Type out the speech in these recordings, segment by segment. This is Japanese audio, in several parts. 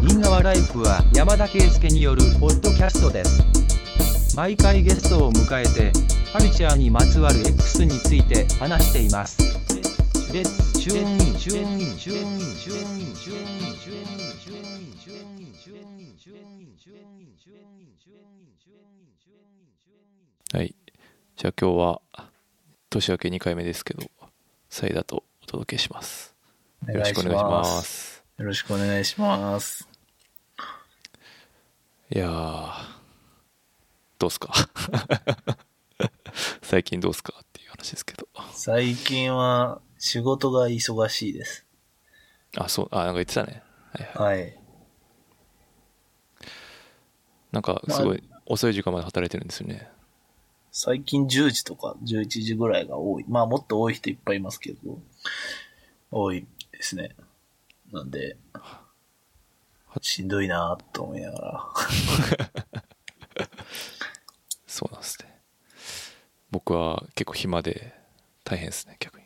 品川ライフは山田圭介によるポッドキャストです毎回ゲストを迎えてカルチャーにまつわる X について話していますレッツチューンインチューンインチューンインチューンインチューンインチューンインチューンインチューンインチューンインチューンインチューンインチューンインチューンインチューンインチューンインチューンインはい。じゃあ今日は年明け2回目ですけど、サイダとお届けします。よろしくお願いします。よろしくお願いします。いやー、どうっすか 最近どうっすかっていう話ですけど。最近は仕事が忙しいです。あ、そう、あ、なんか言ってたね。はいはい。はい。なんかすごい遅い時間まで働いてるんですよね。最近10時とか11時ぐらいが多い。まあもっと多い人いっぱいいますけど、多いですね。なんで、しんどいなぁと思いながら。 そうなんですね。僕は結構暇で大変ですね、逆に。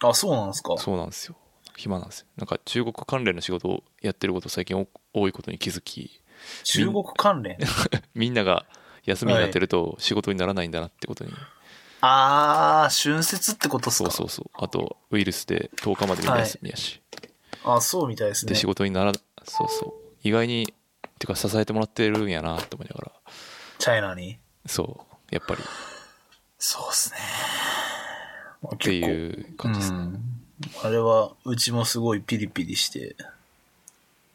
あ、そうなんですかそうなんですよ。暇なんですよ。なんか中国関連の仕事をやってること最近お多いことに気づき、中国関 連みんなが休みになってると仕事にならないんだなってことに、あー、春節ってことっすそうかそうそうあとウイルスで10日までみんな休みやし、あ、そうみたいですでね。仕事にならそうそう意外にてか支えてもらってるんやなって思いながらチャイナに。そうやっぱりっそうっすね。まあて結構いう感じですね、うん、あれはうちもすごいピリピリして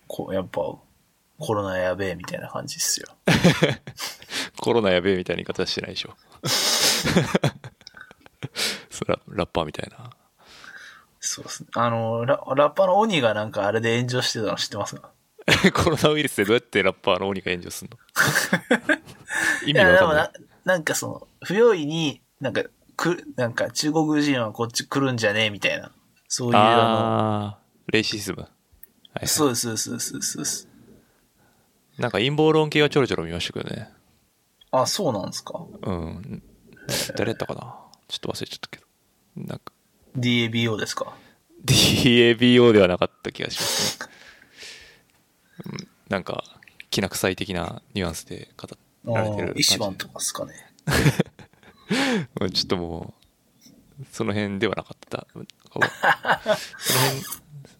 こうやっぱコロナやべえみたいな感じっすよコロナやべえみたいな言い方してないでしょ そらラッパーみたいな そうですねあのララッパの鬼がなんかあれで炎上してたの知ってますかコロナウイルスでどうやってラッパーの鬼が炎上すん の意い味わでかんもないななんかその不用意になんかくなんか中国人はこっち来るんじゃねえみたいなそういうああーレイシズム、はいはいのそうですそうですそうですそうですなんか陰謀論系はちょろちょろ見ましたけどね。あそうなんですかうん。誰やったかなちょっと忘れちゃったけど。なんか、 DABO ですか DABO ではなかった気がしますね。うん、なんか、きな臭い的なニュアンスで語あられてるー感じ石番とかですかね うんちょっともう、その辺ではなかった。なんかその辺、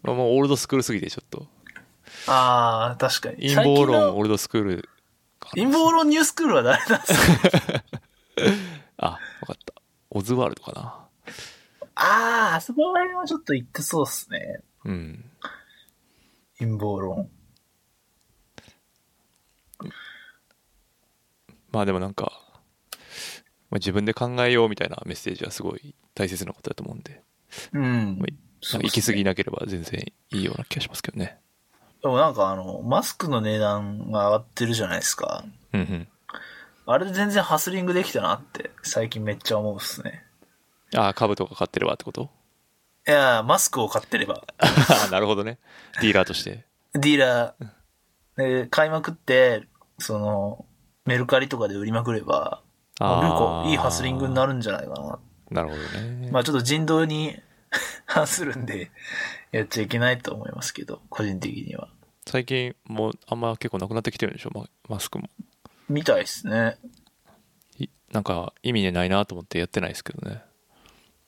まあもうオールドスクールすぎて、ちょっと。ああ確かに陰謀最近の論、オールドスクールかな陰謀論ニュースクールは誰なんですか あ、わかった。オズワルドかな。ああ、あそこら辺はちょっと行ってそうっすね。うん。陰謀論。まあでもなんか、まあ、自分で考えようみたいなメッセージはすごい大切なことだと思うんで、うんまあ。そうっすね行き過ぎなければ全然いいような気がしますけどね。でもなんかあの、マスクの値段が上がってるじゃないですか。うんうん。あれで全然ハスリングできたなって、最近めっちゃ思うっすね。ああ、株とか買ってればってこと いやーマスクを買ってれば。あーなるほどね。ディーラーとして。ディーラー、で買いまくって、その、メルカリとかで売りまくれば、あー結構いいハスリングになるんじゃないかな。なるほどね。まあちょっと人道に 反するんで、やっちゃいけないと思いますけど、個人的には。最近もうあんま結構なくなってきてるんでしょ、ママスクも。みたいですね。いなんか意味ないなと思ってやってないですけどね。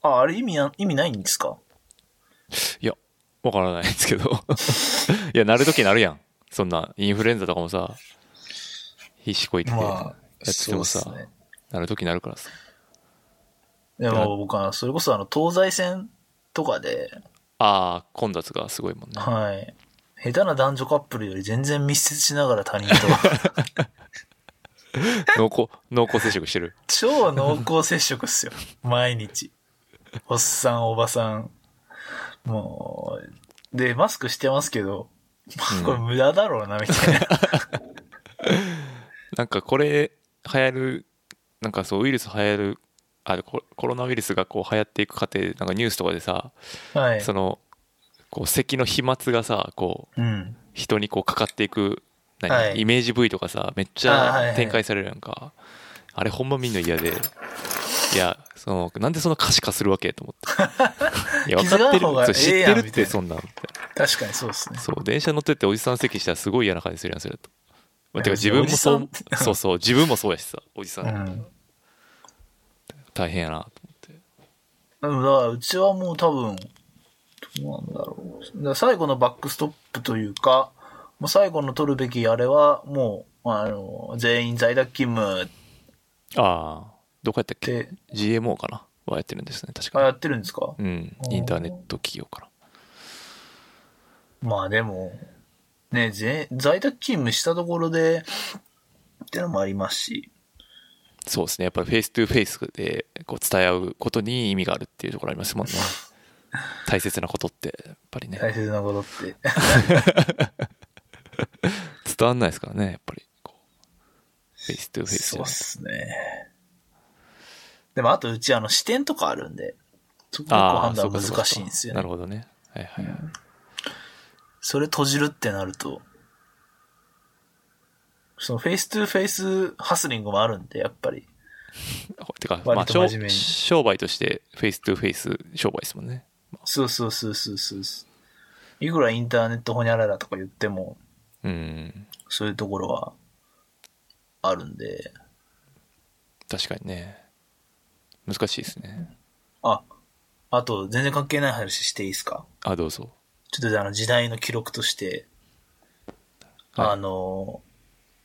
あ、あれ意味な、意味ないんですかいや、わからないです けど。いや、なるときなるやん。そんな、インフルエンザとかもさ、必死こいてやまあ、っててもさ、そうっすね。なるときなるからさ。でいやも僕は、それこそあの、東西線とかで、ああ、混雑がすごいもんね。はい。下手な男女カップルより全然密接しながら他人 と、濃厚、濃厚接触してる。超濃厚接触っすよ。毎日。おっさん、おばさん。もう、で、マスクしてますけど、まあこれ無駄だろうな、みたいな。なんかこれ、流行る、なんかそう、ウイルス流行る、あココロナウイルスがこう流行っていく過程で、なんかニュースとかでさ、 はい。その、こう、咳の飛沫がさ、こう、うん。人にこうかかっていく、何はいイメージ部位とかさ、めっちあーはいはゃい展開されるやんか。あれほんまみんな嫌で。いや、その、なんでそんな可視化するわけと思って。いや、分かって 気づかん方がる。えそえう知っやてんるっみたいて、なそんなん。みたいな確かにそうですね。そう電車乗ってっておじさん席したらすごい嫌な感じするやんそれだと。まあてかいや自分もそおうじさんそうそう自分もそうやしさおじさうんん。大変やなと思ってでもだから、うちはもう多分、どうなんだろう。だから最後のバックストップというか、もう最後の取るべきあれは、もう、あの、全員在宅勤務っああどこやったっけて、 GMO かなはやってるんですね確あやかってるんですか、にうんインターネット企業からまあでも、ね、ぜ在宅勤務したところで、ってのもありますし、そうですねやっぱりフェイストゥフェイスでこう伝え合うことに意味があるっていうところあり ますもんね大切なことってやっぱりね大切なことって。伝わんないですからねやっぱりこうフェイストゥフェイスじゃそうっないすね。でも、あとうち、あの、視点とかあるんで、そこ結構判そ断うかそうか難しいんですよなねる。ほどねはいはいはい、それ閉じるってなると、そのフェイストゥフェイスハスリングもあるんで、やっぱり。てか、まあ、割と商真面目に商売としてフェイストゥフェイス商売ですもんね。そうそうそうそうそうそう。いくらインターネットほにゃららとか言っても、うん。そういうところはあるんで、確かにね。難しいですね。あ、あと全然関係ない話していいですかあ、どうぞ。ちょっとあの時代の記録として、はいあの、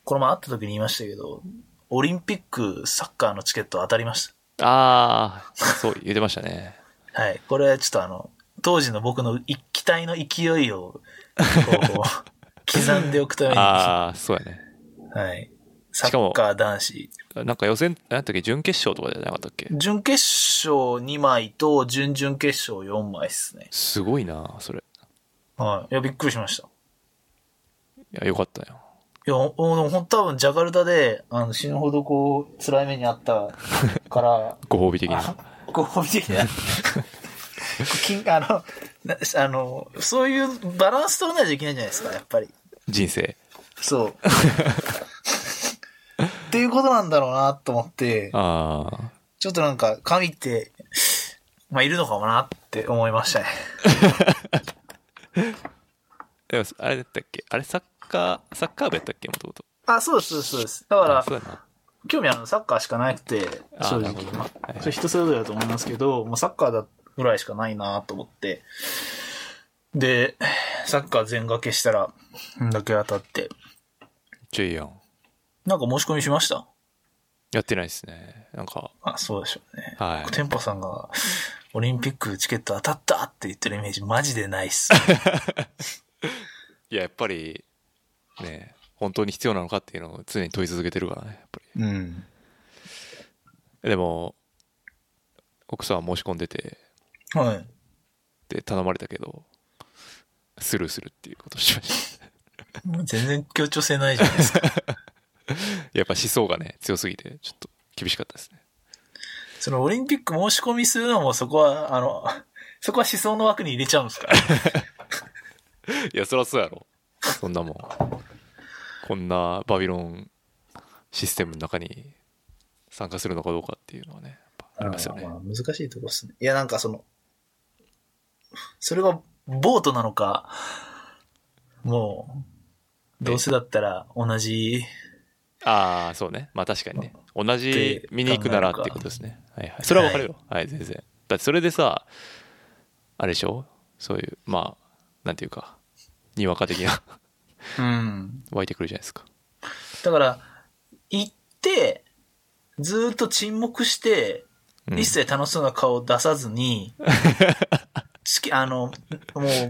この前会った時に言いましたけど、オリンピックサッカーのチケット当たりました。ああ、そう、言ってました ね。はい。これはちょっとあの、当時の僕の一気体の勢いを、こう、刻んでおくために、はああ、そうやね。い。サッカー男子。なんか予選、なんだっけ、準決勝とかじゃなかったっけ準決勝2枚と準々決勝4枚ですね。すごいな、それ。はい。いや、びっくりしました。いや、よかったよ。いや、おおほん多分ジャカルタで、あの、死ぬほどこう、辛い目にあったから、ご褒美的あな。ご褒美的 な。金あのな、あの、そういうバランス取らないといけないじゃないですか、やっぱり。人生。そう。っていうことなんだろうなと思って、ああ。ちょっとなんか、神って、まあ、いるのかもなって思いましたね。でも、あれだったっけあれ、サッカー、サッカー部やったっけもともと。あ、そうです、そうですそうです。だかあらそ、うやな。興味あるのサッカーしかなくて、あ正な直るほど。ねまあはいはいそれ人それぞれだと思いますけど、もうサッカーだぐらいしかないなと思って。で、サッカー全掛けしたら、こんだけ当たって。ジェイアン。なんか申し込みしましたやってないですね。なんか、あ、そうでしょうね。はい。テンポさんが、オリンピックチケット当たったって言ってるイメージマジでないっす。いや、やっぱり、ね、本当に必要なのかっていうのを常に問い続けてるからね、やっぱうん。り。でも、奥さんは申し込んでて、はい。で、頼まれたけど、スルーするっていうことをしましもう全然協調性ないじゃない ですか。た。 やっぱ思想がね、強すぎて、ちょっと厳しかったですね。そのオリンピック申し込みするのもそこは、あの、 そこは思想の枠に入れちゃうんですかいや、そりゃそうやろ。そんなもん。こんなバビロンシステムの中に参加するのかどうかっていうのはね、やっぱありますよねあ。ーあ難しいとこっすね。いや、なんかその、それがボートなのか、もう、どうせだったら同じ、ああ、そうね。まあ確かにね。同じ見に行くならっていうことですね。はいはい。それはわかるよ。はい、全然。だってそれでさ、あれでしょそういう、まあ、なんていうか、にわか的な、 うん。湧いてくるじゃないですか。だから、行って、ずーっと沈黙して、うん一切楽しそうな顔を出さず に、チキあの、もう、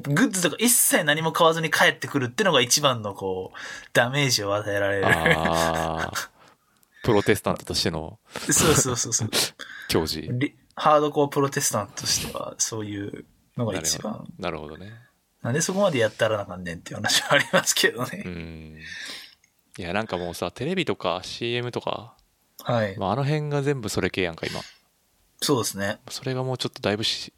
グッズとか一切何も買わずに帰ってくるってのが一番のこう、ダメージを与えられる。ああ、プロテスタントとしての そうそうそうそう。教示。リハードコアプロテスタントとしては、そういうのが一番。なるほどね。なんでそこまでやったらなあかんねんっていう話はありますけどね。うん。いや、なんかもうさ、テレビとか CM とか、はい。まあ、あの辺が全部それ系やんか、今。そうですね。それがもうちょっとだいぶし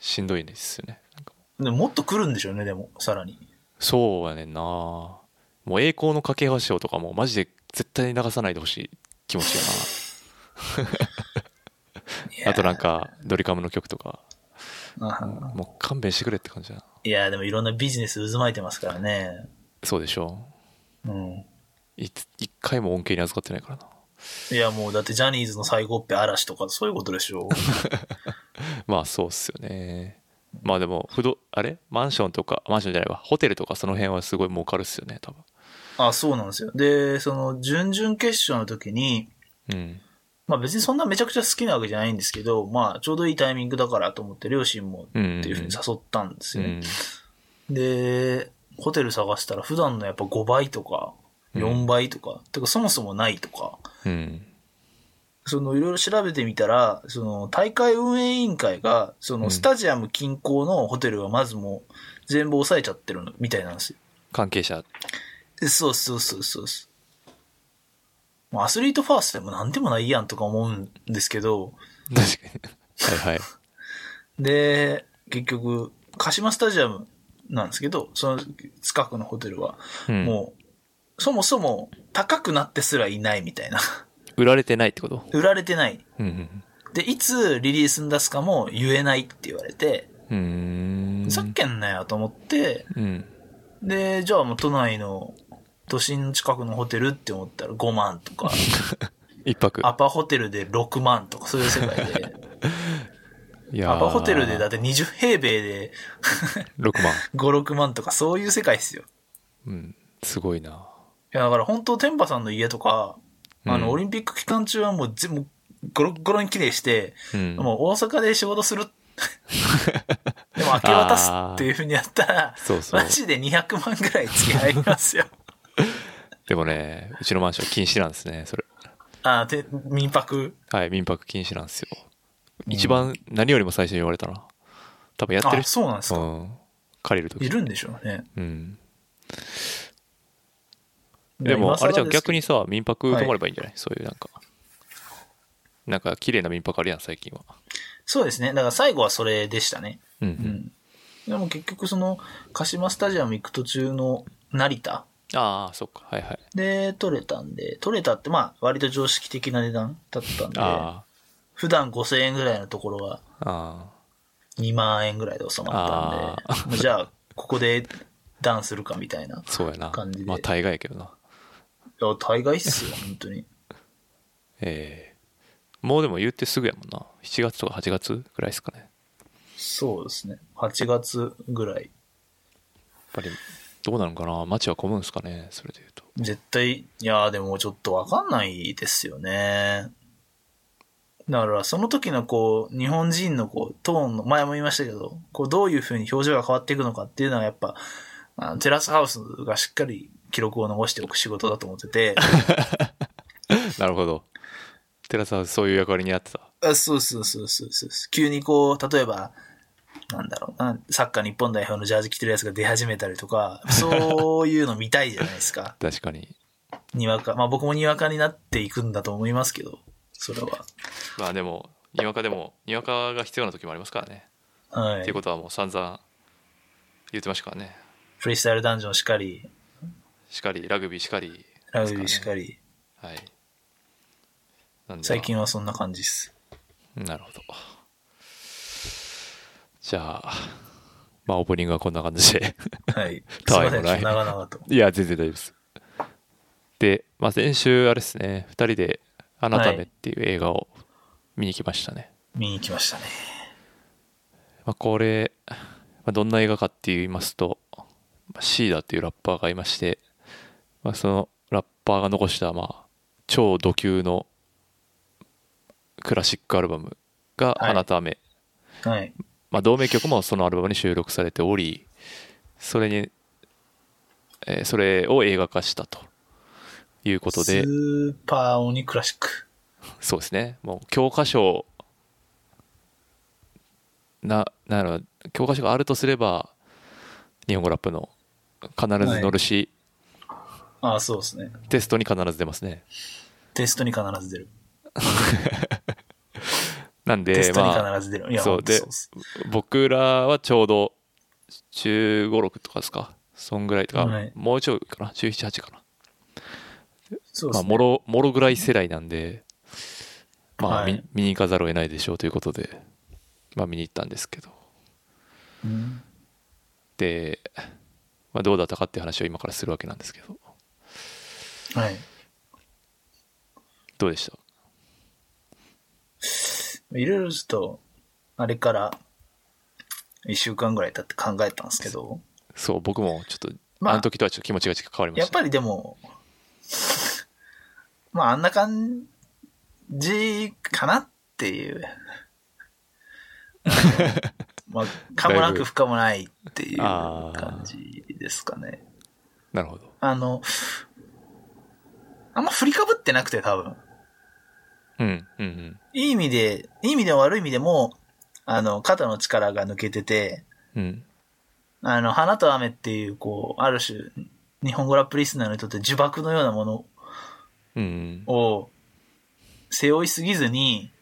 しんどいんですよね。なんかでももっと来るんでしょうね、でも、さらに。そうやねんなもう栄光の架け橋とかもマジで絶対に流さないでほしい気持ちやいや なあとなんかドリカムの曲とかあもう勘弁してくれって感じだな。いや、でもいろんなビジネス渦巻いてますからね。そうでしょうん。う。いつ一回も恩恵に預かってないからな。いや、もうだってジャニーズの最後っぺ嵐とか、そういうことでしょ。まあそうっすよね。まあでも、不動、あれマンションとか、マンションじゃないわ、ホテルとかその辺はすごい儲かるっすよね、多分。あ、そうなんですよ。で、その、準々決勝の時に、うん。まあ別にそんなめちゃくちゃ好きなわけじゃないんですけど、まあちょうどいいタイミングだからと思って両親もうんうんうんっていうふうに誘ったんですうよね。ん。で、ホテル探したら普段のやっぱ5倍とか、うん4倍とか、てかそもそもないとか、うん。そのいろいろ調べてみたら、その大会運営委員会が、そうんのスタジアム近郊のホテルはまずもう全部抑えちゃってるのみたいなんですよ。関係者。そうそうそうそうそう。もうアスリートファーストでも何でもないやんとか思うんですけど、確かに。はいはい。で、結局、鹿島スタジアムなんですけど、その近くのホテルは、うん、もう、そもそも高くなってすらいないみたいな。 売られてないってこと売られてない。うんで、いつリリースに出すかも言えないって言われて、うん。うん。さっきんなよと思って、うん。で、じゃあもう都内の都心の近くのホテルって思ったら5万と か、一泊。アパホテルで6万とかそういう世界で、いやーアパホテルでだって20平米で 6万。 5、6万とかそういう世界ですよ。うん。すごいな。いや、だから本当、天パさんの家とか、あうんの、オリンピック期間中はもう全部、ゴロッゴロに綺麗して、うん。もう大阪で仕事 する。でも明け渡すっていうふうにやったら、そうそうマ。ジで200万ぐらい月入ります よ。でもね、うちのマンション禁止なんですね、それ。あて、民泊。はい、民泊禁止なんですよ。ん一番何よりも最初に言われたな。多分やってるあ、そうなんですうか。ん。借りるといき。るんでしょうね。うん。でも、あれじゃん、逆に。さ、民泊泊まればいいんじゃない、そういうなんか。なんか、綺麗な民泊あるやん、最近は。そうですね。だから最後はそれでしたね。う。うんん。でも結局その、鹿島スタジアム行く途中の成田ああ、そっか。はいはい。で取れたんで、取れたってまあ割と常識的な値段だったんで、あ普段5000円ぐらいのところがあ、あ2万円ぐらいで収まったんで、もうじゃあ、ここでダンするかみたいなあ、。そうやな感じ。でまあ、大概やけどな。いや、大概っすよ、本当に。ええもうでも言ってすぐやもんな。7月とか8月ぐらいですかね。やっそうですね。8月ぐらい。ぱり、どうなのかな街は混むんすかねそれで言うと。絶対、いやーでもちょっとわかんないですよね。だから、その時のこう、日本人のこう、トーンの、前も言いましたけど、こう、どういう風に表情が変わっていくのかっていうのはやっぱ、あのテラスハウスがしっかり記録を残しておく仕事だと思ってて、なるほど。寺さん、そういう役割にやってた。あそうそうそうそうそうそう。急にこう、例えば、なんだろうな、サッカー日本代表のジャージ着てるやつが出始めたりとか、そういうの見たいじゃないですか。確かに。にわか。まあ僕もにわかになっていくんだと思いますけど、それは。まあでも、にわかでも、にわかが必要な時もありますからね。はっいていう。ことはもう散々言ってましたからね。フリースタイルダンジョンしかり、しかり、ラグビーしかり。ラグビーしかり、はい。なんで最近はそんな感 じです。なるほど。じゃあ、まあオープニングはこんな感じで。はい。すたわいいまもせないん、ちょっと長々と。いや、全然大丈夫です。で、まあ、先週、あれですね、2人で、あなためっていう映画を見に来ましたね。見に行きましたね。まあ、これ、まあ、どんな映画かって言いますと、まあ、シーダっていうラッパーがいまして、まあ、そのラッパーが残した、まあ、超ド級のクラシックアルバムが、はいあなため、はい。まあ、同名曲もそのアルバムに収録されており、それに、えーそれを映画化したということでス、ーパー鬼クラシック。そうですね、もう教科書、な、なんやろ教科書があるとすれば、日本語ラップの必ず載るし、ああ、そうですね。テストに必ず出ますね。テストに必ず出る。なんテでス、トにまあ、必ず出る。いや、そうほんとでっす僕らはちょうど15、6とかですか、そんぐらいとか、はいもうちょいかな、17、8かな。そうまであ、すね。もろ、もろぐらい世代なんで、まあ、はい見見に行かざるを得ないでしょうということで、まあ、見に行ったんですけど、で、まあ、どうだったかっていう話を今からするわけなんですけどはい。どうでしたいろいろちょっと、あれから、一週間ぐらい経って考えたんですけど、そう僕もちょっと、まああ、の時とはちょっと気持ちが変わりまやっしたぱりでも、 まああんな感じかなっていう。まあ、かもなく不可もないっていうあー感じですかね。なるほどあの、あんま振りかぶってなくて多分。うんうんうんいい意味で、いい意味でも悪い意味でも、あの、肩の力が抜けてて、うんあの、花と雨っていう、こう、ある種、日本語ラップリスナーにとって呪縛のようなものうんを背負いすぎずに、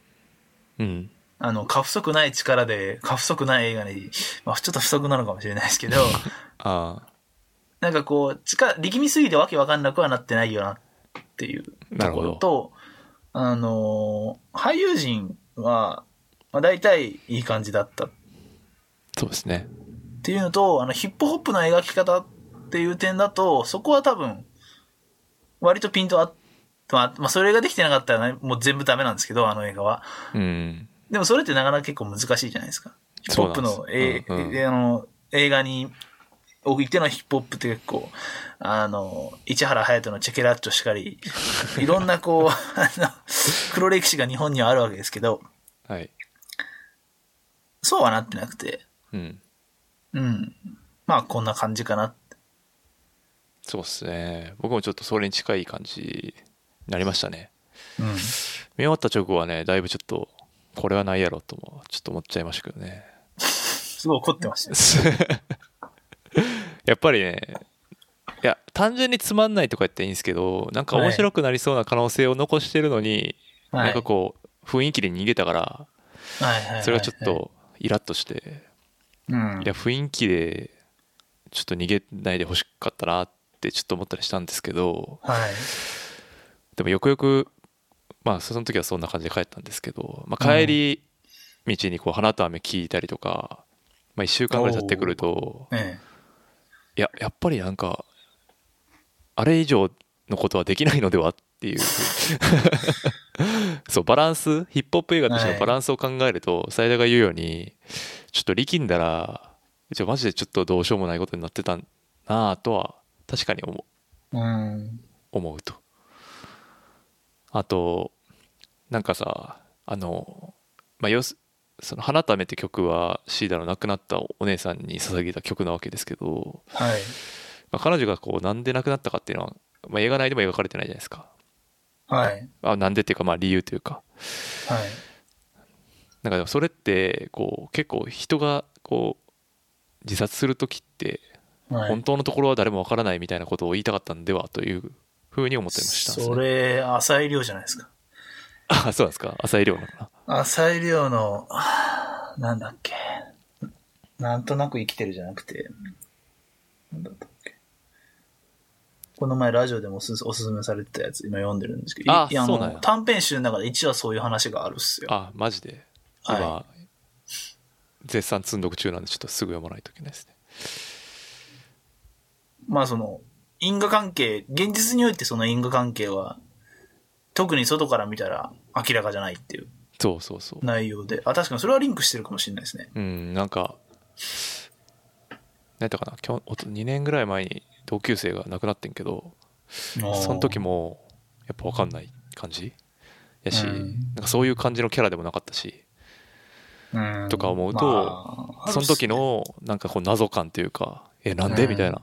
うんあの、過不足ない力で、過不足ない映画に、まあ、ちょっと不足なのかもしれないです けど、あなんかこう、力、力みすぎてわけわかんなくはなってないよなっていうなとるこほろどと、あのー、俳優陣は、まあ、大体いい感じだったそうですねっていうのと、あの、ヒップホップの描き方っていう点だと、そこは多分、割とピントあっまあ、まあ、それができてなかったら、ね、もう全部ダメなんですけど、あの映画は。うんでもそれってなかなか結構難しいじゃないですか。ヒップホップそのうなんでえすー、うんうんえーあの映画においてのヒップホップって結構、あの、市原隼人のチェケラッチョしか り、いろんなこう、あの、黒歴史が日本にはあるわけですけど、はいそうはなってなくて、うんうん。まあこんな感じかなって。そうですね僕もちょっとそれに近い感じになりましたねうん。見終わった直後はねだいぶちょっとこれはないやろともちょっと思っちゃいましたけどねすごい怒ってましたよ。 やっぱりねいや単純につまんないとか言っていいんですけどなんか面白くなりそうな可能性を残してるのに、はないんか。こう雰囲気で逃げたからはいはいはいはいそれはちょっ、とイラッとして、いうん。や雰囲気でちょっと逃げないでほしかったなってちょっと思ったりしたんですけどはい。でもよくよくまあその時はそんな感じで帰ったんですけど、まあ、帰り道にこう花と雨聞いたりとか、まあ、1週間ぐらい経ってくるとえいややっぱりなんかあれ以上のことはできないのではっていう そうバランスヒップホップ映画としてはのいバランスを考えると斉田が言うようにちょっと力んだらじゃあマジでちょっとどうしようもないことになってたなあとは確かに思うえ。うん。思うとあとなんかさあの、まあ、要すその「花ため」って曲はシーダの亡くなったお姉さんに捧げた曲なわけですけど、はい。まあ、彼女がこうなんで亡くなったかっていうのは、まあ、映画内でも描かれてないじゃないですかはい。あなんでっていうかまあ理由というかはい。なんかでもそれってこう結構人がこう自殺する時ってはい、本当のところは誰もわからないみたいなことを言いたかったんではというふうに思ってましたんですね、それ、浅井亮じゃないですか。あそうなんですか浅井亮なのかな浅井亮の、はぁなんだっけ。なんとなく生きてるじゃなくて、なんだったっけ。この前ラジオでもおすすおすすめされてたやつ、今読んでるんですけど、いあいやそうなんやの短編集の中で一話そういう話があるっすよ。あマジで今、は絶賛積んどく中なんでちょっとすぐ読まないといけないですねまあその、因果関係、現実においてその因果関係は、特に外から見たら明らかじゃないっていうそうそうそう内容で、あ、確かにそれはリンクしてるかもしれないですね。うんなんか何やったかなきょ2年ぐらい前に同級生が亡くなってんけどその時も。もやっぱ分かんない感じやし、うんなんかそういう感じのキャラでもなかったしうんとか思うとまあその時のなんかこう謎感というか「えなんで?」うんみたいな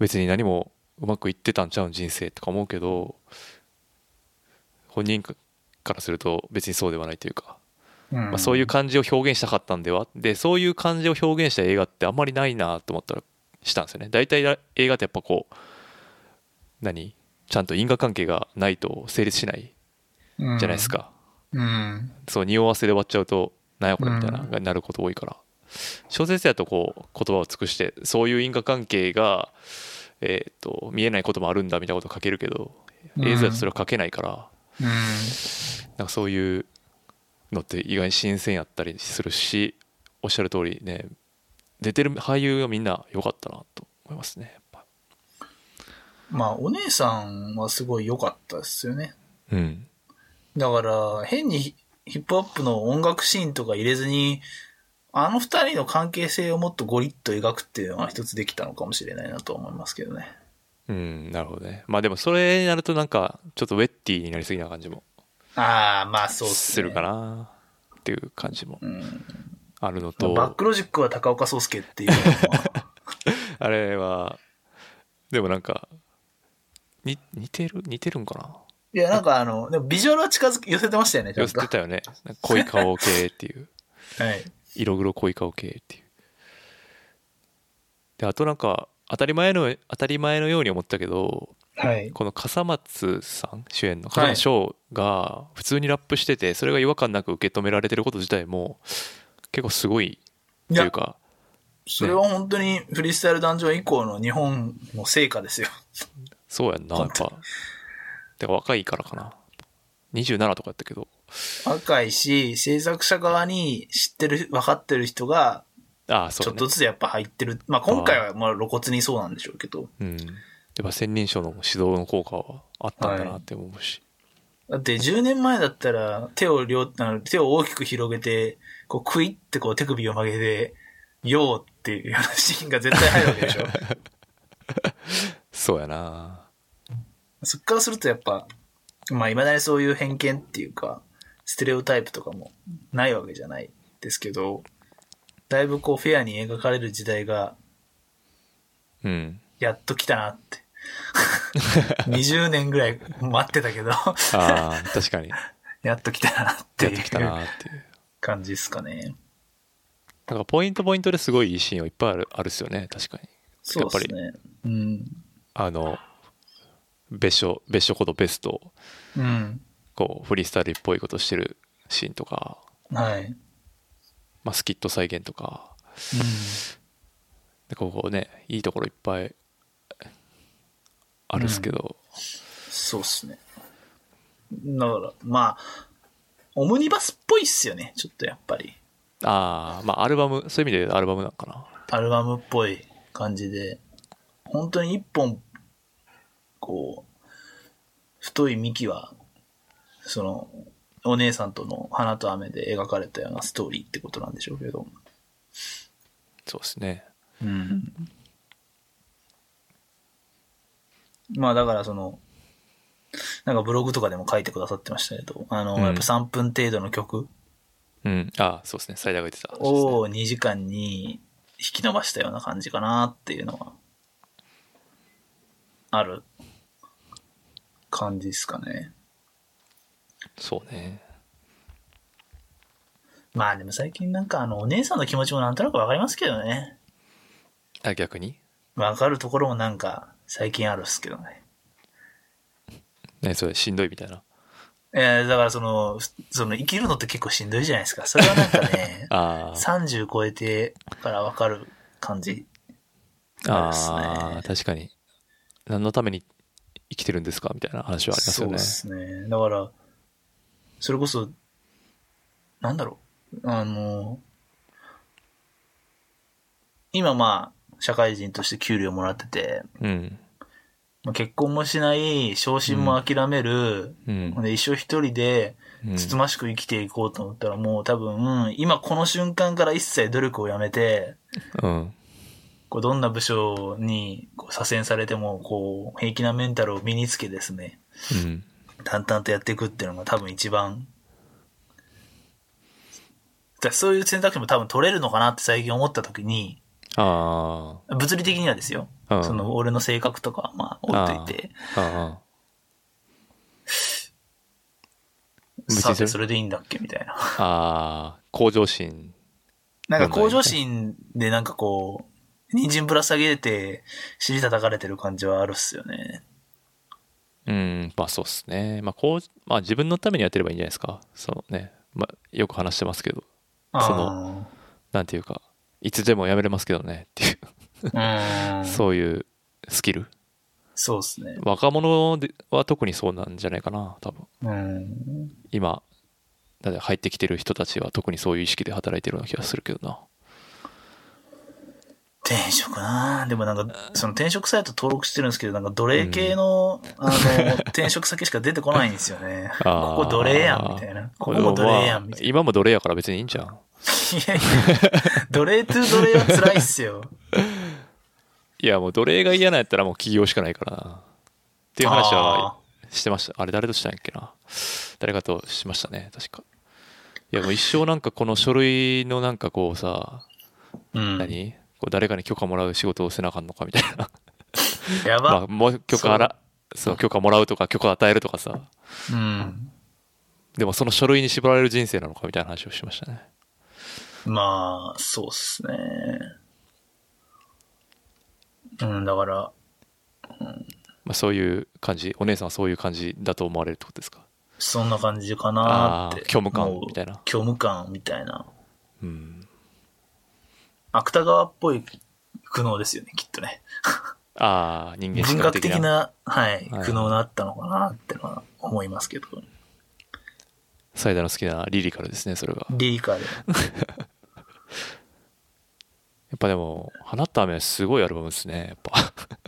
別に何もうまくいってたんちゃうん人生とか思うけど本人からすると別にそうではないというか、まあ、そういう感じを表現したかったんではでそういう感じを表現した映画ってあんまりないなと思ったらしたんですよね大体ら映画ってやっぱこう何ちゃんと因果関係がないと成立しないじじゃないです。か、うん。そう匂わせで終わっちゃうとなんやこれみたいな、うんがなること多いから小説やとこう言葉を尽くしてそういう因果関係が、えー、と見えないこともあるんだみたいなこと書けるけどうん映像だとそれは書けないから、うん。なんかそういうのって意外に新鮮やったりするしおっしゃる通りね出てる俳優がみんな良かったなと思いますね。やっぱまあ、お姉さんはすごい良かったですよね。うん。だから、変にヒヒップアップの音楽シーンとか入れずに、あの二人の関係性をもっとゴリッと描くっていうのは一つできたのかもしれないなと思いますけどね。うん、なるほどね。まあでもそれになるとなんかちょっとウェッティになりすぎな感じもああ、まあそうっすすね。るかなっていう感じもうん。あるのまあと、バックロジックは高岡壮介っていうの はあれはでもなんかに似てる似てるんかないや、なんかあの、でもビジュアルは近づき、寄せてましたよね、ちゃ寄んせと。てたよねなんか濃い顔系っていうはい。色黒濃い顔系っていうであとなんか当たり前の当たり前のように思ったけどはい。この笠松さん主演のはい笠松翔が普通にラップしててそれが違和感なく受け止められてること自体も結構すごいいっていやう、かそれは本当にフリースタイルダンジョン以降の日本の成果ですよ。そうやんなやっぱてか若いからかな27とかやったけど若いし、制作者側に知ってる、分かってる人が、ああちそょうっねとずつやっぱ入ってる。まあ今回はまあ露骨にそうなんでしょうけど。うんやっぱ千人賞の指導の効果はあったんだなって思うし、だって10年前だったら手を両、あの手を大きく広げて、こうクイってこう手首を曲げて、よーっていうようなシーンが絶対入るわけ でしょ。そうやなそっからするとやっぱ、まあ未だにそういう偏見っていうか、ステレオタイプとかもないわけじゃないですけど、だいぶこうフェアに描かれる時代がうんやっと来たなって。20年ぐらい待ってた けど、ああ確かにややっと来たなってっていきたうなっていう感じですかね。なんかポイントポイントですごいいいシーンはいっぱいあるあるっすよね確かにそうですね。うん。あの別所別所ことベストをうん。こうフリースタイルっぽいことしてるシーンとか、はい。うんまあ、スキット再現とかでここねいいところいっぱいあるっすけど、そうですね。だから、まあ、オムニバスっぽいっすよね。ちょっとやっぱり。ああまあアルバムそういう意味でアルバムなんかなアルバムっぽい感じで、本当に一本、こう、太い幹は、その、お姉さんとの花と雨で描かれたようなストーリーってことなんでしょうけど。そうですねうん。まあだからその、なんかブログとかでも書いてくださってましたけど、あの、うんやっぱ3分程度の曲うんああそうですね最大が言ってた話ですねを2時間に引き伸ばしたような感じかなっていうのは、ある感じですかね。そうねまあでも最近なんかあの、お姉さんの気持ちもなんとなくわかりますけどね。あ逆にわかるところもなんか最近あるっすけどね。ねそれしんどいみたいな、えー、だからその、ふその生きるのって結構しんどいじゃないですか。それはなんかね あー30超えてからわかる感じ。あそうーですね確かに何のために生きてるんですかみたいな話はありますそようねですね。だから、それこそ、なんだろう。あの、今まあ、社会人として給料もらってて、うんまあ結婚もしない、昇進も諦める、うんで一生一人で、うんつつましく生きていこうと思ったら、もう多分、今この瞬間から一切努力をやめて、うんこうどんな部署にこう左遷されても、こう、平気なメンタルを身につけですね、うん淡々とやっていくっていうのが多分一番、だからそういう選択肢も多分取れるのかなって最近思った時に、あ物理的にはですよ。あ、うん、その、俺の性格とかはまあ、置いといて、ああさて別そにれでいいんだっけみたいな。 ああ向上心なんか向上心でなんかこう、人参ぶら下げて、尻叩かれてる感じはあるっすよね。うんまあそうっすねまあこう、まあ、自分のためにやってればいいんじゃないですかそのね、まあ、よく話してますけどそのなんていうかいつでもやめれますけどねっていう、あー。うん。そう。 そういうスキルそうっすね。若者では特にそうなんじゃないかな多分うん。今だって入ってきてる人たちは特にそういう意識で働いてるような気がするけどな転職なぁでもなんか、その転職サイト登録してるんですけど、なんか奴隷系の、あの、転職先しか出てこないんですよね。あーここ奴隷やん、みたいな。ここも奴隷やん、みたいな。今も奴隷やから別にいいんじゃん。いやいや、奴隷トゥ奴隷は辛いっすよ。いや、もう奴隷が嫌なんやったらもう起業しかないからな。っていう話はしてました。あれ誰としたんやっけな。誰かとしましたね、確か。いや、もう一生なんかこの書類のなんかこうさ、うん。何こう誰かに許可もらう仕事をせなあかんのかみたいな。や まあ、ば。もう許可あら、そう、許可もらうとか許可与えるとかさ。うん。でもその書類に縛られる人生なのかみたいな話をしましたね。まあ、そうっすね。うん、だから、まあ、そういう感じ、お姉さんはそういう感じだと思われるってことですか。そんな感じかなーってあ。ー虚無感もうみたいな虚無感みたいな。うん。芥川っぽい苦悩ですよね、きっとね。ああ、人間文史学的。な、はい、はい苦悩があったのかなってのは思いますけど、サイダーの好きなリリカルですね、それが。やリリカル。っぱでも、放った雨すごいアルバムですね、やっぱ。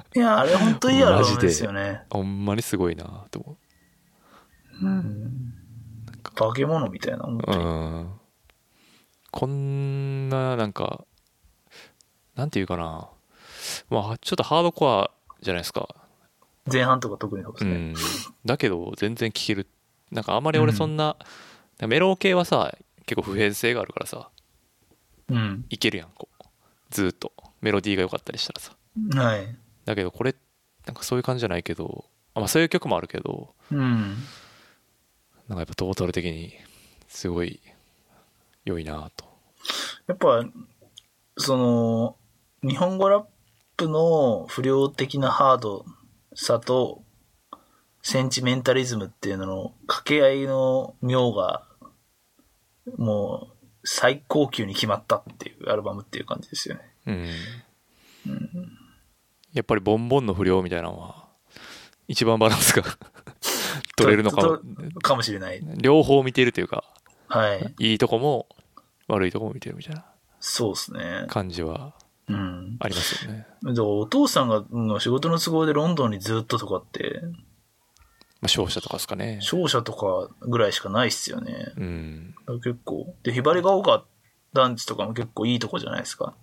いや、あれ本当いいアルマバジムでですよね。ほんまにすごいなと思うん。化け物みたいな。う。うん。こんな、なんか、なんていうかな。まあ、ちょっとハードコアじゃないですか。前半とか特にそうですうね。ん。だけど、全然聴ける。なんかあんまり俺そんな、メロ系はさ、結構普遍性があるからさ、うん。いけるやん、こう。ずーっと。メロディーが良かったりしたらさ。はい。だけどこれなんかそういう感じじゃないけどあ、まあ、そういう曲もあるけどうん。なんかやっぱトータル的にすごい良いなとやっぱ、その、日本語ラップの不良的なハードさと、センチメンタリズムっていうのの掛け合いの妙が、もう、最高級に決まったっていうアルバムっていう感じですよね。うんやっぱりボンボンの不良みたいなのは一番バランスが 取れるのかととかもしれない。両方見てるというかはい。いいとこも悪いとこも見てるみたいなそうですね。感じはうん。ありますよね、だからお父さんがうん仕事の都合でロンドンにずっととかって、まあ、勝者とかですかね商社とかぐらいしかないっすよね。うん結構。で、ひばりが丘団地とかも結構いいとこじゃないですか。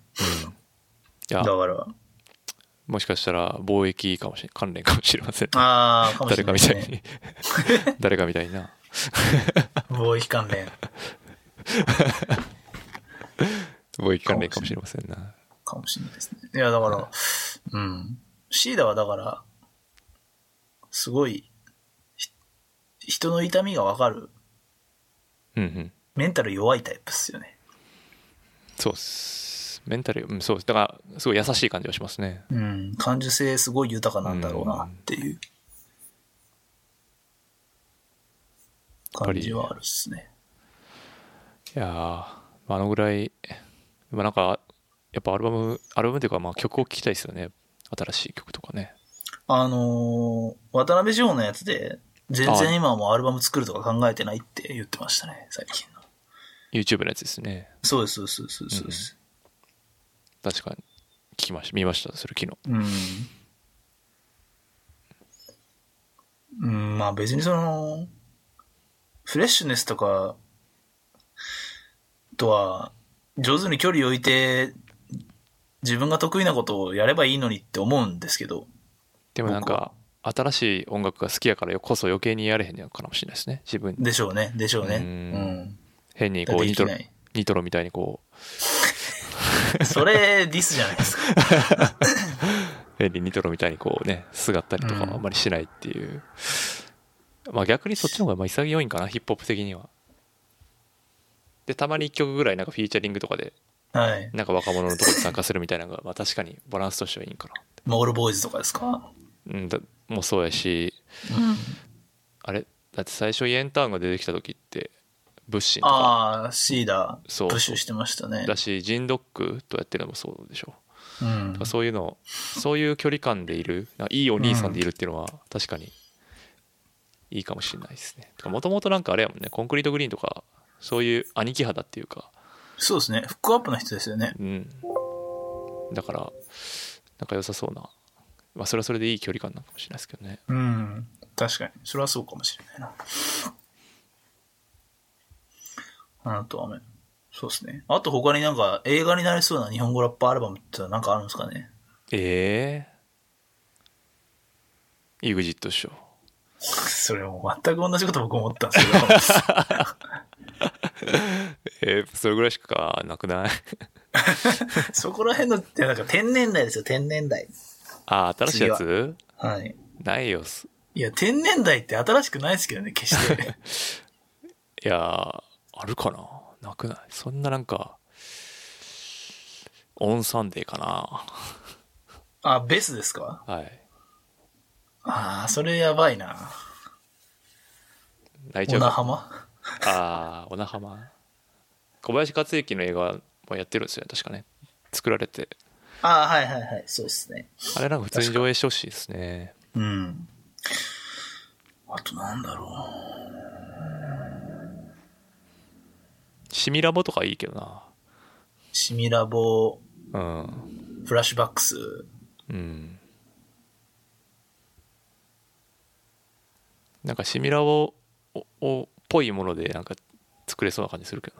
いだやから。もしかしたら貿易かもしれ関連かもしれませんねああ、かもし誰れなかいみでたすいね。に 誰かみたいな貿易関連貿易関連かもしれませんなかもしれないですね。いや、だから、うん。シーダはだから、すごい、ひ人の痛みがわかる、うんうんメンタル弱いタイプっすよね。そうっすメンタルうんそうっすだからすごい優しい感じはしますねうん。感受性すごい豊かなんだろうなっていうぱ感りじはあるっすね。いやーまああのぐらいまあなんかやっぱアルバムアルバムというかまあ曲を聴きたいですよね新しい曲とかねあのー渡辺翔のやつで、全然今はもうアルバム作るとか考えてないって言ってましたね、最近の。 YouTube のやつですねそうです、そうです、そうですそうです。確かに聞きました見ましたそれ昨日うん。うん、まあ別にその、フレッシュネスとか、とは、上手に距離を置いて、自分が得意なことをやればいいのにって思うんですけど、でもなん僕か新しい音楽が好きやからよこそ余計にやれへんのかもしれないですね自分でしょうね、でしょうね。ううんん。変にだっこうてニでトきロない。ニトロみたいにこうそれ、ディスじゃないですか。変にニトロみたいにこうねすがったりとかはあんまりしないっていう、まあ逆にそっちの方がまあ潔いんかなヒップホップ的にはでたまに1曲ぐらいなんかフィーチャリングとかではい。なんか若者のところに参加するみたいなのがまあ確かにバランスとしてはいいんかモールボーイズとかですかなうんだもうそうやしあれだって最初イエンターンが出てきた時ってブッシンとかああ、シーダー、そうプッシュしてましたね。だしジンドックとやってるのもそうでしょうんだからそういうのそういう距離感でいるなんかいいお兄さんでいるっていうのは確かにいいかもしれないですねもともとなんかあれやもんねコンクリートグリーンとかそういう兄貴肌っていうかそうですね。フックアップの人ですよね。うんだからなんか良さそうなまあそれはそれでいい距離感なのかもしれないですけどねうん。確かに。それはそうかもしれないな。花と雨。そうですね。あと他になんか映画になりそうな日本語ラッパーアルバムってなんかあるんですかねええ EXIT っしょそれも全く同じこと僕思ったんですけど。えーそれぐらいしかなくない そこら辺の、いやなんか天然代ですよ、天然代。あ新しいやつはい。ないよすいや、天然代って新しくないですけどね、決して。いやーあるかななくないそんななんかオンサンデーかあ、ベスですかなはいああ、それやばいな。泣いちゃう小名か浜ああ小名浜小林克行の映画もやってるんですよね確かね作られてああ、はいはいはい、そうですね。あれなんか普通に上映してほしいですねうん。あとなんだろう。シミラボとかいいけどシミラボ、なうんフラッシュバックス。うんなんかシミラボををっぽいものでなんか作れそうな感じするけ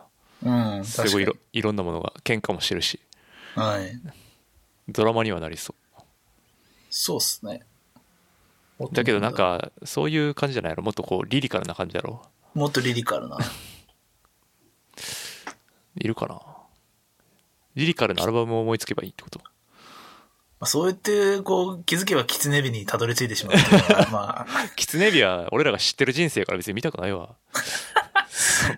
どなうん、すごいいろいろんなものが喧嘩もしてるしはい。ドラマにはなりそうそうっすね。だけどなん、かそういう感じじゃないのもっとこうリリカルな感じだろもっとリリカルな。いるかなリリカルなアルバムを思いつけばいいってことまあ、そう言って、こう、気づけばキツネビにたどり着いてしまうっていうのはま あ、キツネビは俺らが知ってる人生から別に見たくないわ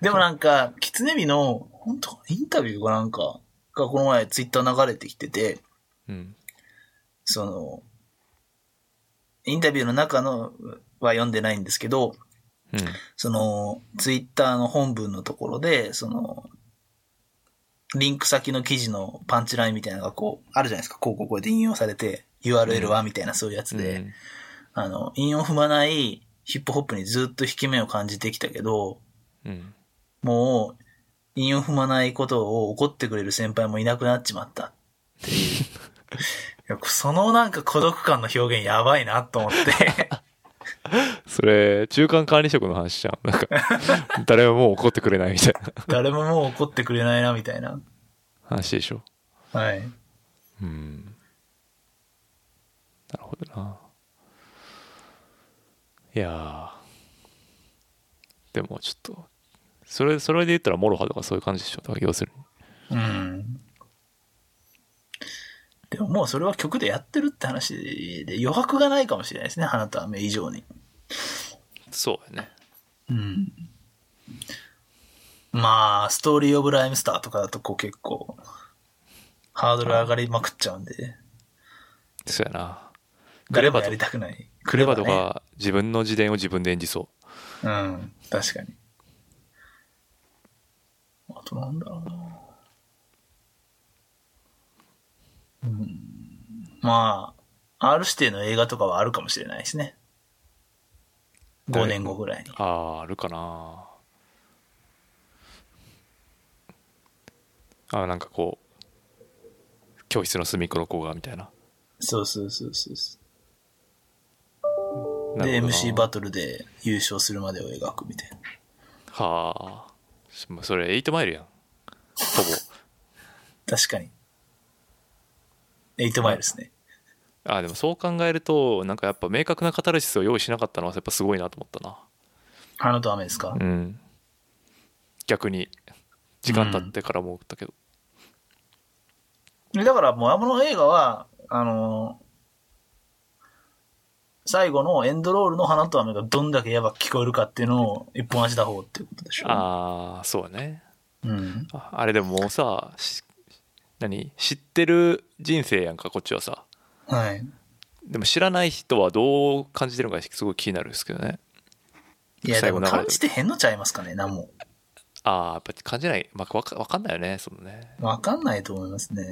でもなんか、キツネビの、本当インタビューかなんか、がこの前ツイッター流れてきてて、うんその、インタビューの中のは読んでないんですけど、うんその、ツイッターの本文のところで、その、リンク先の記事のパンチラインみたいなのがこう、あるじゃないですか。こう、こうこうで引用されて、URL はみたいなそういうやつで、うんあの、引用踏まないヒップホップにずっと引き目を感じてきたけど、うんもう、引用踏まないことを怒ってくれる先輩もいなくなっちまったっていう。いやそのなんか孤独感の表現やばいなと思って。それ中間管理職の話じゃんなんか誰ももう怒ってくれないみたいな誰ももう怒ってくれないなみたいな。話でしょはい。うんなるほどないやーでもちょっとそれそれで言ったらモロハとかそういう感じでしょだから要するにうん。でももうそれは曲でやってるって話で余白がないかもしれないですね。花と雨以上に。そうだねうん。まあ、ストーリーオブライムスターとかだとこう結構、ハードル上がりまくっちゃうんで、そうやな誰もやりたくない。クレバとか自分の自伝を自分で演じそうん、確かに。あとなんだろうな。うん。まあ、R 指定の映画とかはあるかもしれないですね。5年後ぐらいにう。あああるかなあーなんかこう教室の隅っこの子がみたいなそうそうそうそうそなう。で、るほどな MC バトルで優勝するまでを描くみたいな。はあそそれ8マイルやんほ確かに。8マイルですね。ぼあーでもそう考えるとなんかやっぱ明確なカタルシスを用意しなかったのはやっぱすごいなと思ったな花と雨ですか、うん逆に時間経ってから思ったけど、だからもうあの映画は、あのー最後のエンドロールの花と雨がどんだけやばく聞こえるかっていうのを一本足打法っていうことでしょ。ああそうやねうん。ああれでももうさし何知ってる人生やんかこっちはさはい。でも知らない人はどう感じてるのかすごい気になるんですけどねいや、で最後も流れてる感じてへんのちゃいますかね、何も。ああやっぱ感じない、まあ、わかわかんないよねそのねわかんないと思いますね。い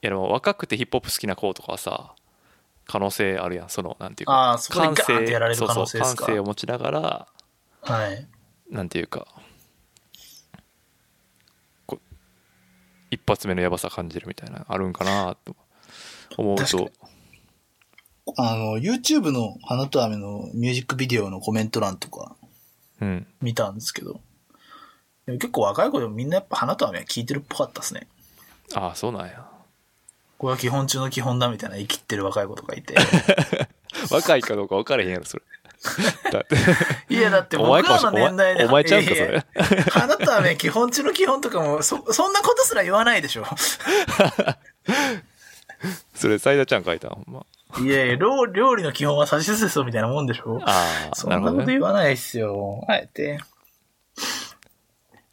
やでも若くてヒップホップ好きな子とかはさ可能性あるやんそのなんていうかああ、そこでガーンってやられる可能性ですそうそうか。感性を持ちながらはい。なんていうかこ一発目のやばさ感じるみたいな、あるんかなと思う確かとに、あの、YouTube の花と雨のミュージックビデオのコメント欄とかうん。見たんですけど、でも結構若い子でもみんなやっぱ花と雨は聞いてるっぽかったですね。ああ、そうなんや。これは基本中の基本だみたいな言い切ってる若い子とか いて。若いかどうか分からへんやろ、それ。だって、 いや、だってお僕前からものしれ年代で。お前お前ちゃうんか、いそやいやれ。。花と雨基本中の基本とかも、そ、そんなことすら言わない でしょ。それ、サイダちゃん書いたほんま。いやいや、料料理の基本は指しすせそみたいなもんでしょ。ああ、そんななるほこどとね。言わないっすよ。あえて。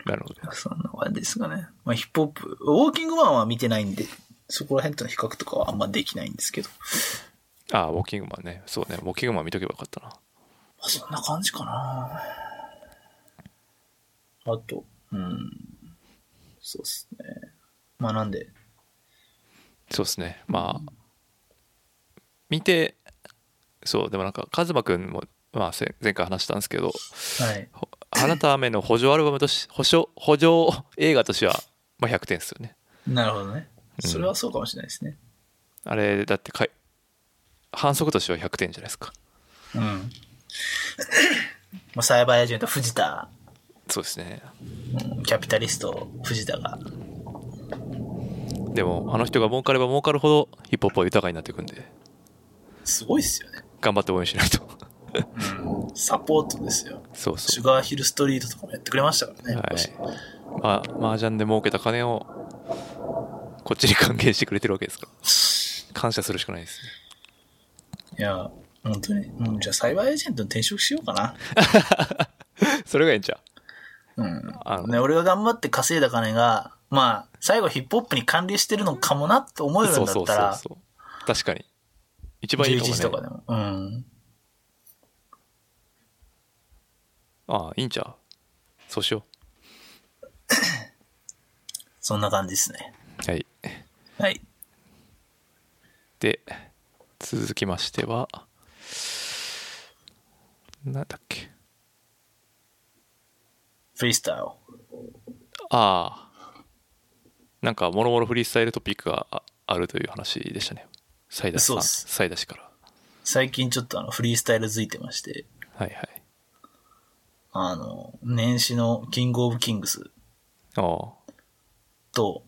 なるほど。そんな感じですかね。まあ、ヒップホップ、ウォーキングマンは見てないんで、そこら辺との比較とかはあんまできないんですけど。ああ、ウォーキングマンね。そうね、ウォーキングマン見とけばよかったな。まあ、そんな感じかな。あと、うん。そうっすね。まあ、なんで、そうですね。まあ、見て、そう、でもなんか、カズマくんも、まあ、せ前回話したんですけど、はい。ほ花と雨の補助アルバムとし、 補助、補助映画としては、まあ100点ですよね。なるほどね。うんそれはそうかもしれないですね。あれ、だってかい、反則としては100点じゃないですか。うん。まあ、サイバーエージェント、藤田、そうですね。うんキャピタリスト、藤田が。でも、あの人が儲かれば儲かるほど、ヒップホップは豊かになっていくんで、すごいっすよね。頑張って応援しないと。 サポートですよ。そうシそュガーヒルストリートとかもやってくれましたからう。ね。はい。まあ、麻雀で儲けた金を、こっちに還元してくれてるわけですから。感謝するしかないですね。いや、本当に。うん、じゃあ、サイバーエージェントに転職しようかな。それがいいんちゃううん。あの、ね、俺が頑張って稼いだ金が、まあ、最後ヒップホップに関連してるのかもなって思えるんだそっうそうたそうら、そう。確かに。一番いい11かも時とかね。でも。うん。ああ、いいんちゃうそうしよそんな感じですね。う。はい。はい。で、続きましては、なんだっけ。フリースタイル。ああ。なんか、もろもろフリースタイルトピックがああるという話でしたね。サイダそうさっん、すサイダ氏から。最近ちょっとあの、フリースタイルづいてまして、はいはい。あの、年始のキングオブキングスああ。と、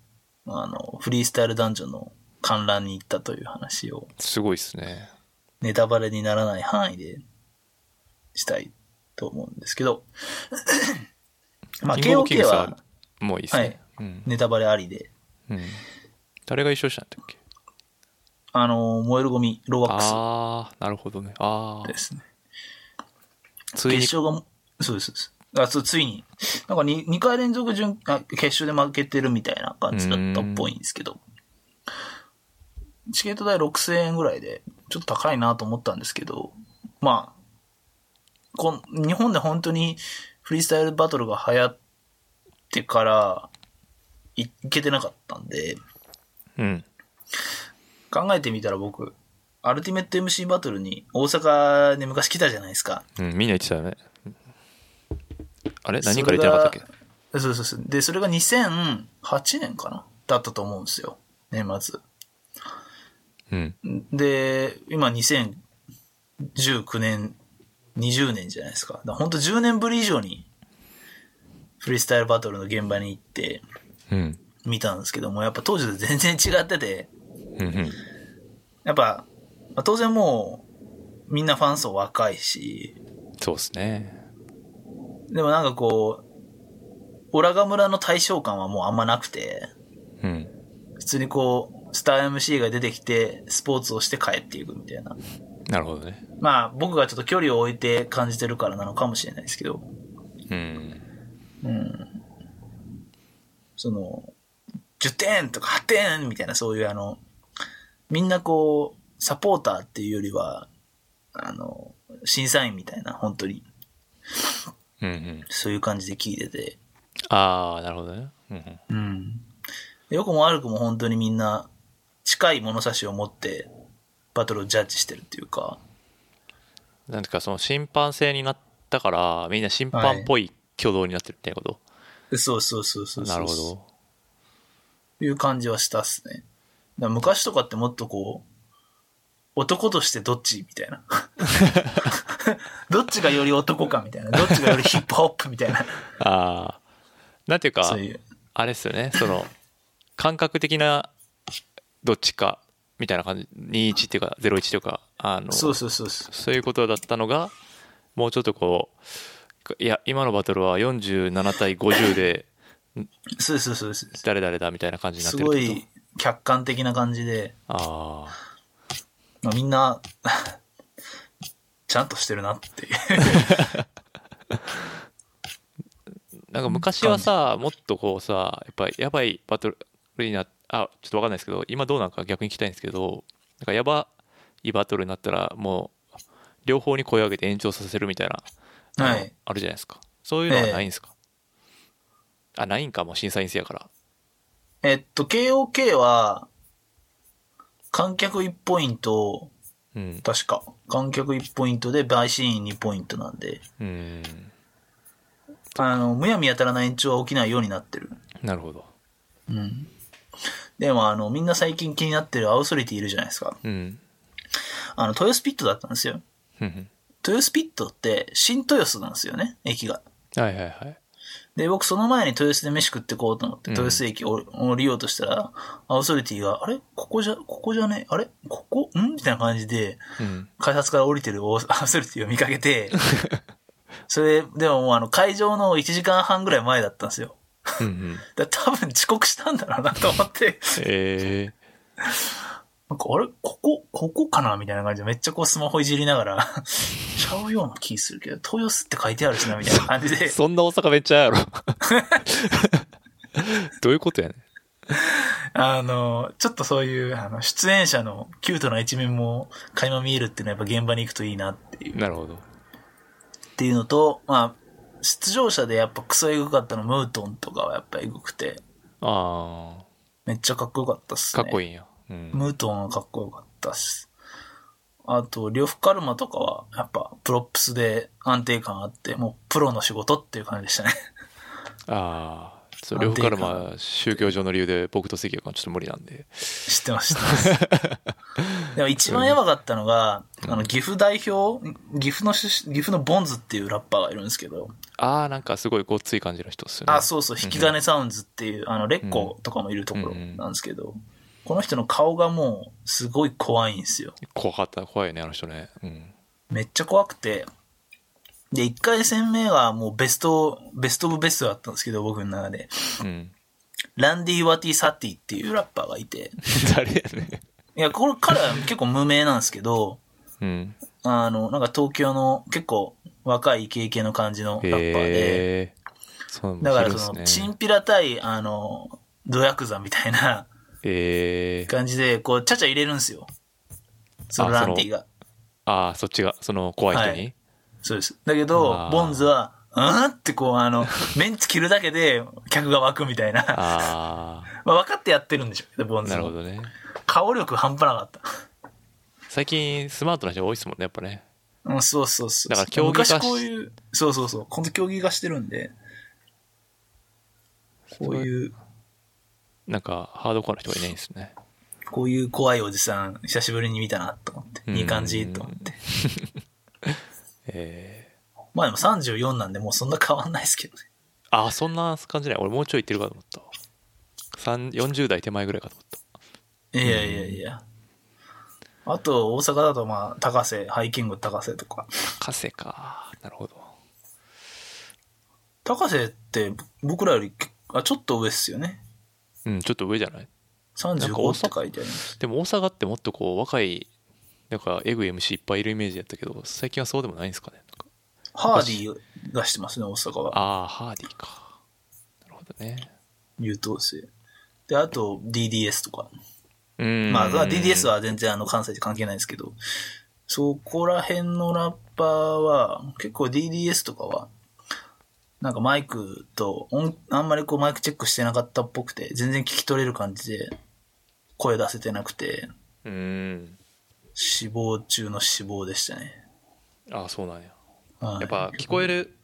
あの、フリースタイルダンジョンの観覧に行ったという話を、すごいっすね。ネタバレにならない範囲でしたいと思うんですけ ど、まあ、キングオブキン KOK グスは、もういいっすね。うん。ネタバレありで、うん。誰が一緒したんだっけあの、燃えるゴミ、ローワックああ、なるほどね。あスあで。すね。ついに決勝が、そうですそうです。あそうついに、なんか 2, 回連続準あ決勝で負けてるみたいな感じだったっぽいんですけど、チケット代6000円ぐらいで、ちょっと高いなと思ったんですけど、まあ、こん日本で本当にフリースタイルバトルが流行ってから、いいけてなかったんで、うん。考えてみたら僕、アルティメット MC バトルに大阪で昔来たじゃないですか。うん、みんな言ってたよね。あれそれ何がから言ってなかったっけそうそうそう。で、それが2008年かなだったと思うんですよ。年末。うん。で、今2019年、20年じゃないですか。だからほんと10年ぶり以上に、フリースタイルバトルの現場に行ってうん。見たんですけども、やっぱ当時と全然違ってて、うんうん。やっぱ、まあ当然もう、みんなファン層若いし、そうですね。でもなんかこう、オラガ村の対象感はもうあんまなくて、うん。普通にこう、スター MC が出てきて、スポーツをして帰っていくみたいな。なるほどね。まあ、僕がちょっと距離を置いて感じてるからなのかもしれないですけど、うん。うん。その、10点とか8点みたいな、そういうあの、みんなこう、サポーターっていうよりは、あの、審査員みたいな、本当に、うんうん。そういう感じで聞いてて、ああ、なるほどね。うんうん。うん。良くも悪くも本当にみんな近い物差しを持ってバトルをジャッジしてるっていうか、なんていうか、その審判制になったから、みんな審判っぽい挙動になってるみたいなこと。そうそうそうそうそう。なるほど。いう感じはしたっすね。だから昔とかってもっとこう、男としてどっちみたいな。 どっちがより男かみたいな。どっちがよりヒップホップみたいな。ああ。なんていうか、そういう。あれっすよね、その、 感覚的などっちかみたいな感じ、21っていうか、01っていうか、あの、そうそうそうそう。そういうことだったのが、もうちょっとこう、いや、今のバトルは47対50で、そうそうそうそう。誰々だみたいな感じになっすてるっごてことい客観的な感じで、ああ。まあ、みんな、 ちゃんとしてるなっていう。なんか昔はさ、もっとこうさ、やっぱやばいバトルになっあ、ちょっとわかんないですけど、今どうなんか逆に聞きたいんですけど、なんかやばいバトルになったら、もう、両方に声を上げて延長させるみたいな、あのはいあるじゃないですか。そういうのはええないんですか、あ、ないんか、もう審査員制やから。えっと、KOK は、観客1ポイント、うん。確か。観客1ポイントで、陪審員2ポイントなんで、うん。あの、むやみやたらな延長は起きないようになってる。なるほど。うん。でも、あの、みんな最近気になってるアウソリティいるじゃないですか。うん。あの、豊洲ピットだったんですよ。ふんふん豊洲ピットって、新豊洲なんですよね、駅が。はいはいはい。で、僕その前に豊洲で飯食ってこうと思って、うん豊洲駅を降りようとしたら、アウソリティが、あれここじゃ、ここじゃねあれここんみたいな感じで、うん。改札から降りてるオーアウソリティを見かけて、 それ、でももうあの、会場の1時間半ぐらい前だったんですよ。うんうん。だ多分遅刻したんだろうなと思って、 ええなんかあれここ、ここかなみたいな感じで、めっちゃこうスマホいじりながら、 ちゃうような気するけど、豊洲って書いてあるしな、みたいな感じ で。そんな大阪めっちゃやろ。どういうことやねんあの、ちょっとそういう、あの、出演者のキュートな一面も垣間見えるっていうのはやっぱ現場に行くといいなっていう、っなるほど。ていうのと、まあ、出場者でやっぱクソエグかったのムートンとかはやっぱエグくて、ああ。めっちゃかっこよかったっすかね。っこいいいんや。うん。ムートンはかっこよかったっす。あと、リョフカルマとかは、やっぱ、プロップスで安定感あって、もう、プロの仕事っていう感じでしたね。 ああ。そう、安両定方からまあ、宗教上の理由で僕と関谷君はちょっと無理なんで。知ってます、知って ます。でも一番やばかったのが、あの、岐阜代表、岐阜の出身、岐阜のボンズっていうラッパーがいるんですけど、ああ、なんかすごいごっつい感じの人っすよね。あ、そうそう、引き金サウンズっていう、あの、レッコとかもいるところうんなんですけど、この人の顔がもう、すごい怖いんですよ。怖かった、怖いよね、あの人ね。うん。めっちゃ怖くて、で、1回戦目がもうベスト、ベストオブベストだったんですけど、僕の中で。うん。ランディ・ワティ・サティっていうラッパーがいて。 誰やねいや、これ、彼は結構無名なんですけど、ん。あの、なんか東京の結構若いイケイケの感じのうん。ラッパへーで、え。そうなんだからすそねの、チンピラ対、あの、ドヤクザみたいなええ。感じで、こう、ちゃちゃ入れるんですよ。そのランティが。ああ、そっちが、その怖い人に。そうです。だけどあ、ーボンズは、うんってこう、あの、メンチ切るだけで客が湧くみたいな。ああ。まあ分かってやってるんでしょうけど、ボンズなるほも。どね。顔力半端なかった。最近、スマートな人多いですもんね、やっぱね。うん、そうそうそう。だから競技化し昔こういう、そうそうそう。この競技化してるんで、こういう、なんか、ハードコアな人がいないんですね。こういう怖いおじさん、久しぶりに見たなと思って。うんいい感じと思って。ええ。まあでも34なんで、もうそんな変わんないですけどね。ああ、そんな感じない。俺もうちょい行ってるかと思ったわ。三40代手前ぐらいかと思った。いやいやいや。あと、大阪だとまあ、高瀬、ハイキング高瀬とか。博士か。なるほど。高瀬って、僕らより、あ、ちょっと上っすよね。うん、ちょっと上じゃないなんか35大阪って書いてあります。でも大阪ってもっとこう、若い、なんか、エグい MC いっぱいいるイメージやったけど、最近はそうでもないんですかね。なんかハーディー出してますね、大阪は。ああ、ハーディーか。なるほどね。優等生。で、あと DDS とか。うん。まあ、DDS は全然あの関西で関係ないですけど、そこら辺のラッパーは、結構 DDS とかは、なんかマイクと音、あんまりこうマイクチェックしてなかったっぽくて、全然聞き取れる感じで、声出せてなくて、うん。死亡中の死亡でしたね。ああ、そうなんや。はいやっぱ、聞こえる、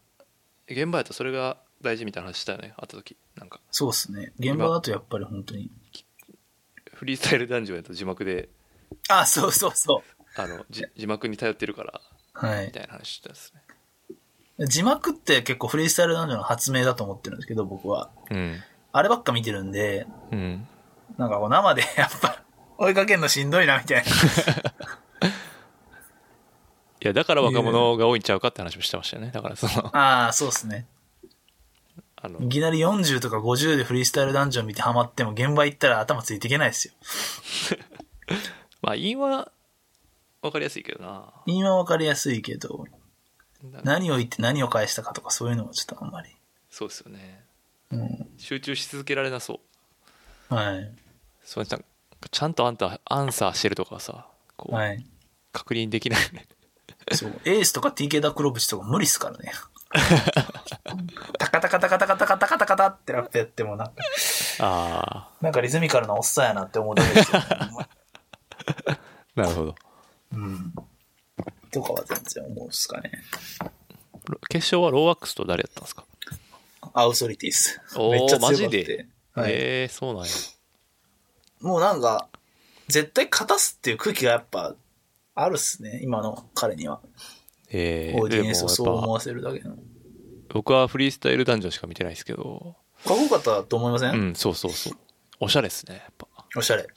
現場やとそれが大事みたいな話したよね、あった時。なんか、そうですね。現場だとやっぱり本当に。フリースタイルダンジョンやと字幕であ、そうそうそう。あのじ 字幕に頼ってるからはみい。たいな話してたんですね字幕って結構フリースタイルダンジョンの発明だと思ってるんですけど、僕は。あればっか見てるんで、うんうんなんかこう生で やっぱ追いかけるのしんどいなみ たいな。いやだから若者が多いんちゃうかって話もしてましたよねだからそのああ、そうですね。 あのいきなり40とか50でフリースタイルダンジョン見てハマっても現場行ったら頭ついていけないですよ。まあ因は分かりやすいけどな今わかりやすいけど、だ何を言って何を返したかとかそういうのはちょっとあんまり。そうですよねうん。集中し続けられなそうはい。そうなんかちゃんとあんたアンサーしてるとかさこう、はい。確認できないねそう。エースとか TK ダ黒淵とか無理っすからね。タカタカタカタカタカタカタカタってラップやってもなんか、 あなんかリズミカルなおっさんやなって思うだけですよ。ほんまあなるほどうん。とかは全然思うっすかね。決勝はローワックスと誰やったんですかアウソリティス。おーめっちゃ強かマっジたではいええそうなんやもうなんか、絶対勝たすっていう空気がやっぱ、あるっすね。今の彼には。ええオーデでもィエやンスをそうっ思ぱわせるだけの。かっ僕はフリースタイルダンジョンしか見てないですけどこよかったと思いません、うんそうそうそうおしゃれですねやっぱおしゃれ。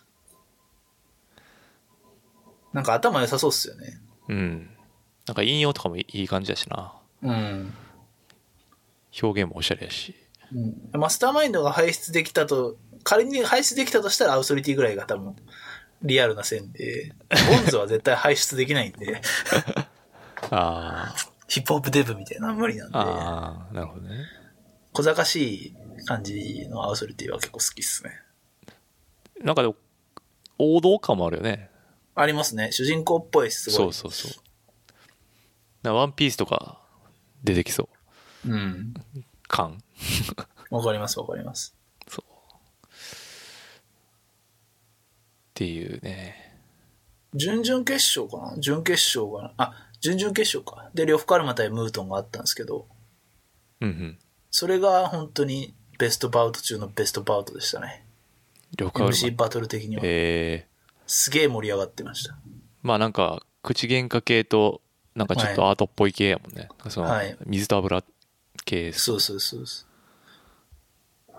なんか頭良さそうっすよね。うんなんか引用とかもいいい感じだしなうん。表現もおしゃれやしうん、マスターマインドが排出できたと、仮に排出できたとしたらアウソリティぐらいが多分、リアルな線で、ボンズは絶対排出できないんで、 あーヒップホップデブみたいなのは無理なんで。あーなるほどね小賢しい感じのアウソリティは結構好きっすね。なんかでも王道感もあるよねありますね。主人公っぽいしすごい。そうそうそうなワンピースとか出てきそううん。感わかりますわかります。そうっていうね準々決勝かな準決勝かなあ、準々決勝か。で、両フカルマ対ムートンがあったんですけど、うんうんそれが本当にベストバウト中のベストバウトでしたね。旅館 MC バトル的には。えー、すげえ盛り上がってました。まあなんか口喧嘩系となんかちょっとアートっぽい系やもんね、そのはい水と油系ですそうそうそうそう。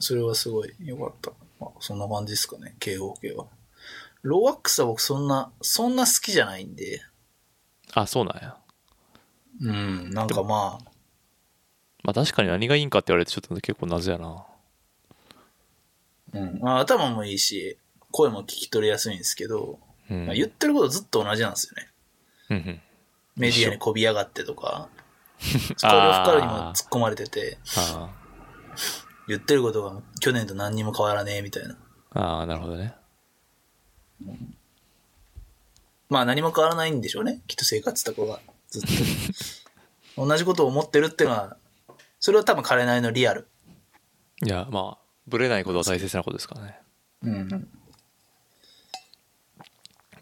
それはすごい良かった。まあ、そんな感じですかね、KO 系は。ローワックスは僕そんな、そんな好きじゃないんで、あそうなんやうん、なんかまあ、まあ確かに何がいいんかって言われてちょっと結構謎やなうん、まあ頭もいいし、声も聞き取りやすいんですけど、うん、まあ言ってることずっと同じなんですよね。うんうんメディアにこびやがってと か、スコールオフあーカルにも突っ込まれてて、あ言ってることが去年と何にも変わらねえみたいな。ーあーなるほどねまあ何も変わらないんでしょうね。きっと生活とかがずっと。同じことを思ってるっていうのは、それは多分彼なりのリアル。いやまあブレないことは大切なことですからねうん。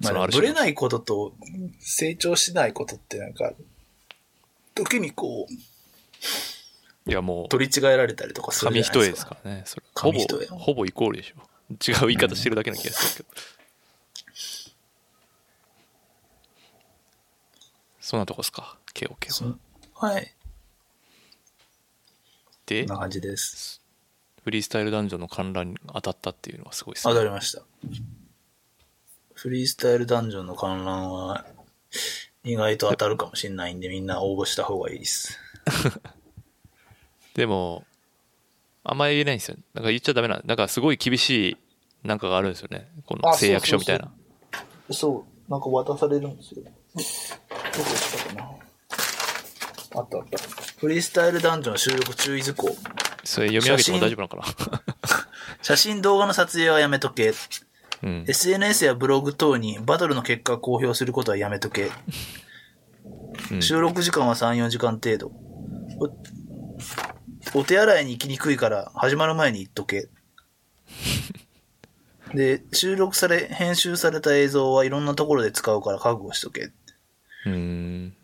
そのまあ、あるぶ種れないことと成長しないことってなんか、時にこう、いやもう取り違えられたりとかするじ紙ゃ一重ないでですすか。からねそれほ紙ぼ一重ほぼイコールでしょ違う言い方してるだけな気がするけど、そんなとこっすか KOK はそうはい。でこんな感じです。フリースタイルダンジョンの観覧に当たったっていうのはすごいっすわねかりました。フリースタイルダンジョンの観覧は、意外と当たるかもしれないんで、みんな応募した方がいいです。でもあんまり言えないんですよなんか言っちゃダメなんなんかすごい厳しいなんかがあるんですよねこのあ誓約書みたいなそうそう、なんか渡されるんですよ。どこ行ったかな。あったあった。フリースタイルダンジョン収録注意事項。それ読み上げても大丈夫なのか写真動画の撮影はやめとけ。なうん SNS やブログ等にバトルの結果を公表することはやめとけ。うん収録時間は3、4時間程度。おお手洗いに行きにくいから始まる前に行っとけ。で、収録され、編集された映像はいろんなところで使うから覚悟しとけ。うーん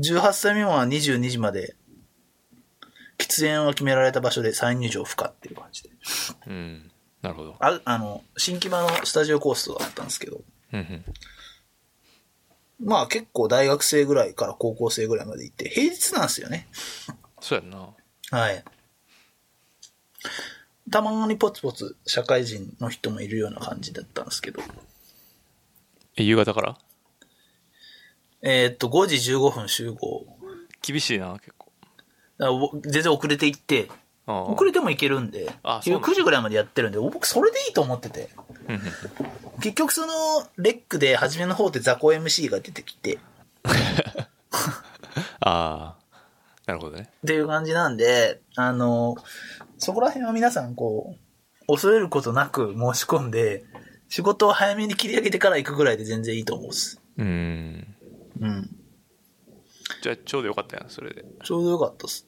18歳未満は22時まで、喫煙は決められた場所で再入場不可っていう感じで。うんなるほど。ああの、新木場のスタジオコースとかあったんですけど、うんうん。まあ結構大学生ぐらいから高校生ぐらいまで行って、平日なんですよね。そうやんな。はい。たまにポツポツ社会人の人もいるような感じだったんですけど、え、夕方からえーっと、5時15分集合。厳しいな、結構。だからぼ全然遅れて行って、ああ遅れても行けるんで、あそうなんだ9時ぐらいまでやってるんで、僕それでいいと思ってて。うんうん結局その、レックで初めの方で雑魚 MC が出てきて、ああ、なるほどね。っていう感じなんで、あの、そこら辺は皆さんこう、恐れることなく申し込んで、仕事を早めに切り上げてから行くぐらいで全然いいと思うっす。うん。うん。じゃあ、ちょうどよかったやん、それで。ちょうどよかったっす。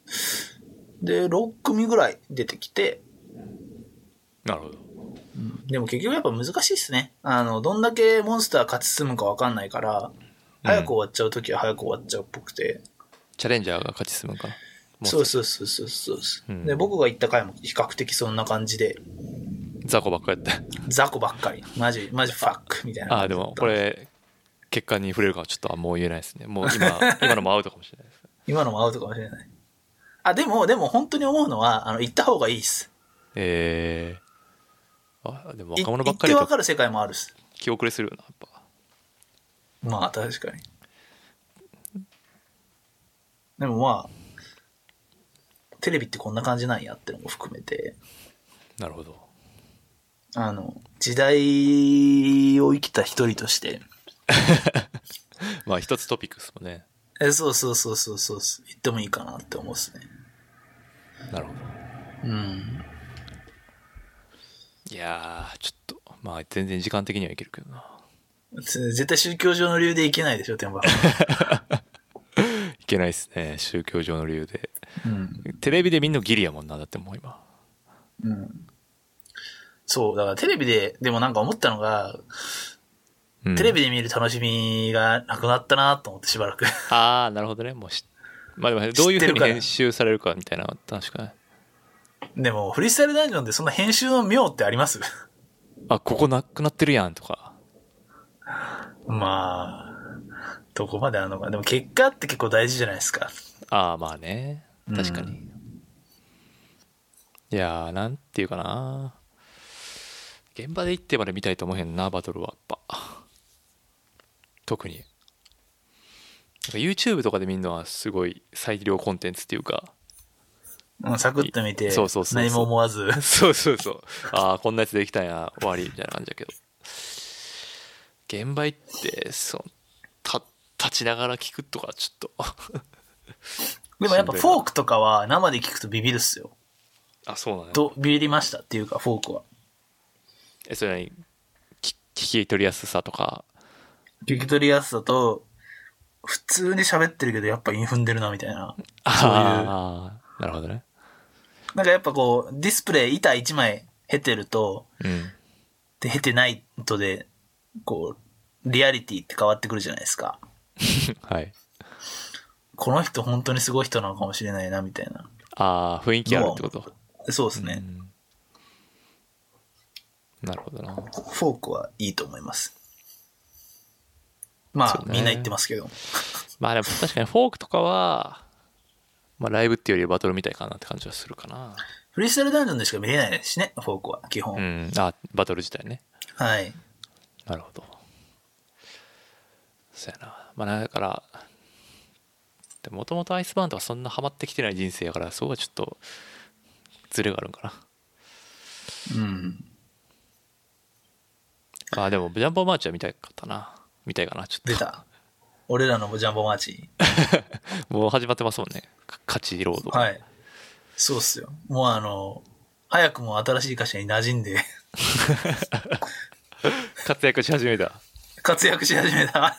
で、6組ぐらい出てきて、なるほど。でも結局やっぱ難しいっすね。あの、どんだけモンスター勝ち進むかわかんないから、早く終わっちゃうときは早く終わっちゃうっぽくて。チャレンジャーが勝ち進むんかな。もそうそうそうそうそうです、うんで、僕が行った回も比較的そんな感じで、雑魚ばっかやった。雑魚ばっかり。マジ、マジファックみたいな ああ、感でじだった。も、これ、結果に触れるかはちょっとあもう言えないですね。もう今、今のもアウトかもしれないです。今のもアウトかもしれない。あ、でも、でも本当に思うのは、あの、行った方がいいっす。ええあ、でもい若者行ばっっかてりわだかとる世界もあるっす。気遅れするよな、やっぱ。まあ、確かに。でもまあ、テレビってこんな感じなんやってのも含めて、なるほど。あの、時代を生きた一人として、まあ、一つトピックスもね。えそうそうそうそうそうそう、言ってもいいかなって思うっすね。なるほど。うん。いやー、ちょっと、まあ、全然時間的にはいけるけどな。絶対宗教上の理由で行けないでしょ、 天馬。いけないですね、宗教上の理由で。うん。テレビでみんなギリやもんな、だってもう今。うん。そう、だからテレビで、でもなんか思ったのが、うんテレビで見る楽しみがなくなったなと思ってしばらく。 ああ、なるほどね。もうし、まあでも、どういうふうに編集されるかみたいなのは確かに。でも、フリースタイルダンジョンでその編集の妙ってありますあ、ここなくなってるやんとか。まあ、どこまであるのか。でも結果って結構大事じゃないですか。ああ、まあね。確かうに。いやー、なんていうかな。現場で行ってまで見たいと思えへんな、バトルは。やっぱ。特に。なんか YouTube とかで見るのはすごい最良コンテンツっていうか。うん、サクッと見て、そうそうそうそう何も思 わず。そうそうそう。ああ、こんなやつできたんや、終わり、みたいな感じだけど。現場行って、そう、た、立ちながら聞くとか、ちょっと。 でもやっしんどぱいなフォークとかは生で聞くとビビるっすよ。あ、そうなの、と、ビビりましたっていうか、フォークは。え、それ何き聞き取りやすさとか。聞き取りやすさと、普通に喋ってるけどやっぱイン踏んでるなみたいな。ああ、なるほどね。なんかやっぱこう、ディスプレイ板1枚経てると、うん。で、経てないとで、こう、リアリティって変わってくるじゃないですか。 はい。この人本当にすごい人なのかもしれないな、みたいな。ああ、雰囲気あるってこと。そうですね。うんなるほどな。フォークはいいと思います。まそあ、うねみんな言ってますけど。まあでも確かにフォークとかは、まあライブっていうよりバトルみたいかなって感じはするかな。フリースタイルダンジョンでしか見れないですしね、フォークは、基本。うん。あ、バトル自体ね。はい。なるほど。そうやな。まあだから、でもともとアイスバーンとかそんなハマってきてない人生やから、そこはちょっと、ズレがあるんかな。うん。あでもジャンボマーチは見たかったな見たいかなちょ出。った俺らのジャンボマーチ。と もう始まってますもんねか勝ちロードがはい。そうっすよ。もうあの、早くも新しい歌詞に馴染んで、 活躍し始めた活躍し始めた。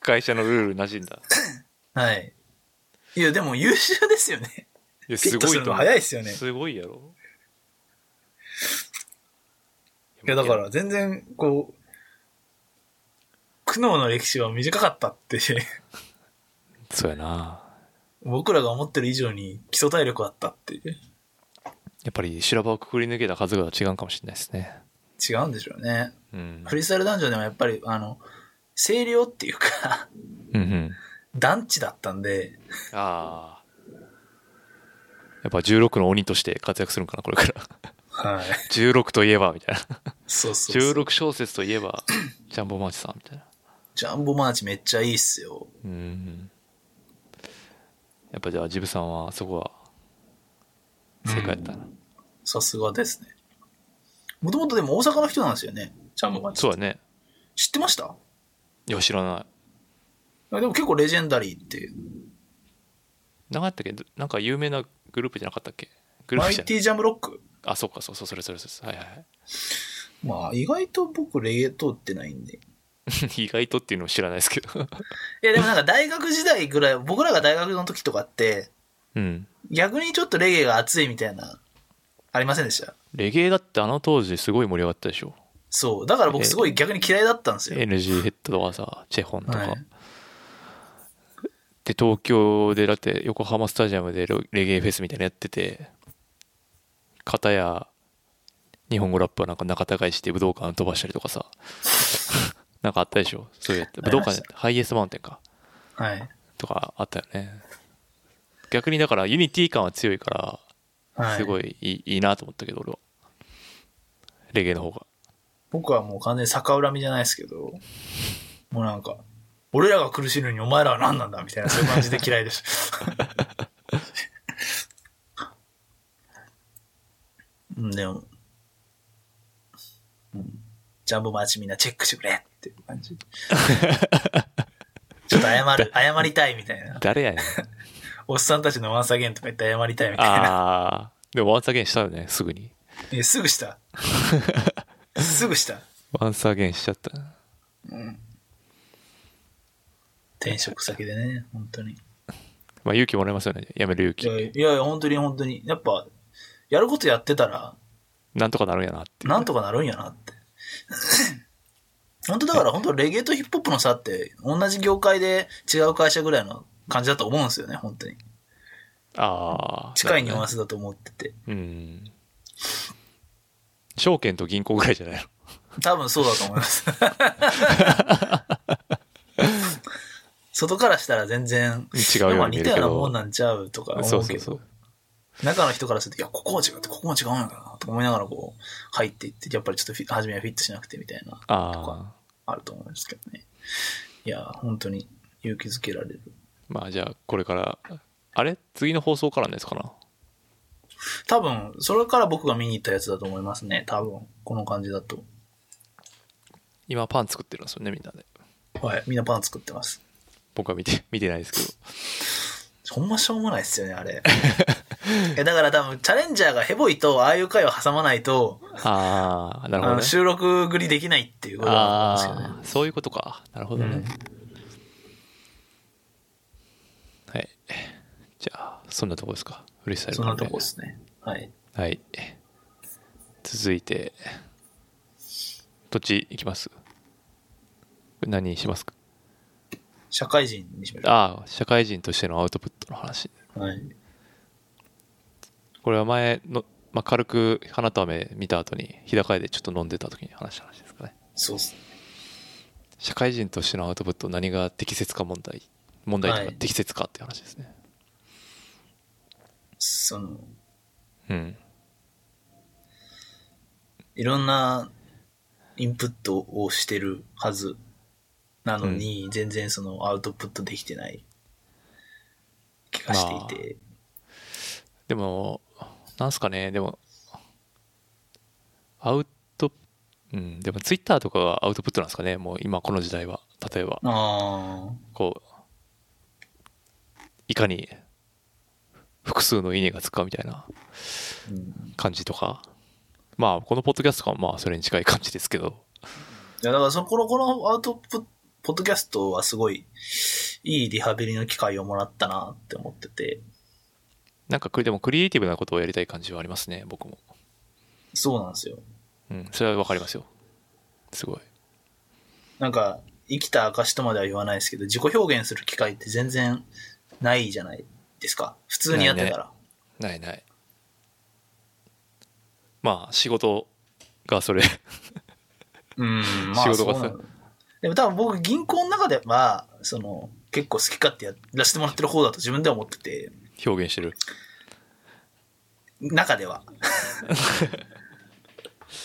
会社のルールに馴染んだはい。いや、でも優秀ですよね。いやピッとするの思う早いっすよねすごいやろいや、だから全然、こう、苦悩の歴史は短かったって、 そうやな僕らが思ってる以上に基礎体力あったっていう。やっぱり修羅場をくくり抜けた数が違うかもしれないですね。違うんでしょうね。うん。フリースタイルダンジョンでもやっぱり、あの、清涼っていうか、 うんうん。団地だったんで、ああ。やっぱ16の鬼として活躍するんかな、これから。 はい。 16といえば、みたいな。そうそうそう。 16小節といえば、ジャンボマーチさん、みたいな。ジャンボマーチめっちゃいいっすよ。うん。やっぱじゃあ、ジブさんは、そこは、正解やったな。さすがですね。もともとでも大阪の人なんですよね。ジャンボマーチ。そうだね。知ってましたいや、知らない。でも結構レジェンダリーって、なかったっけどなんか有名なグループじゃなかったっけグルーマプイじゃティジャムロック。あ、そうか、そうそう、それそれそれそれ。はいはいはい。まあ、意外と僕、レゲエ通ってないんで。意外とっていうのも 知らないですけど。いや、でもなんか大学時代ぐらい、僕らが大学の時とかって、うん。逆にちょっとレゲエが熱いみたいな、ありませんでしたレゲエだってあの当時すごい盛り上がったでしょ。そう。だから僕すごい逆に嫌いだったんですよ。 NG ヘッドとかさ、チェホンとか。はいで、東京でだって横浜スタジアムでレレゲエフェスみたいなのやってて、片や日本語ラップはなんか仲違いして武道館飛ばしたりとかさ、 なんかあったでしょ。そういうやつあ武道りました館、ハイエースマウンテンか。はい。とかあったよね。逆にだからユニティ感は強いから、はい。すごいいい,、い、いなと思ったけど俺はレゲエの 方が僕はもう完全に逆恨みじゃないですけど、もうなんか、俺らが苦しいのにお前らは何なんだみたいな、そういう感じで嫌いです。 うん、でも、うん、ジャンボマーチみんなチェックしてくれっていう感じ。ちょっと謝る、謝りたいみたいな。誰やねんおっさんたちのワンサゲンとか言って謝りたいみたいな。ああでもワンサゲンしたよねすぐにえすぐした。すぐした。ワンサゲンしちゃったな転職先でね、本当に。まあ勇気もらえますよねやめる勇いや気いやいや、本当に本当に。やっぱ、やることやってたら、なんとかなるんやなっていうなんとかなるんやなって。 本当だから、本当レゲエとヒップホップの差って、同じ業界で違う会社ぐらいの感じだと思うんですよね、本当に。ああ近いニュアはンスだと思ってて。うん証券と銀行ぐらいじゃないの多分そうだと思い ます。外からしたら全然、違うようまあに見似えるけどたようなもんなんちゃうとか思うけそど。うそうそう中の人からすると、いや、ここは違うって、ここも違うんやろな、とか思いながらこう、入っていって、やっぱりちょっとフィ初めはフィットしなくてみたいな、とかああ、あると思うんですけどね。いや、本当に勇気づけられる。まあじゃあこれからあれ次の放送からのやつかな多分、それから僕が見に行ったやつだと思いますね。多分、この感じだと。今パン作ってるんですよねみんなではい、みんなパン作ってます。僕は見て 見てないですけどほんましょうもないっすよね、あれ。えだから多分、チャレンジャーがヘボイと、ああいう回を挟まないと、ああなるほあどのね収録繰りできないっていうことなんですよね。ああそういうことかなるほどね、はいじゃあそんなとこですかフリースタイルそんなとこで関すね。はい。連はい続いてどっち行きます何にしますか社会人にしましょああ社会人としてのアウトプットの話う。はい。これは前の、まあ、軽く花と雨見た後に日高屋でちょっと飲んでた時に話した話ですかねそうっす社会人としてのアウトプット何が適切か問題問題とはかい適切かっていう話ですね、その、うんいろんなインプットをしてるはずなのに、全然そのアウトプットできてない気がしていて。でも、なんすかね、でも、アウト、うん、でもツイッターとかがアウトプットなんですかね、もう今この時代は。例えば、あこう、いかに複数のいいねがつくかみたいなあ、うん。感じとか、まあ、このポッドキャストとかもまあ、それに近い感じですけど、いや、だからその、この、このアウトプット、ポッドキャストはすごい、いいリハビリの機会をもらったなって思ってて、なんかく、でもクリエイティブなことをやりたい感じはありますね、僕も。そうなんですよ。うん、それはわかりますよ。すごい。なんか、生きた証とまでは言わないですけど、自己表現する機会って全然ないじゃないですか。普通にやってたら。ないない。まあ仕事がそれうん、ま仕あ事そがうさなんだでも多分僕銀行の中では、その、結構好き勝手やらせてもらってる方だと自分では思ってて、表現してる。中 では。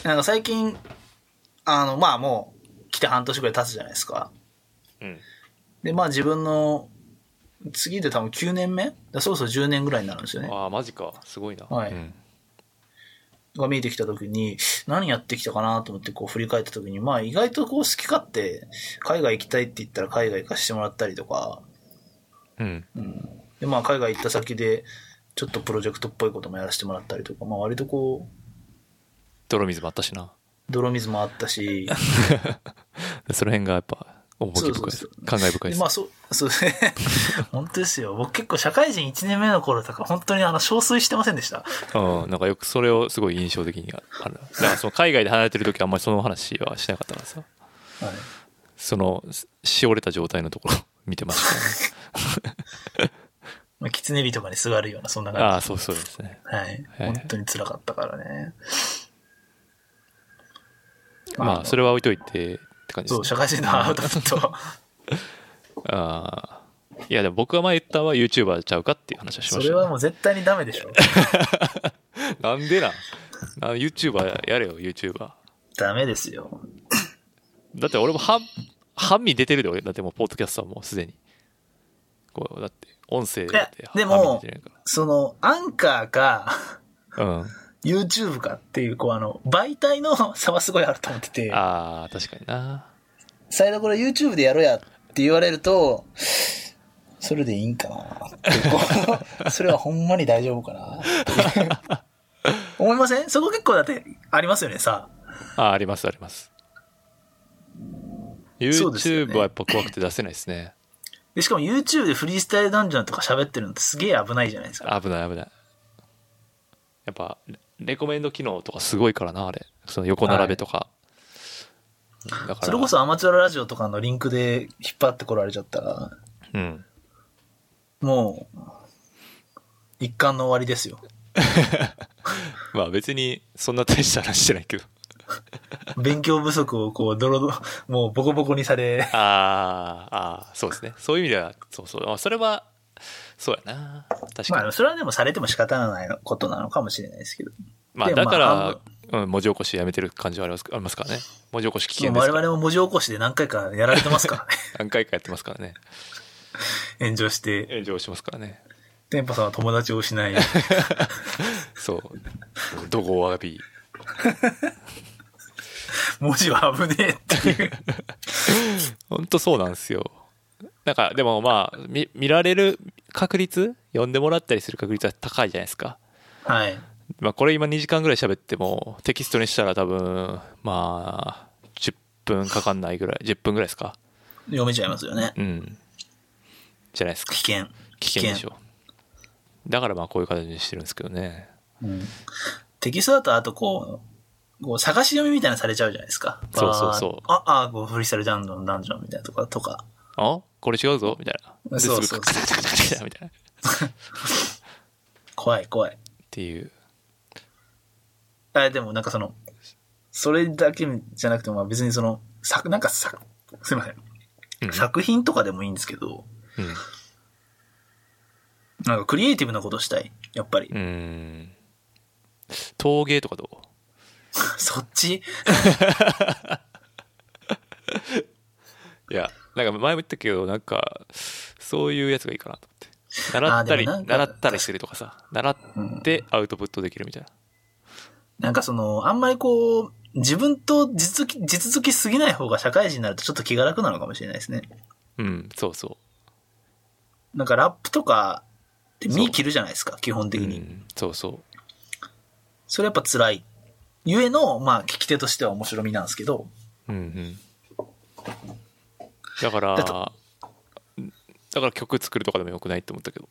なんか最近、あの、まあもう、来て半年くらい経つじゃないですか。うん。で、まあ自分の、次で多分9年目だからそろそろ10年ぐらいになるんですよね。ああ、マジか。すごいな。はいうんが見えてきた時に、何やってきたかなと思ってこう振り返った時に、まあ意外とこう好き勝手、海外行きたいって言ったら海外行かしてもらったりとか、うん。でまあ海外行った先でちょっとプロジェクトっぽいこともやらせてもらったりとか、まあ、割とこう泥水もあった しな。泥水もあったしその辺がやっぱ、趣深いです。そう感慨深いでです。まあそう そう本当ですよ僕結構社会人1年目の頃とか本当にあの憔悴してませんでしたうん、なんかよくそれをすごい印象的にある。だからその海外で離れてる時はあんまりその話はしなかったからさ。はいその、ししおれた状態のところ 見てました、まあ狐火とかにすがるようなそんなね。あ感あ、そうそうですね。じはいはい本当に辛かったからねまあ、それは置いといてって感じそでうす社ね。会人のアウト プットああ。いや、でも僕が前言ったのは YouTuber ちゃうかっていう話はしそましれたはね、もう絶対にダメでしょなんでなんな ?YouTuber やれよ、YouTuber。ダメですよだって俺も半、半身出てるで、俺。だってもう、ポッドキャストはもうすでに。こう、だって、音声だっていやでも半身出てないかそのアンカーから。うん。 YouTube かっていう、こうあの、媒体の差はすごいあると思ってて、ああ、確かにな。最後これ YouTube でやろうやって言われると、それでいいんかなってこうそれはほんまに大丈夫かなっていう思いませんそこ結構だってありますよね、さ。あ、ありますあります。そうですよね YouTube はやっぱ怖くて出せないですね。で、しかも YouTube でフリースタイルダンジョンとか喋ってるのってすげえ危ないじゃないですか。危ない危ない。やっぱ、レレコメンド機能とかすごいからな、あれ。その横並べとか。だからそれこそアマチュアラジオとかのリンクで引っ張ってこられちゃったら、うん。もう、一巻の終わりですよ。まあ別に、そんな大した話してないけど。勉強不足をこう、ドロドロ、もうボコボコにされ、あーあー、そうですね。そういう意味では、そうそう。あそれは、そうやな。確まかにあ、。それはでもされても仕方のないことなのかもしれないですけど。まあ、でだかまあら、うん、文字起こしやめてる感じはありますありますからね。文字起こし危険もでうす我から。々も文字起こしで何回かやられてますからね。 何回かやってますからね。炎上して、炎上しますからね。テンパさんは友達を 失い。そう。怒号を浴び。文字は危ねえっていう。ほんとそうなんですよ。なんか、でもまあ、見見られる確率、読んでもらったりする確率は高いじゃないですか。はい。まあ、これ今2時間ぐらい喋っても、テキストにしたら多分、まあ、10分かかんないぐらい、10分ぐらいですか。読めちゃいますよね。うん。じゃないですか危。険。危険でしょ。だからまあ、こういう形にしてるんですけどね。うんテキストだと、あとこう、こう探し読みみたいなのされちゃうじゃないですか。そうそうそうバーッあ、あ、こうフリースタイルダンジョン、ダンジョンみたいなとか、とか。あこれ違うぞみたいな。ですそうぐそうそうカチャカチャカチャカチャみたいな。っ怖い怖い。ていう。あでもなんかその、それだけじゃなくても、まあ別にその、作、なんか作、すいません。うん作品とかでもいいんですけど、うんなんかクリエイティブなことしたい。やっぱり。うーん陶芸とかどう そっちいやなんか前も言ったけどなんかそういうやつがいいかなと思って習ったりあーでもなんか習ったりするとかさ習ってアウトプットできるみたいな、なんかその、あんまりこう、自分と地続き、地続きすぎない方が社会人になるとちょっと気が楽なのかもしれないですね。うん、そうそなんかラップとかってそ身う切るじゃないですか、基本う、的うに。ん、そうそうそれやっぱ辛い。ゆえの、まあ、聞き手としては面白みなんですけど、うんうんだからだだから曲作るとかでもよくないって思ったけど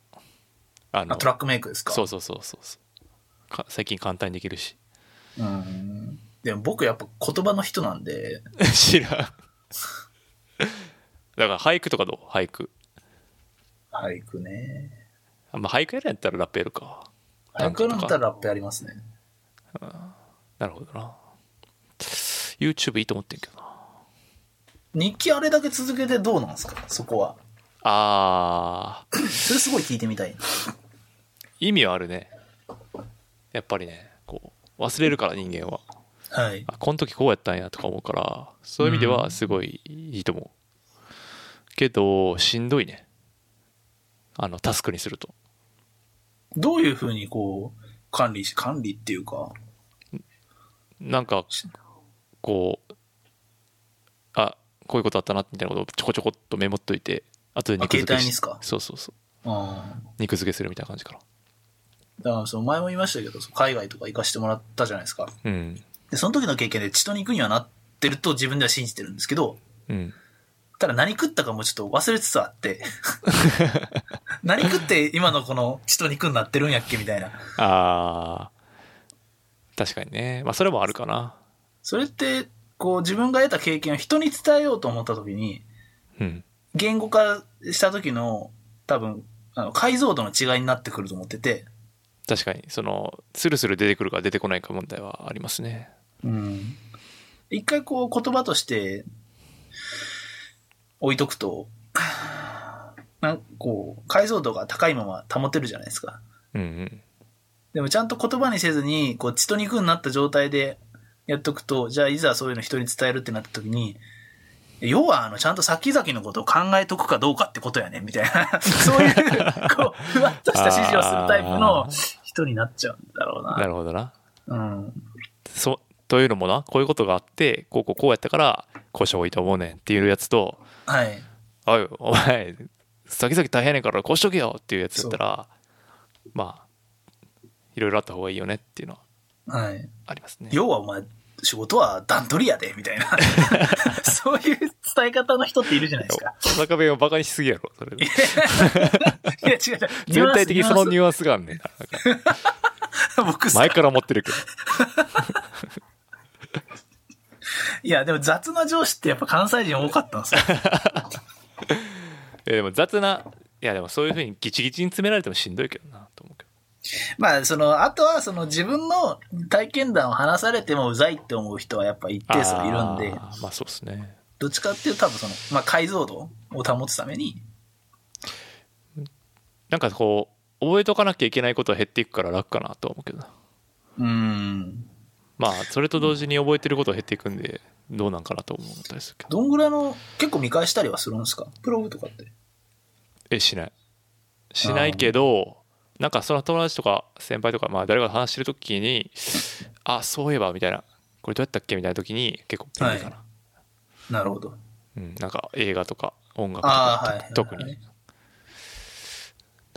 ああトラックメイクですかそうそうそうそうそうか最近簡単にできるし うん。でも僕やっぱ言葉の人なんで、知らんだから俳句とかどう俳句俳句ね。あまあ、俳句やるんやったらラップやるか。俳句なのだんっかたらラップやりますね。なるほどな。YouTube いいと思ってんけどな。日記あれだけ続けてどうなんですかそこは。あー、それすごい聞いてみたい。意味はあるね。やっぱりね、こう、忘れるから人間は。はい。あこの時こうやったんやとか思うからそういう意味ではすごいいいと思う、けどしんどいねあのタスクにするとどういうふうにこう、管理し、管理っていうか、なんかこうあこういうことあったなみたいなことをちょこちょこっとメモっといてあとで肉付あ携け帯にっしすかそうそうそううん。肉付けするみたいな感じかだからその前も言いましたけど、その海外とか行かしてもらったじゃないですか。なうんで、その時の経験で血と肉にはなってると自分では信じてるんですけど、うんただ何食ったかもちょっと忘れつつあ って。何食って今のこの血と肉になってるんやっけみたいな。あー確かにねまあそれもあるかなそれって、こう自分が得た経験を人に伝えようと思った時に、うん言語化した時の多分、あの解像度の違いになってくると思ってて、確かにそのスルスル出てくるか出てこないか問題はありますねうん。一回こう言葉として置いとくと、なんかこう、解像度が高いまま保てるじゃないですか。うんうんでもちゃんと言葉にせずに、こう血と肉になった状態でやっとくと、じゃあいざそういうの人に伝えるってなった時に、要はあの、ちゃんと先々のことを考えとくかどうかってことやね、みたいな。 そういう、こう、ふわっとした指示をするタイプの人になっちゃうんだろうなな。るほどなうん。そというのもなこういうことがあってこうこうこうやったからこうした方がいいと思うねんっていうやつとはい。 「おいお前先々大変やねんからこうしとけよ」っていうやつだったらまあいろいろあった方がいいよねっていうのははい。ありますね。要はお前、仕事は段取りやで、み たいな。そういう伝え方の人っているじゃないです か。田中弁をバカにしすぎやろそれいや、違う違う。全体的にそのニュニュアンスがあんねんななんかアンス僕さ前から持ってるけどいや、でも雑な上司ってやっぱ関西人多かったんですよ。えでも雑ないやでもそういうふうにギチギチに詰められてもしんどいけどなと思うけどまあ、その、あとは、その自分の体験談を話されてもうざいって思う人はやっぱ一定数いるんで、あーまあそうですねどっちかっていうと多分その、まあ解像度を保つために、なんかこう覚えとかなきゃいけないことは減っていくから楽かなとは思うけどなうーん、まあそれと同時に覚えてることは減っていくんでどうなんかなと思ったりするけどどんぐらいの、結構見返したりはするんですかプログとかって。えしないしないけどなんかその友達とか先輩とかまあ誰かと話してる時にあそういえばみたいなこれどうやったっけみたいな時に結構便利かな、なるほど。うん、なんか映画とか音楽とあかあ、はいはいはい。特にだか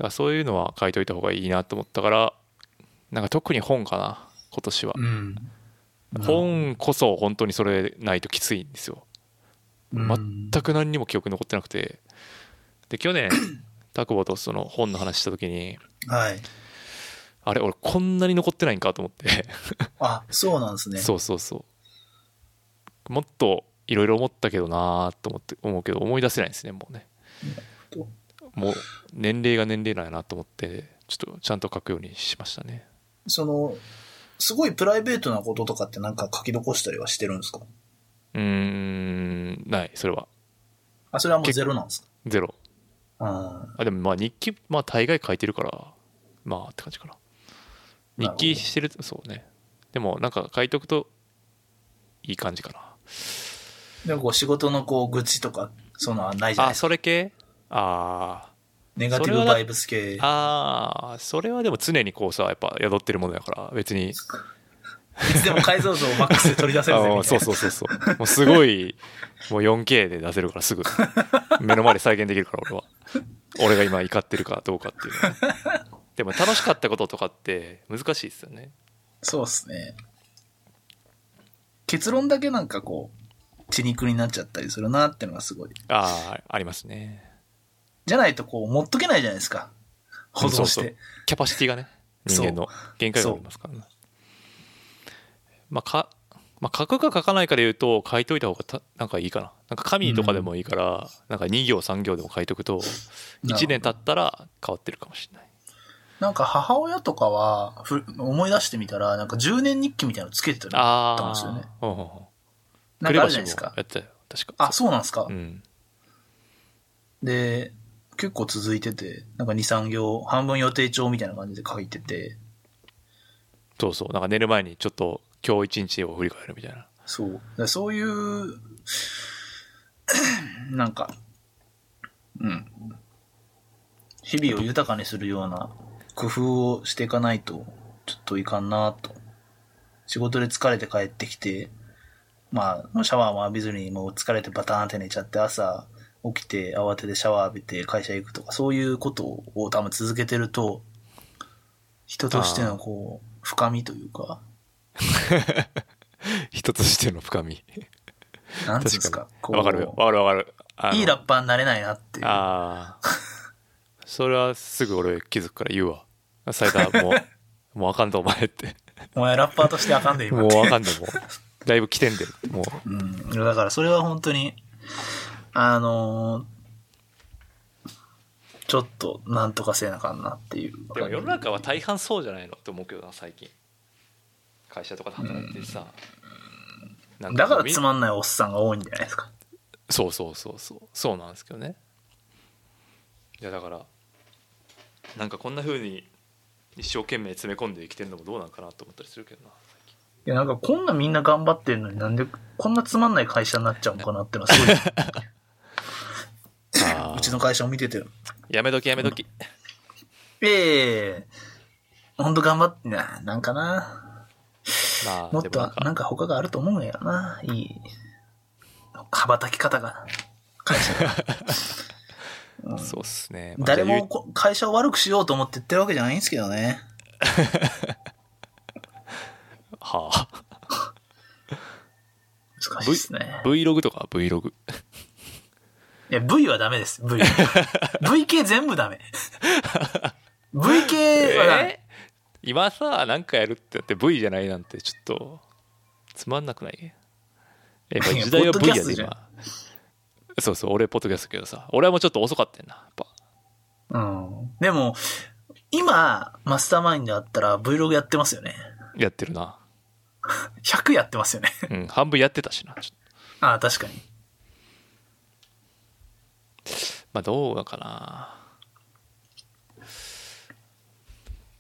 らそういうのは書いといた方がいいなと思ったからなんか特に本かな今年はうん。本こそ本当にそれないときついんですようん全く何にも記憶に残ってなくてで去年田久保とその本の話した時にはい。あれ俺こんなに残ってないんかと思って、あ、そうなんですね。 そうそうそうもっといろいろ思ったけどなーと思って思うけど思い出せないんですねもうねどもう年齢が年齢なんやなと思ってちょっとちゃんと書くようにしましたねその、すごいプライベートなこととかってなんか書き残したりはしてるんですかうーんないそれはあ、それはもうゼロなんですかゼロああでもまあ日記まあ大概書いてるからまあって感じかななる日ほど記してるそうねでもなんか書いとくといい感じかなーでもこう仕事のこう愚痴とか、そのないじゃなあいですか。それ系あネガティブバイブス系ー。あーそれはでも常にこうさやっぱ宿ってるものだから別にいつでも解像度をマックスで取り出せるぜみたいあな。ーそうそうそうそうもうすごいもう 4K で出せるからすぐ目の前で再現できるから俺は俺が今怒ってるかどうかっていうのはでも楽しかったこととかって難しいですよねそうっすね。結論だけなんかこう、血肉になっちゃったりするなってのがすごい。ああありますねじゃないとこう、持っとけないじゃないですか。保存しそうそうて。キャパシティがね人そう間の限界がありますからねまあか、まあ、書くか書かないかで言うと書いといた方がたなんかいいかななんか紙とかでもいいから、なんか2行3行でも書いとくとなるほど1年経ったら変わってるかもしれないなんか母親とかは、ふ思い出してみたら、なんか10年日記みたいなのつけてたのああったんあ。ですよね。ほうほうほう。なんかあるじゃないですクレバシもか。やってたよ。確か。あ、そうなんですか。うん。で、結構続いてて、なんか2、3行、半分予定帳みたいな感じで書いてて、そうそう。なんか寝る前にちょっと今日一日を振り返るみたい な。そう。だからそういう、 なんか、うん。日々を豊かにするような工夫をしていかないと、ちょっといかんなと。仕事で疲れて帰ってきて、まあ、もうシャワーも浴びずに、もう疲れてバターンって寝ちゃって、朝起きて慌ててシャワー浴びて会社行くとか、そういうことを多分続けてると、人としてのこう、深みというか、人としての深み。なんつうんで確すかか。こに。わうかるよ。わかるわかる。あのいいラッパーになれないなっていう。ああ。それはすぐ俺気づくから言うわ。斉田も う、もうあかんとお前って。お前ラッパーとしてあかんで、今もっうて。あかんでもう。だいぶ来てんで。もう。うん。だからそれは本当に、あのーちょっとなんとかせなあかんなっていう。でも世の中は大半そうじゃないのって思うけどな最近会社とかで働いてさ、なんだからみつまんないおっさんが多いんじゃないですか。そうそうそうそうそうなんですけどねいやだからなんかこんな風に一生懸命詰め込んで生きてるのもどうなんかなと思ったりするけどないや、なんかこんなみんな頑張ってるのになんでこんなつまんない会社になっちゃうんかなってのはすご い。うちの会社を見てて。やめときやめときええほんと頑張ってな、なんかな。まあもっでともななんんかか他があると思うんやろな。いい。羽ばたき方が。そうっすね、まあ誰じゃあもこ会社を悪くしようと思って言ってるわけじゃないんですけどね。ゆはあ 難しいですね。 Vlog とか Vlog いや、V はダメです。V。V 系全部 ダメ。V 系はダえメ。ー今さなんかやるってだって V じゃないなんてちょっとつまんなくないやっぱ時代は V やでいやポッドキャ今そうそう俺ポッドキャストけどさ俺はもうちょっと遅かったよなやっぱうん。でも、今、マスターマインドあったら Vlog やってますよね。やってるな、 100やってますよね。 うん、半分やってたしなちょっああ、確かに。とまあどうかな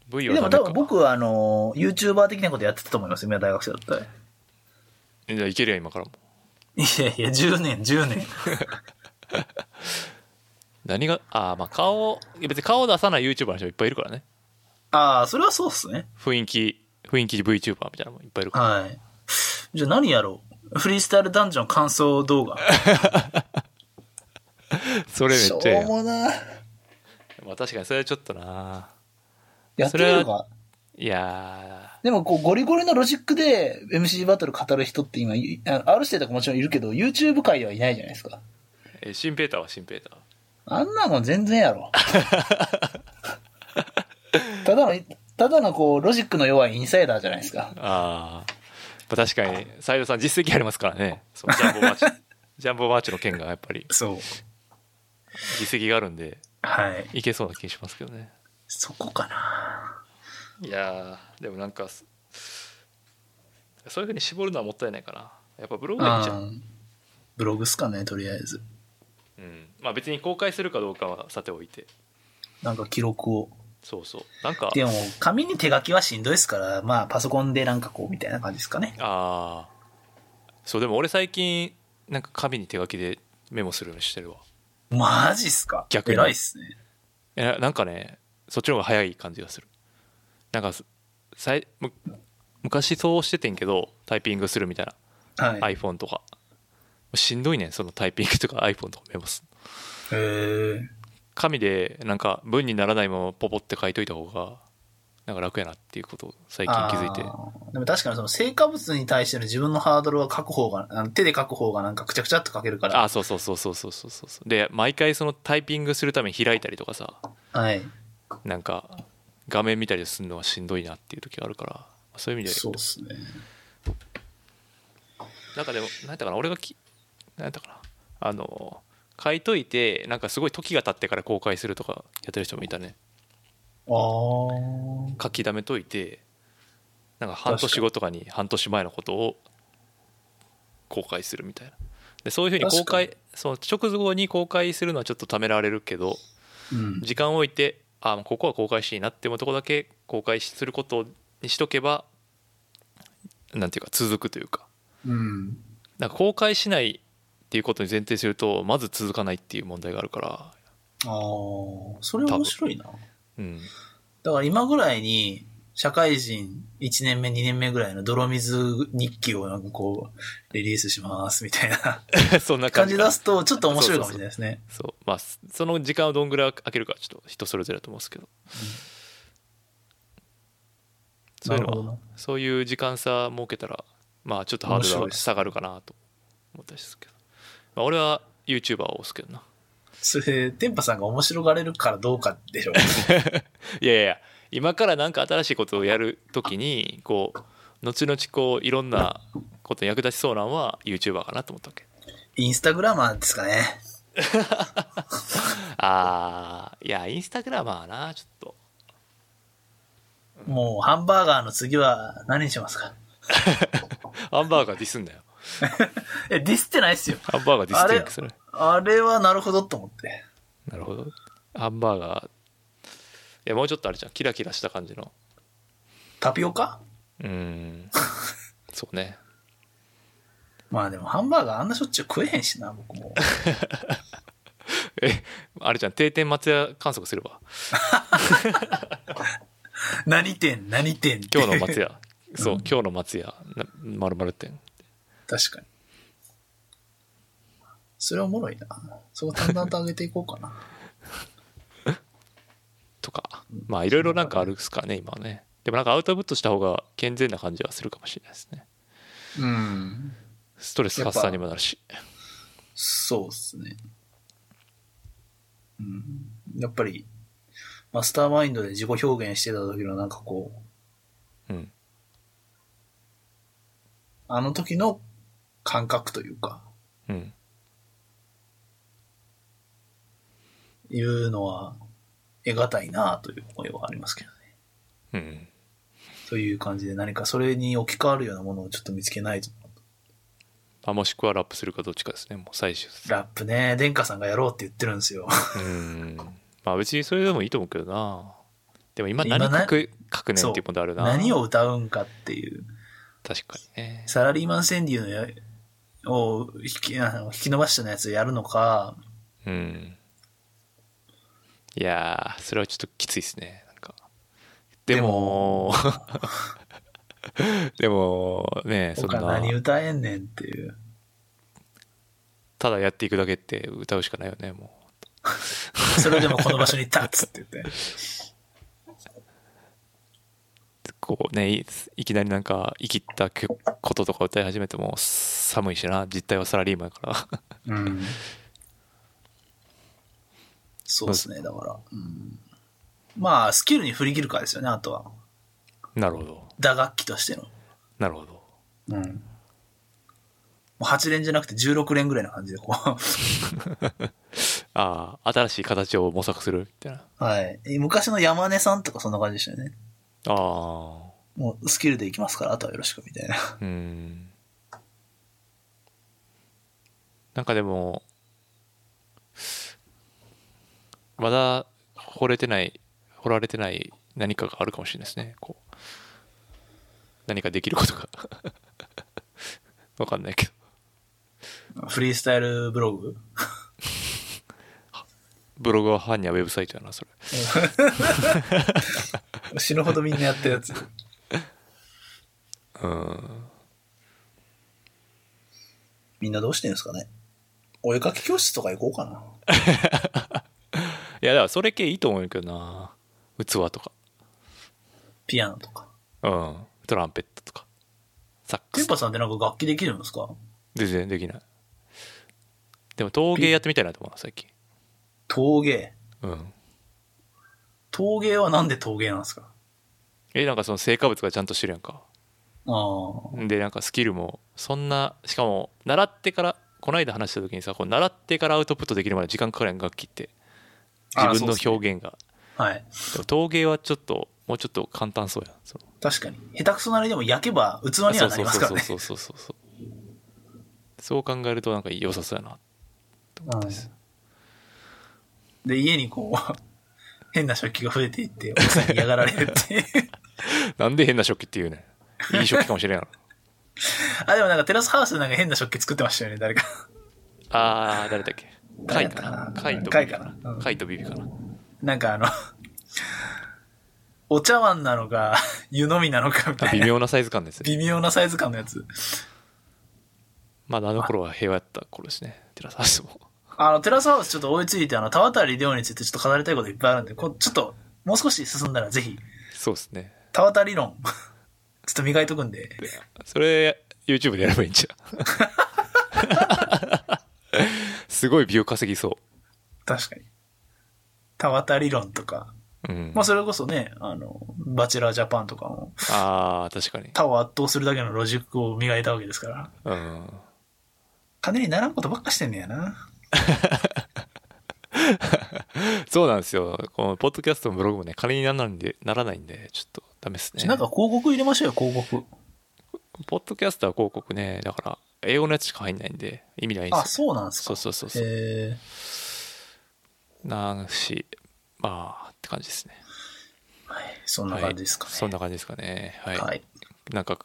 V はダでもメ多か分僕は、あの、YouTuber 的なことやってたと思いますよ。今大学生だったら。じゃあいけるやん今からもいやいや、10年、10年。何がああまあ顔いや別に顔を出さない YouTuber の人いっぱいいるからね ああ、それはそうっすね。雰囲気雰囲気 VTuber みたいなのもいっぱいいるからはい。じゃあ何やろうフリースタイルダンジョン感想動画。それめっしょちゃええやうんもな。まあ確かにそれはちょっとなやってみそれるはか。いやでもこう、ゴリゴリのロジックで MC バトル語る人って今、いあの R 指定とかもちろんいるけど、YouTube 界ではいないじゃないですか。ーえシンペーターはシンペーターあんなもん全然や ろ。ただの、ただのこう、ロジックの弱いインサイダーじゃないですか。ああ、まあ、確かに斉藤さん実績ありますからねそうジャンボマ ーチジャンボマーチの件がやっぱりそう。実績があるんではい。いけそうな気しますけどねそこかな。いやーでもなんかすそういうふうに絞るのはもったいないかなやっぱブログがいいじゃん、うんブログっすかね、とりあえず。うん、まあ別に公開するかどうかはさておいてなんか記録を。そうそうなんかでも、紙に手書きはしんどいですから、まあ、パソコンでなんかこう、みたいな感じですかね。ああそうでも俺最近なんか紙に手書きでメモするようにしてるわマジっすか逆に偉いっすね。いやなんかねそっちの方が早い感じがするなんかすさいむ昔そうしててんけどタイピングするみたいな、はい。 iPhone とかしんどいねんそのタイピングとか iPhone とかメモすへー紙でなんか文にならないままポポって書いといた方がなんか楽やなっていうことを最近気づいてあーでも確かにその成果物に対しての自分のハードルは書く方が、あの手で書く方がなんかくちゃくちゃっと書けるかあら。あそうそうそうそうそうそうそうで毎回そのタイピングするために開いたりとかさはい。なんか画面見たりするのはしんどいなっていう時があるからそういう意味でそうっすね。なんかでも何やったかな俺がき何やったかなあの書いといてなんかすごい時が経ってから公開するとかやってる人もいたねあ書き溜めといてなんか半年後とかに半年前のことを公開するみたいなでそういうふうに公開その直後に公開するのはちょっとためられるけどあ。うん。時間を置いてあここは公開していいなっていうとこだけ公開することにしとけばなんていうか続くというかうん。なんか公開しないっていうことに前提するとまず続かないっていう問題があるから、あおーそれ面白いな。うん、 だから今ぐらいに、社会人1年目、2年目ぐらいの泥水日記をなんかこう、リリースしますみたい なそんな感感じじか出すと、ちょっと面白いかもしれないですね。そうまあそその時間をどんぐらい空けるかはちょっと人それぞれだと思うんですけど、そういうなるほのどはなそういう時間差設けたらまあちょっとハードルは下がるかなと思ったりするけど、まあ、俺は YouTuber を押すけどなそれ、テンパさんが面白がれるからどうかで しょう。いやいや今からなんか新しいことをやるときにこう後々こういろんなことに役立ちそうなんは YouTuber かなと思ったわけインスタグラマーですかね。ああいやインスタグラマーなちょっともうハンバーガーの次は何にしますかハンバーガーディスんだよえ、ディスってないっすよ。ハンバーガーディスティンクするあれはなるほどと思って。なるほどハンバーガーいやもうちょっとあれじゃんキラキラした感じのタピオカうーんそうねまあでもハンバーガーあんなしょっちゅう食えへんしな、僕も。えあれじゃん定点松屋観測すれば 何店何店って今 日の松屋そう、今日の松屋な丸々店確かに。それはおもろいな。そこ淡々と上げていこうかな。とかまあいろいろなんかあるっすからね今はねでもなんかアウトプットした方が健全な感じはするかもしれないですねうん。ストレス発散にもなるしそうっすね。うん。やっぱり、マスターマインドで自己表現してた時のなんかこう、うんあの時の感覚というか、うんいうのは、得難いなという思いはありますけどね。うんという感じで何かそれに置き換わるようなものをちょっと見つけないと。まあもしくはラップするかどっちかですねもう最終ラップね、殿下さんがやろうって言ってるんですよ。うん まあ別にそれでもいいと思うけどなでも今今何な書く書くねんっていうことあるな何を歌うんかっていう。確かにねサラリーマン川柳のやを引きあの引き伸ばしてのやつをやるのか、うんいやーそれはちょっときついですねなんかででもも でもねそん他何な歌えんねんっていう。ただやっていくだけって歌うしかないよねもそれでもこの場所に立つって言って。うこうねいいきなりなんか生きった曲こととか歌い始めても寒いしな実態はサラリーマンやからうん。そうですね、だから。うん、まあ、スキルに振り切るかですよね、あとは。なるほど打楽器としての。なるほどうん。もう8連じゃなくて16連ぐらいな感じで、こう。ああ新しい形を模索するみたいな はい。昔の山根さんとかそんな感じでしたよね。ああもうスキルでいきますから、あとはよろしくみたいな。うんなんかでもまだ惚れてない惚られてない何かがあるかもしれないですねこう何かできることが わかんないけど フリースタイルブログブログは犯人はウェブサイトやなそれ 死ぬほどみんなやったやつ。 うんみんなどうしてるんですかねお絵かき教室とか行こうかな。いやだからそれ系いいと思うんやけどな器とかピアノとか。うんトランペットとかサックテンスパさんってなんか楽器できるんですか全然できないでも陶芸やってみたいなと思うな最近陶芸。うん陶芸はなんで陶芸なんですかえなんかその成果物がちゃんとしてるやんかああ。でなんかスキルもそんなしかも習ってからこの間話した時にさこう習ってからアウトプットできるまで時間かかるやん楽器ってあ自分そうっすねの表現がはい。でも陶芸はちょっともうちょっと簡単そうやんその確かに。下手くそなりでも焼けば器にそはうなそりうますからそうね。そうそうそうそうそう考えるとなんか良さそうやなですうんで、家にこう、 変な食器が増えていって、奥さんに嫌がられ るっていう。なんで変な食器って言うねんいい食器かもしれんや ろあ、でもなんかテラスハウスでなんか変な食器作ってましたよね、誰か。ああ誰だっけ貝かな誰貝だとったビかなビかな貝かなうん貝とビビかななんかあの、お茶碗なのか、 湯飲みなのかみたい微な。妙なサイズ感ですね微妙なサイズ感のやつ。まだあの頃は平和やった頃ですねテラスハウス もあの、テラスハウスちょっと追いついて、あの、田渡りオについてちょっと語りたいこといっぱいあるんで、こちょっと、もう少し進んだらぜひ、そうですね田渡理論、 ちょっと磨いとくんで、それ YouTube でやればいいんじゃん すごいビュー稼ぎそ確かに。田渡理論とか、う、うん、まあ、それこそね、あの、バチェラージャパンとかも、ああ確かに、他を圧倒するだけのロジックを磨いたわけですから、うん、金にならんことばっかしてんねやな。そうなんですよこのポッドキャストもブログもね金にならないんでならないんでちょっとダメですねなんか広告入れましょうよ、広告。ポッドキャストは広告ねだから英語のやつしか入んないんで意味ないんであ、すよそうなんですそか。うそうそうそうえなんしまあって感じですねー、そんな感じですかはい、そんね。な感じですかねはい、はい。なんか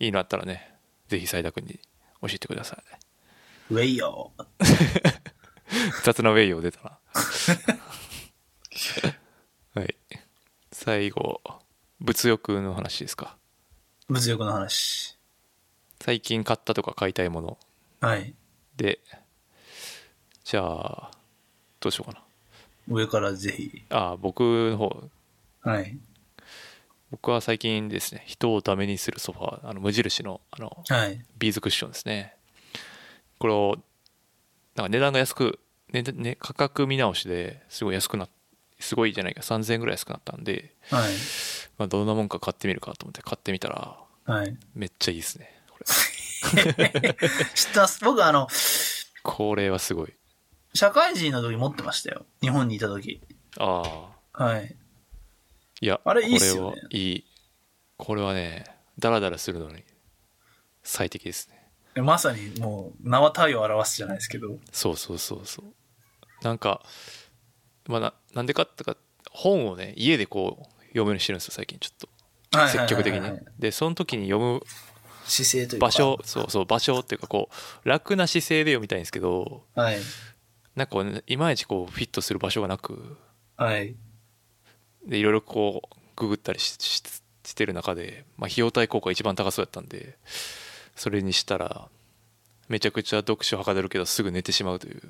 いいのあったらねぜひ斉田君に教えてくださいウェイヨー。雑なウェイを出たなはい最後物欲の話ですか物欲の話。最近買ったとか買いたいものはい。でじゃあどうしようかな上からぜひ。ああ僕の方はい。僕は最近ですね人をダメにするソファーあの無印のあのはい。ビーズクッションですねこれをなんか値段が安く、ねね、価格見直しですごい安くなっすごいじゃないか3000円ぐらい安くなったんで、はい。まあ、どんなもんか買ってみるかと思って買ってみたらはい。めっちゃいいですねこれ知ってます。僕あの、これはすごい社会人の時持ってましたよ。日本にいた時。ああはい。いやあれいいっすこよねれはいいこれはねダラダラするのに最適ですねまさにもう、名は体を表すじゃないですけど。そうそうそうそうなんかまあななんでかってか本をね家でこう読むようにしてるんですよ最近ちょっとはいはいはいは積い極的にねでその時に読む姿勢というか。場所そうそう場所っていうかこう楽な姿勢で読みたいんですけどはい。なんかこうねいまいちこうフィットする場所がなくはい。でいろいろこうググったりしししてる中で、まあ、費用対効果が一番高そうやったんでそれにしたらめちゃくちゃ読書はかどるけどすぐ寝てしまうという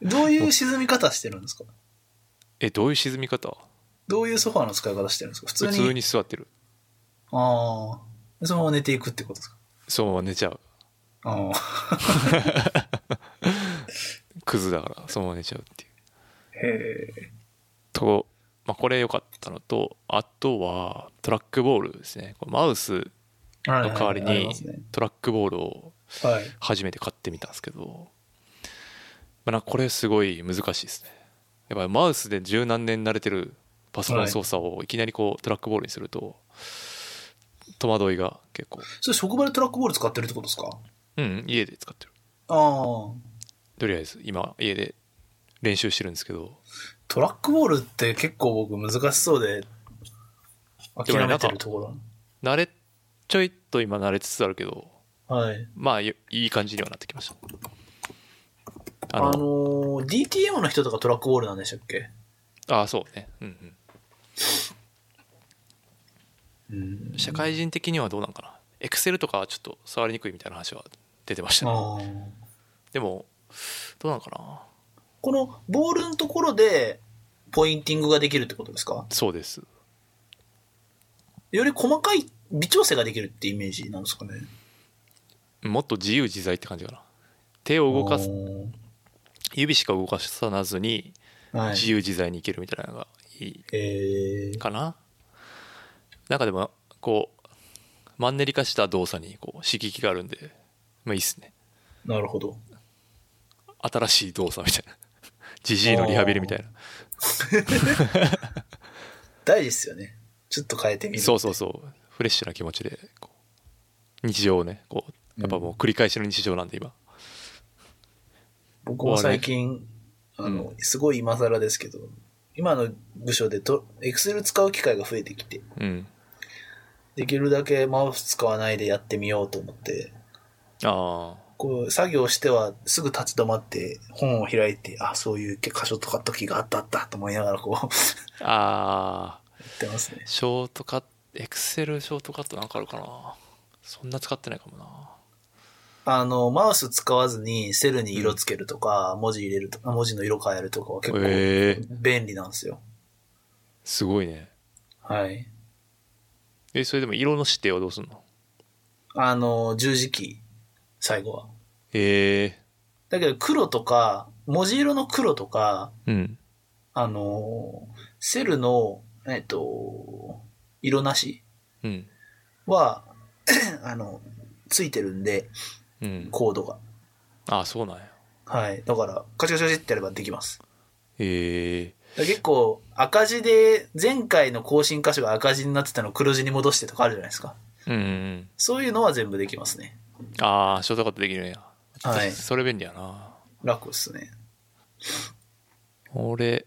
どういう沈み方してるんですかえどういう沈み方どういうソファーの使い方してるんですか普通普に。通に座ってるああ。そのまま寝ていくってことですかそう寝ちゃうああ。クズだからそのまま寝ちゃうっていうへえ。と、まあ、これ良かったのとあとはトラックボールですねこれマウスのの代わりはいはいありにますねトラックボールをはい。初めて買ってみたんですけど、まあ、なんかこれすごい難しいですねやっぱりマウスで十何年慣れてるパソコン操作をいきなりこうトラックボールにすると戸惑いが結構それ職場でトラックボール使ってるってことですかうん家で使ってるああ。とりあえず今家で練習してるんですけどトラックボールって結構僕難しそうで、諦めてるところ。慣れちょいと今慣れつつあるけどはい。まあよいい感じにはなってきましたああののー DTM の人とかトラックボールなんでしたっけああそうねうんうんうん社会人的にはどうなんかなエクセルとかはちょっと触りにくいみたいな話は出てましたねああ。でもどうなんかなこのボールのところで、ポインティングができるってことですかそうですより細かい微調整ができるってイメージなんですかね。もっと自由自在って感じかな手を動かすあー指しか動かさずにはい。自由自在にいけるみたいなのがいいえーかな、なんかでもこうマンネリ化した動作にこう刺激があるんでまあいいっすねなるほど。新しい動作みたいな ジジイのリハビリみたいな。大事ですよね。ちょっと変えてみる。そうそうそう。フレッシュな気持ちで、こう日常をね、こう、やっぱもう繰り返しの日常なんで今。僕も最近、あの、すごい今更ですけど、今の部署でと、エクセル使う機会が増えてきて、うん。できるだけマウス使わないでやってみようと思って、ああ。こう、作業してはすぐ立ち止まって、本を開いて、あ、そういう箇所とか時があったあったと思いながらこう、 やああ。ってますね。ショートカット、エクセルショートカットなんかあるかな。そんな使ってないかもな。あの、マウス使わずにセルに色つけるとか、文字入れるとか、文字の色変えるとかは結構ええ便利なんですよ。すごいね。はい。え、それでも色の指定はどうすんのあの、十字キー、最後は。えだけど黒とか、文字色の黒とか、えうん。あのーセルの、えっと、色なしうん。は、 あの、ついてるんで、うん。コードが。ああ、そうなんや。はい。だから、カチカチカチってやればできます。ええだから結構、赤字で、前回の更新箇所が赤字になってたのを黒字に戻してとかあるじゃないですか。うんうんうん。そういうのは全部できますね。ああ、ショートカットできるんや。はいそれ便利やな。楽っすね。俺、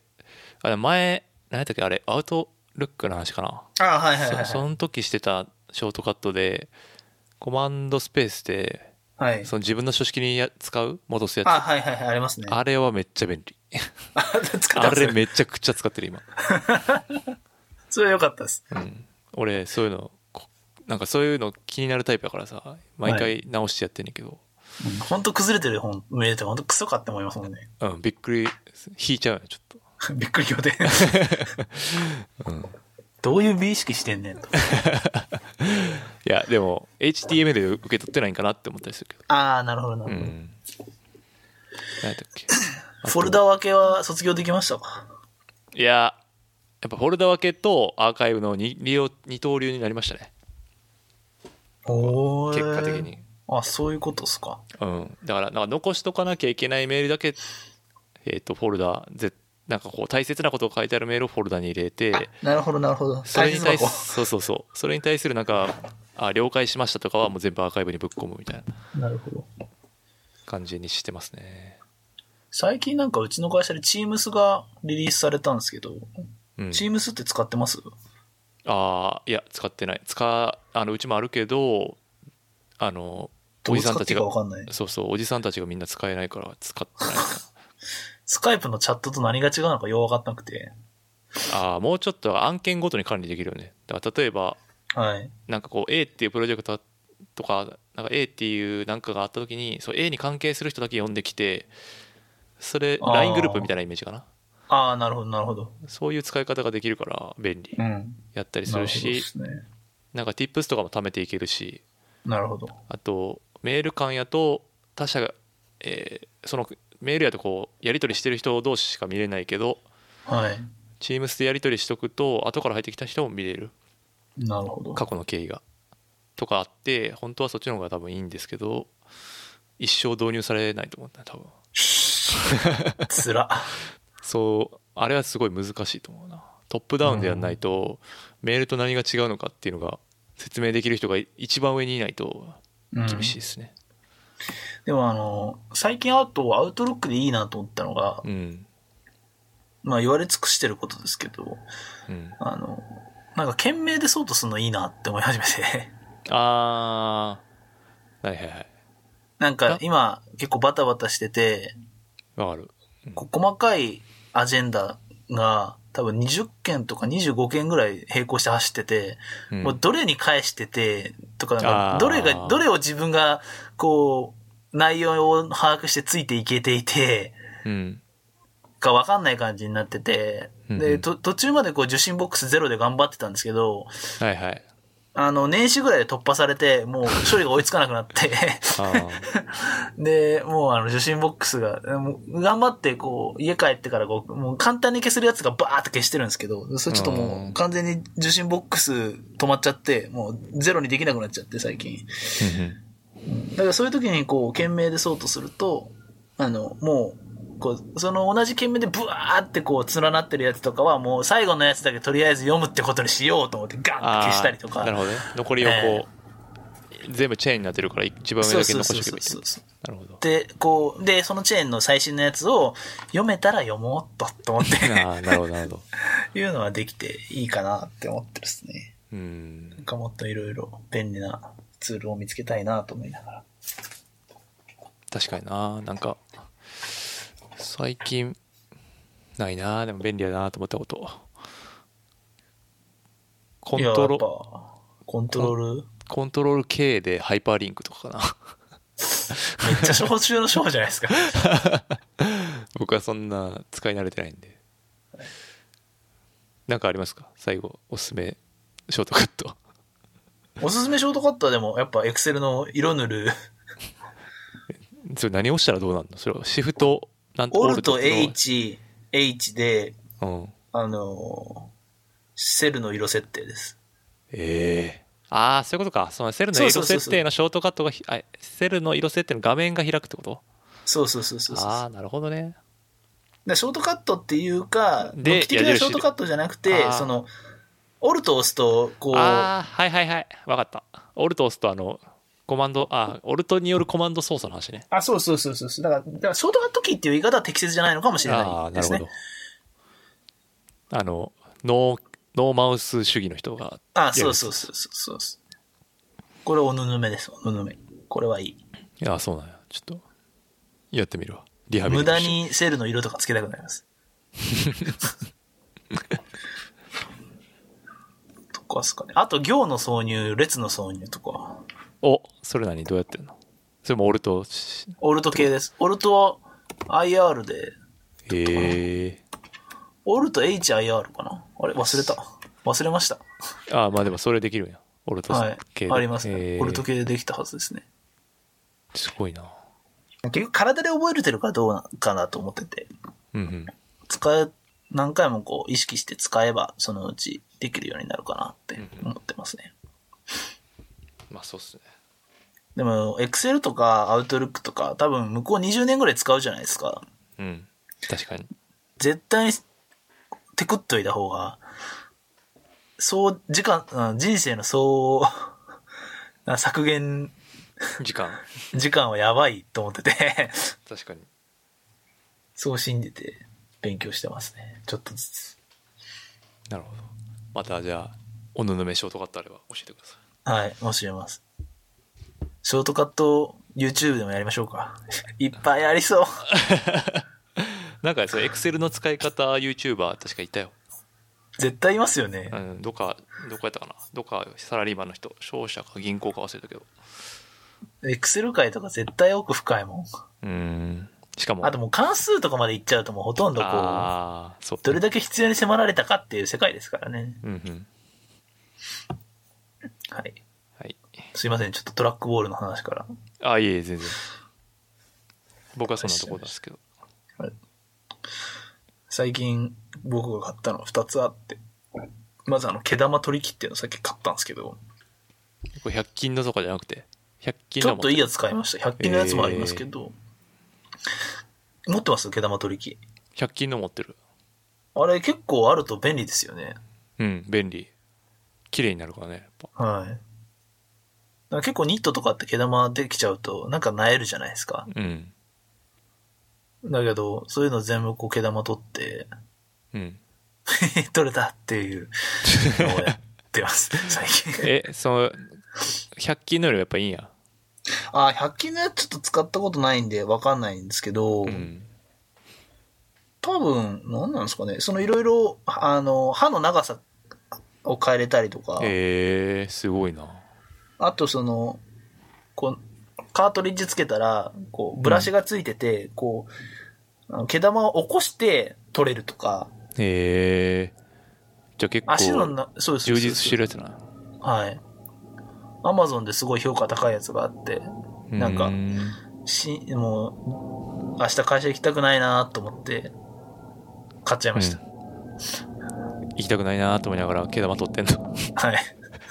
あれ前、何やったっけあれ、アウトルックの話かな。あはいはいはい、そそはい。の時してたショートカットで、コマンドスペースで、はい。その自分の書式にや使う戻すやつ。あはいはいはい、ありますね。あれはめっちゃ便 利。使っあたっすれめちゃくちゃ使ってる今。それは良かったです。うん、俺そういうのこなんかそういうの気になるタイプやからさ毎回直してやってんねんけど、ほんと崩れてる本見れて、ほんとクソかって思いますもんね。 うん、びっくり引いちゃうよねちょっとびっくり仰天。どういう美意識してんねんと。いやでも HTML で受け取ってないんかなって思ったりするけどああ、なるほどなうるほど。ん何やったっけフォルダ分けは卒業できましたかいややっぱフォルダ分けとアーカイブの二利用二刀流になりましたねお結果的。にあ、そういうことっすか。うん、だからなんか残しとかなきゃいけないメールだけ、えー、とフォルダぜなんかこう大切なことを書いてあるメールをフォルダに入れてなるほど、なるほど。それに対する大切なそうそうそうそれに対するなんかあ了解しましたとかはもう全部アーカイブにぶっ込むみたいな子なるほど。感じにしてますね、最近なんかうちの会社で Teams がリリースされたんですけど、うん、 Teams って使ってますああいや使ってない使あのうちもあるけどあのどおうじさ使んったていちいかが分かんない。そうそうおじさんたちがみんな使えないから使ってないスカイプのチャットと何が違うのかよう分かんなくて。ああもうちょっと案件ごとに管理できるよねだから例えばはい。なんかこう A っていうプロジェクトとかなんか A っていうなんかがあった時にそう A に関係する人だけ呼んできてそれあー LINE グループみたいなイメージかなああ、なるほど、なるほど。そういう使い方ができるから便利うん。やったりすなるるほどでしすね。なんか Tips とかも貯めていけるしなるほど。あとメール間やと他社が、えーそのメールやとこうやり取りしてる人同士しか見れないけどはい。 Teams でやり取りしとくと後から入ってきた人も見れるなるほど。過去の経緯がとかあって本当はそっちの方が多分いいんですけど一生導入されないと思うんだ多分 つら。そうあれはすごい難しいと思うなトップダウンでやんないと、メールと何が違うのかっていうのが説明できる人が一番上にいないとうん厳しいですねでもあの、最近あとアウトロックでいいなと思ったのがう、んまあ言われ尽くしてることですけど、うんあの、なんか懸命でそうとするのいいなって思い始めて。 あーはいはいはいなんか今結構バタバタしてて、わかるこう細かいアジェンダが多分20件とか25件ぐらい並行して走ってて、うんもうどれに返しててとかなんかあーどれが、どれを自分がこう内容を把握してついていけていて、うんか分かんない感じになってて、うんうんで、と途中までこう受信ボックスゼロで頑張ってたんですけど、はいはいあの、年始ぐらいで突破されて、もう処理が追いつかなくなって、 あーで、もうあの受信ボックスが、もう頑張ってこう、家帰ってからこう、もう簡単に消せるやつがバーって消してるんですけど、それちょっとうもうん完全に受信ボックス止まっちゃって、もうゼロにできなくなっちゃって最近。うんうんだからそういう時にこう、懸命でそうとすると、あの、もう、こう、その同じ件名でブワーってこう連なってるやつとかはもう最後のやつだけとりあえず読むってことにしようと思ってガンって消したりとあか。ーなるほどね残りをこう、全部チェーンになってるから一番上だけ残しておけばいいってそこうそうそうそうとなるほどで、こう、で、そのチェーンの最新のやつを読めたら読もうっと、と思っああなるほどなるほどて、 いうのはできていいかなって思ってるっすね。うんなんかもっといろいろ便利なツールを見つけたいなと思いながら。確かにななんか最近ないなでも便利だなと思ったことコントロいややっぱコントロールコントロール K でハイパーリンクとかかなめっちゃ小中の小じゃな いですか。僕はそんな使い慣れてないんでなんかありますか最後おすすめショートカットおすすめショートカットはでもやっぱ Excel の色塗るそれ何をしたらどうなるのそれはシフトなんオルとト H、H で、うんあのーセルの色設定です。ええああそういうことかそのセルの色設定のショートカットがひあセルの色設定の画面が開くってことそうそうそうそうそうああなるほどねでショートカットっていうか、で劇的なショートカットじゃなくてあ、ーその、オルトを押すと、こう、ああはいはいはい分かったオルト押すとあのコマンドあオルトによるコマンド操作の話ねあ、そうそうそうそうそう。だから、だからショートカットキーっていう言い方は適切じゃないのかもしれあなあないでるすほね。どあのノーノーマウス主義の人があそうそうそうそうそうそう。これおぬぬめです、おぬぬめ。これはいい。いやそうなんやちょっとやってみるわリハビリ無駄にセルの色とかつけたくな ります。とかですかね。あと、行の挿入、列の挿入とか。おそれ何どうやってんのそれもオルトしオルト系です。オルトは IR で、へえオルト HIR かなあれ忘れた。忘れました。ああまあでもそれできるんやオルトはい系。でありますへね。ーオルト系でできたはずですね。すごいな結局、体で覚えれてるかどうなかなと思ってて。うんうん使え、何回もこう、意識して使えば、そのうちできるようになるかなって思ってますね。まあそうっすねでも、Excel とか Outlook とか、多分向こう20年ぐらい使うじゃないですか。うん確かに絶対にテクっといた方が、そう、時間、うん人生のそう な、削減時間 時間はやばいと思ってて、 確かにそう信じて勉強してますね。ちょっとずつ。なるほどまたじゃあおぬぬめショートカットあれば教えてくださいはい、教えます。ショートカット YouTube でもやりましょうか。 いっぱいありそう。 なんかそれエクセルの使い方 YouTuber 確かいたよ、絶対いますよねう。ん、どっかどこやったかなどっかサラリーマンの人商社か銀行か忘れたけど Excel 界とか絶対奥深いもん。うんしかもあともう関数とかまでいっちゃうともうほとんどこう、あーそうどれだけ必要に迫られたかっていう世界ですからね。うんうんはい。はいすいません、ちょっとトラックボールの話から。あいえいえ全然僕はそんなところですけど最近僕が買ったの2つあって。まずあの、毛玉取り切っていうのさっき買ったんですけど、これ100均のとかじゃなくて100均ちのょもっといいやつ買いました。100均のやつもありますけど。持ってます毛玉取り機。 100均の持ってるあれ結構あると便利ですよね。うん便利綺麗になるからねやっぱはい。だから結構ニットとかって毛玉できちゃうと、なんか萎えるじゃないですか。うんだけど、そういうの全部こう毛玉取って、 うん取れたっていうのをやってます、最近。えその100均のよりやっぱいいんやあー、100均のやつちょっと使ったことないんでわかんないんですけど、うん多分、なんなんですかね、そのいろいろ、あの、歯の長さを変えれたりとか、えー、すごいなあとその、こう、カートリッジつけたら、こう、ブラシがついてて、こうあの、毛玉を起こして取れるとか、えー、じゃあ結足の構な、そうです。充実してるる。やつなはい。アマゾンですごい評価高いやつがあって、なんかうーんし、もう、明日会社行きたくないなと思って、買っちゃいました。行きたくないなと思いながら毛玉取ってんの はい。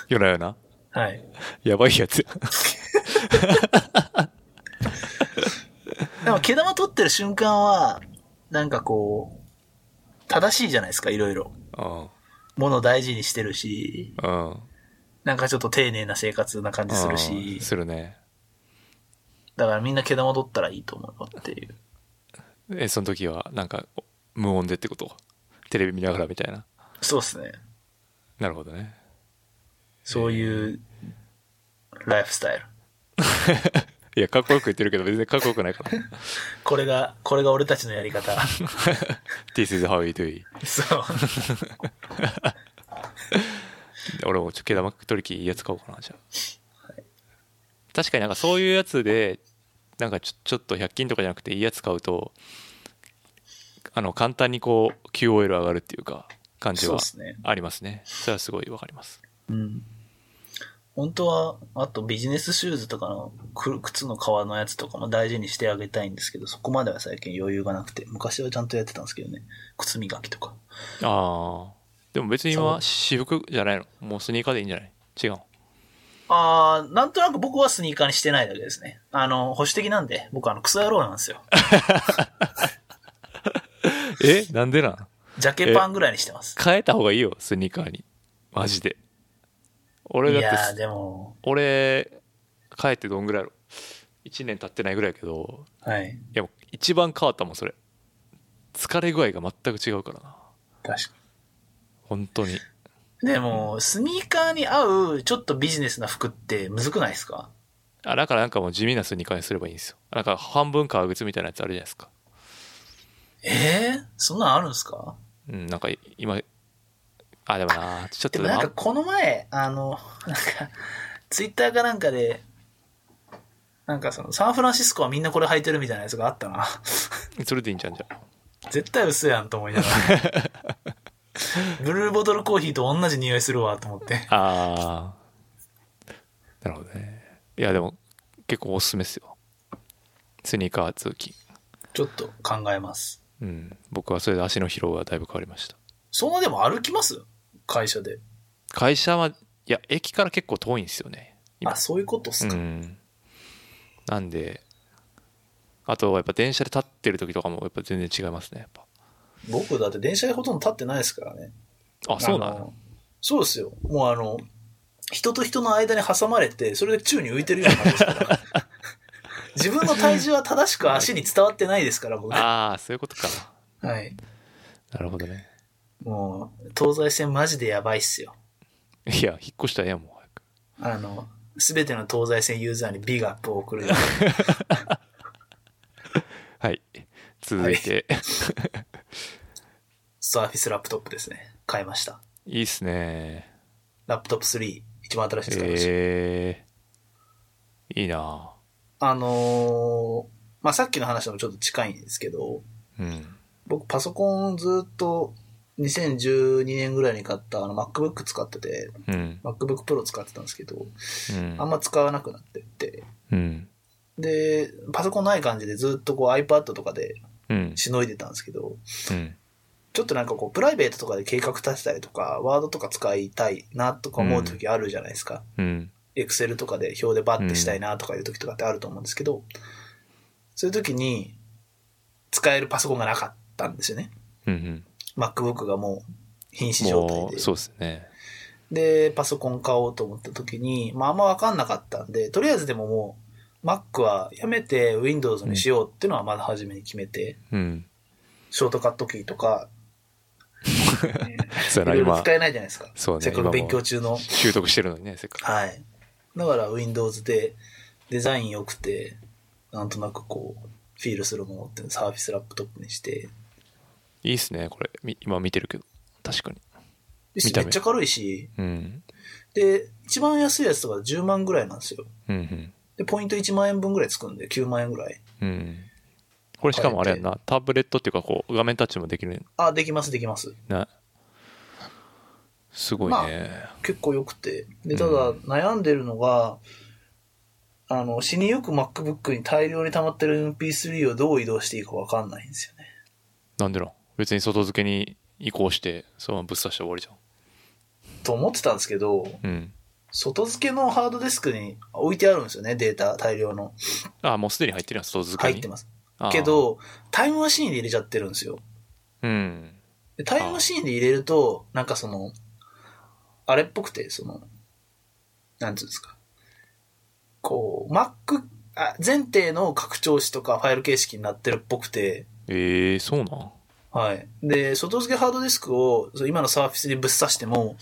夜な夜なはい。やばいやつでも毛玉取ってる瞬間は、なんかこう、正しいじゃないですか、いろいろ。うん。物を大事にしてるし、うん。なんかちょっと丁寧な生活な感じするしうん、するね。だからみんな毛玉取ったらいいと思うよっていう。え、その時は、なんか、無音でってことテレビ見ながらみたいな。そうですね。なるほどね。そういう、ライフスタイル。いや、かっこよく言ってるけど、別にかっこよくないから。 これが、これが俺たちのやり方。 This is how we do it. そう。俺もちょ毛玉取り機いいやつ買おうかなじゃあ、確かになんかそういうやつでなんかちょちょっと100均とかじゃなくていいやつ買うとあの簡単にこう QOL 上がるっていうか感じそうはですね。ありますねそれはすごいわかりますうん。本当は、あとビジネスシューズとかのく靴の革のやつとかも大事にしてあげたいんですけど、そこまでは最近余裕がなくて、昔はちゃんとやってたんですけどね。靴磨きとか。ああでも別に今は私服じゃないのもうスニーカーでいいんじゃない違うのあー、なんとなく僕はスニーカーにしてないだけですね。あの、保守的なんで、僕あの、クソ野郎なんですよ。えなんでなんジャケパンぐらいにしてます。変えた方がいいよスニーカーにマジで俺いだってやー、でも、俺帰ってどんぐらいやろ1年経ってないぐらいやけどはい。いやもう一番変わったもんそれ疲れ具合が全く違うからな確か本当にに。でも、スニーカーに合う、ちょっとビジネスな服ってむずくないですかあだからなんかもう地味なスニーカーにすればいいんですよなんか半分革靴みたいなやつあるじゃないですかえー、そんなんあるんですかうんなんか今あでもなちょっでともなんかなこの前、あの、なんか、ツイッターかなんかで、なんかその、サンフランシスコはみんなこれ履いてるみたいなやつがあったな。それでいいんじゃんじゃあ絶対嘘やんと思いながら。ブルーボトルコーヒーと同じ匂いするわと思って。あーなるほどねいやでも結構おすすめですよスニーカー通勤ちょっと考えます。うん僕はそれで足の疲労がだいぶ変わりましたそんなでも歩きます会社で。会社はいや駅から結構遠いんですよね今あ、そういうことっすか。うん、なんであとはやっぱ電車で立ってる時とかもやっぱ全然違いますねやっぱ僕だって電車でほとんど立ってないですからね。あそうなあののそうですよ。もうあの、人と人の間に挟まれて、それで宙に浮いてるような感じですから。 自分の体重は正しく足に伝わってないですから、僕。はああそういうことかい。なるほどねもう、東西線マジでやばいっすよ。 いや引っ越したらええやんもうあの、すべての東西線ユーザーにビッグアップを送る ように。早くはい続いて、サーフィスラップトップですね。買いました。 い、いっすねラップトップ3。一番新しいですからえー、いいなあのーまあ、さっきの話ともちょっと近いんですけど、うん僕パソコンずっと2012年ぐらいに買ったあの MacBook 使ってて、うん MacBook Pro 使ってたんですけど、うんあんま使わなくなってって、うんで、パソコンない感じでずっとこう iPad とかでうんしのいでたんですけど、うんちょっとなんかこうプライベートとかで計画立てたりとか、ワードとか使いたいなとか思う時あるじゃないですか。うんエクセルとかで表でバッてしたいなとかいう時とかってあると思うんですけど、そういう時に使えるパソコンがなかったんですよね。うん、 MacBook がもう瀕死状態もでう。そうですねで、パソコン買おうと思った時に、まああんま分かんなかったんで、とりあえずでももう Mac はやめて Windows にしようっていうのはまだ初めに決めて、 うんショートカットキーとか、そういやなろいろ今使えないじゃないですか。そうねせっかく勉強中の。習得してるのにねせっかはい。だから Windows でデザイン良くて、なんとなくこう、フィールするものってサーフィスラップトップにしくて、いいっすねこれみ今見てるけど確かにで見ため目っちゃ軽いし、うんで、一番安いやつとか10万ぐらいなんですよ。うんうんで、ポイント1万円分ぐらいつくんで、9万円ぐらい。うん。これしかもあれやんな、タブレットっていうかこう、画面タッチもできるあ、できます、できます。な。すごいね。結構良くて。で、ただ、うん悩んでるのが、あの、死にゆく MacBook に大量に溜まってる MP3 をどう移動していいか分かんないんですよね。なんでなん別に外付けに移行して、そのままぶっ刺して終わりじと思ってたんですけど、ゃん。うん。外付けのハードディスクに置いてあるんですよね、データ、大量の。あ、もうすでに入ってるやん、外付け入に。ってます。けど、タイムマシーンで入れちゃってるんですよ。うん。でタイムマシーンで入れると、なんかその、あれっぽくて、その、なんていうんですか。こう、Mac、あ前提の拡張子とかファイル形式になってるっぽくて、ええそうなんはい。で、外付けハードディスクをそう今のサーフィスにぶっ刺しても、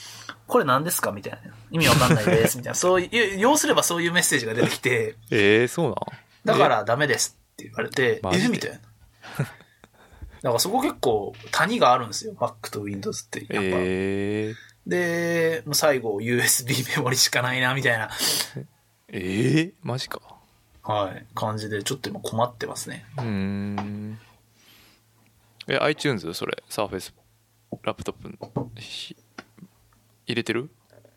これ何ですかみたいな。意味わかんな いです。みたいな。そういう、要すればそういうメッセージが出てきて、ええそうなんだからダメですって言われて、マジえでみたいな。 だからそこ結構谷があるんですよ。Mac と Windows って。やっぱええで、もう最後 USB メモリしかないな、みたいな、ええマジか。はい、感じで、ちょっと今困ってますね。うーん。え、iTunes? それ、Surface ラップトップひ入れてる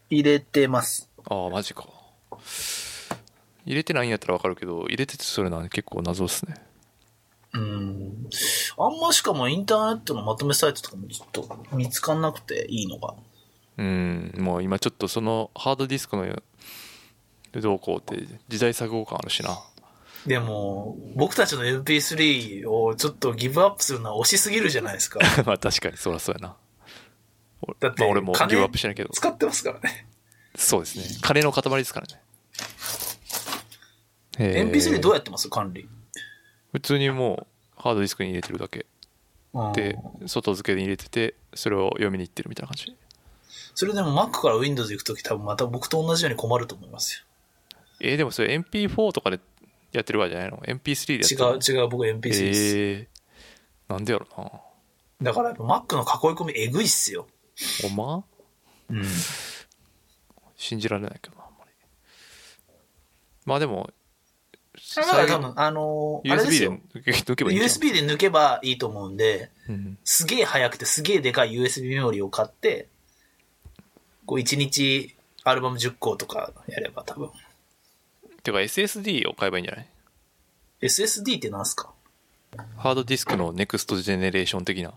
入れてます。ああ、マジか。入れてないんやったらわかるけど、入れててそれなん結構謎っすね。うん。あんましかもインターネットのまとめサイトとかもちょっと見つかんなくていいのが。うん、もう今ちょっとそのハードディスクのどうこうって時代錯誤感あるしな。でも、僕たちの MP3 をちょっとギブアップするのは押しすぎるじゃな いですか。まあ確かにそりゃそうやな。おだってまあ、俺も金ギブアップしないけど、使ってますからね。そうですね。金の塊ですからね。えー MP3 どうやってます管理。普通にもうハードディスクに入れてるだけうんで、外付けに入れてて、それを読みに行ってるみたいな感じ。それでも Mac から Windows 行くとき多分また僕と同じように困ると思いますよ。えーでもそれ MP4 とかでやってる場合じゃないの ?MP3 でやって違るのう、違う、僕 MP3 です。えー、なんでやろな。だからやっぱ Mac の囲い込みえぐいっすよ。おまうん。信じられないけどな、あんまり。まあでも、だから多分、あのーあれです USB でよ。抜けばいいんじゃん。 USB で抜けばいいと思うんで、うんすげえ速くてすげえでかい USB メモリを買って、こう1日アルバム10個とかやれば多分。てか SSD を買えばいいんじゃない SSD ってなんすかハードディスクのネクストジェネレーション的な。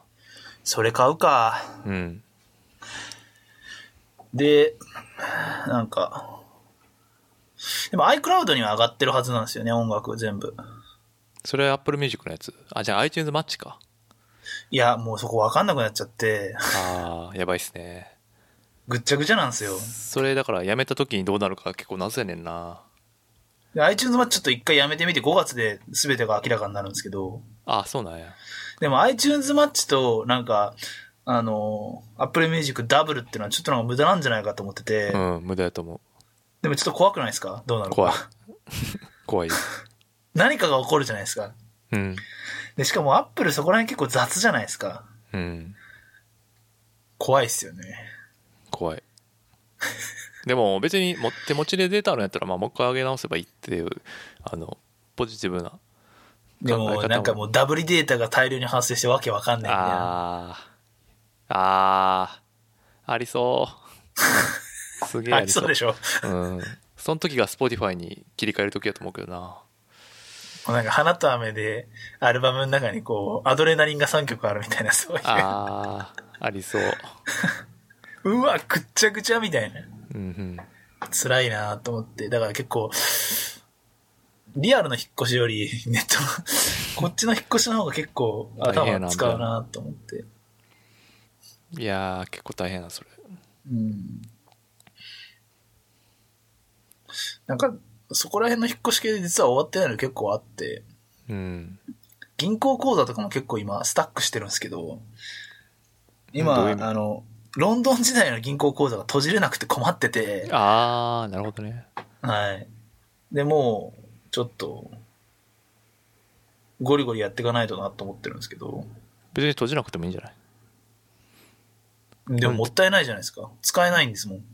それ買うか。うん。で、なんか、でも iCloud には上がってるはずなんですよね、音楽全部。それは Apple Music のやつ。あ、じゃあ iTunes マッチか。いや、もうそこわかんなくなっちゃって、ああ、やばいっすね。ぐっちゃぐちゃなんですよ。それだからやめた時にどうなるか結構謎やねんな。で iTunes はちょっと一回やめてみて5月で全てが明らかになるんですけど、あ、そうなんや。でも iTunes マッチとなんか、あの、Apple Music ダブルっていうのはちょっとなんか無駄なんじゃないかと思ってて、うん、無駄やと思でもちょっと怖くないですかどうなう。るか。怖い。 怖い。何かが起こるじゃないですか。うん。で、しかも Apple そこら辺結構雑じゃないですか。うん。怖いっすよね。怖い。でも別にも手持ちでデータあるんやったら、まあもう一回上げ直せばいいっていう、あの、ポジティブな考えで方も。もなんかもうダブリデータが大量に発生してわけわかんないみたいな。ああ。ああ。あり そう。すげえあありりそう。そうでしょ。うん。その時が Spotify に切り替える時やと思うけどな。なんか花と雨でアルバムの中にこう、アドレナリンが3曲あるみたいな、そういう。ああ。ありそう。うわ、ぐっちゃぐちゃみたいな。うんうん。辛いなと思って。だから結構、リアルの引っ越しより、ネット の、こっちの引っ越しの方が結構大変なんだ頭使うなと思って。いやー、結構大変な、それ。うん。なんか、そこら辺の引っ越し系で実は終わってないの結構あって、うん。銀行口座とかも結構今スタックしてるんですけど、どう今、いう意味あの、ロンドン時代の銀行口座が閉じれなくて困ってて、あー、なるほどね。はい。でもう、ちょっと、ゴリゴリやっていかないとなと思ってるんですけど、別に閉じなくてもいいんじゃないでももったいないじゃないですか。使えないんですもん。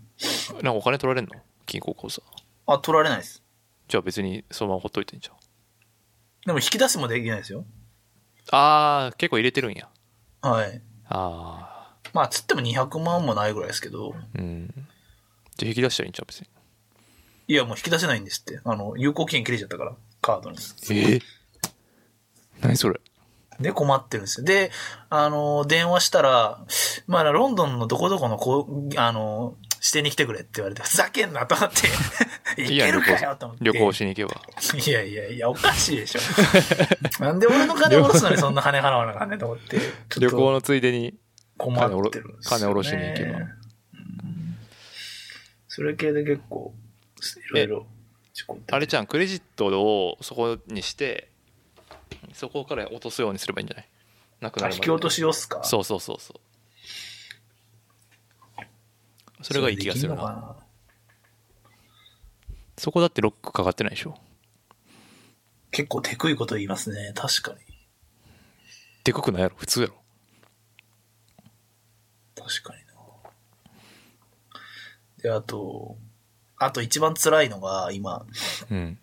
なんかお金取られんの銀行口座。あ、取られないです。じゃあ別にそのままほっといてんじゃん。でも引き出すもできないですよ。あー、結構入れてるんや。はい。あまあ、つっても200万もないぐらいですけど、ー。うん。じゃあ引き出したらいいんじゃん、別に。いや、もう引き出せないんですって。あの、有効期限切れちゃったから、カードに。えー、何それで、困ってるんですよ。で、あの、電話したら、まあ、ロンドンのどこどこのこう、あの、指定に来てくれって言われて、ふざけんなと思って、 行いいやけん旅るかよ行と思って。旅行しに行けば。 いやいやいや、おかしいでしょ。 なんで俺の金下ろすのにそんな金払わなあかんねんと思って。ちょ旅っ行とのついでに。困ってるんですよ、ね。金下ろ金下ろしに行けばうん。それ系で結構、いろいろ事故って。あれちゃん、クレジットをそこにして、そこから落とすようにすればいいんじゃないなくなあるまで引き落としよっすかそうそうそうそう。それがいい気がするそれできんのな。かなそこだってロックかかってないでしょ。結構テクいこと言いますね。確かに。でかくないやろ、普通やろ。確かにな。で、あと、あと一番辛いのが、今、うん。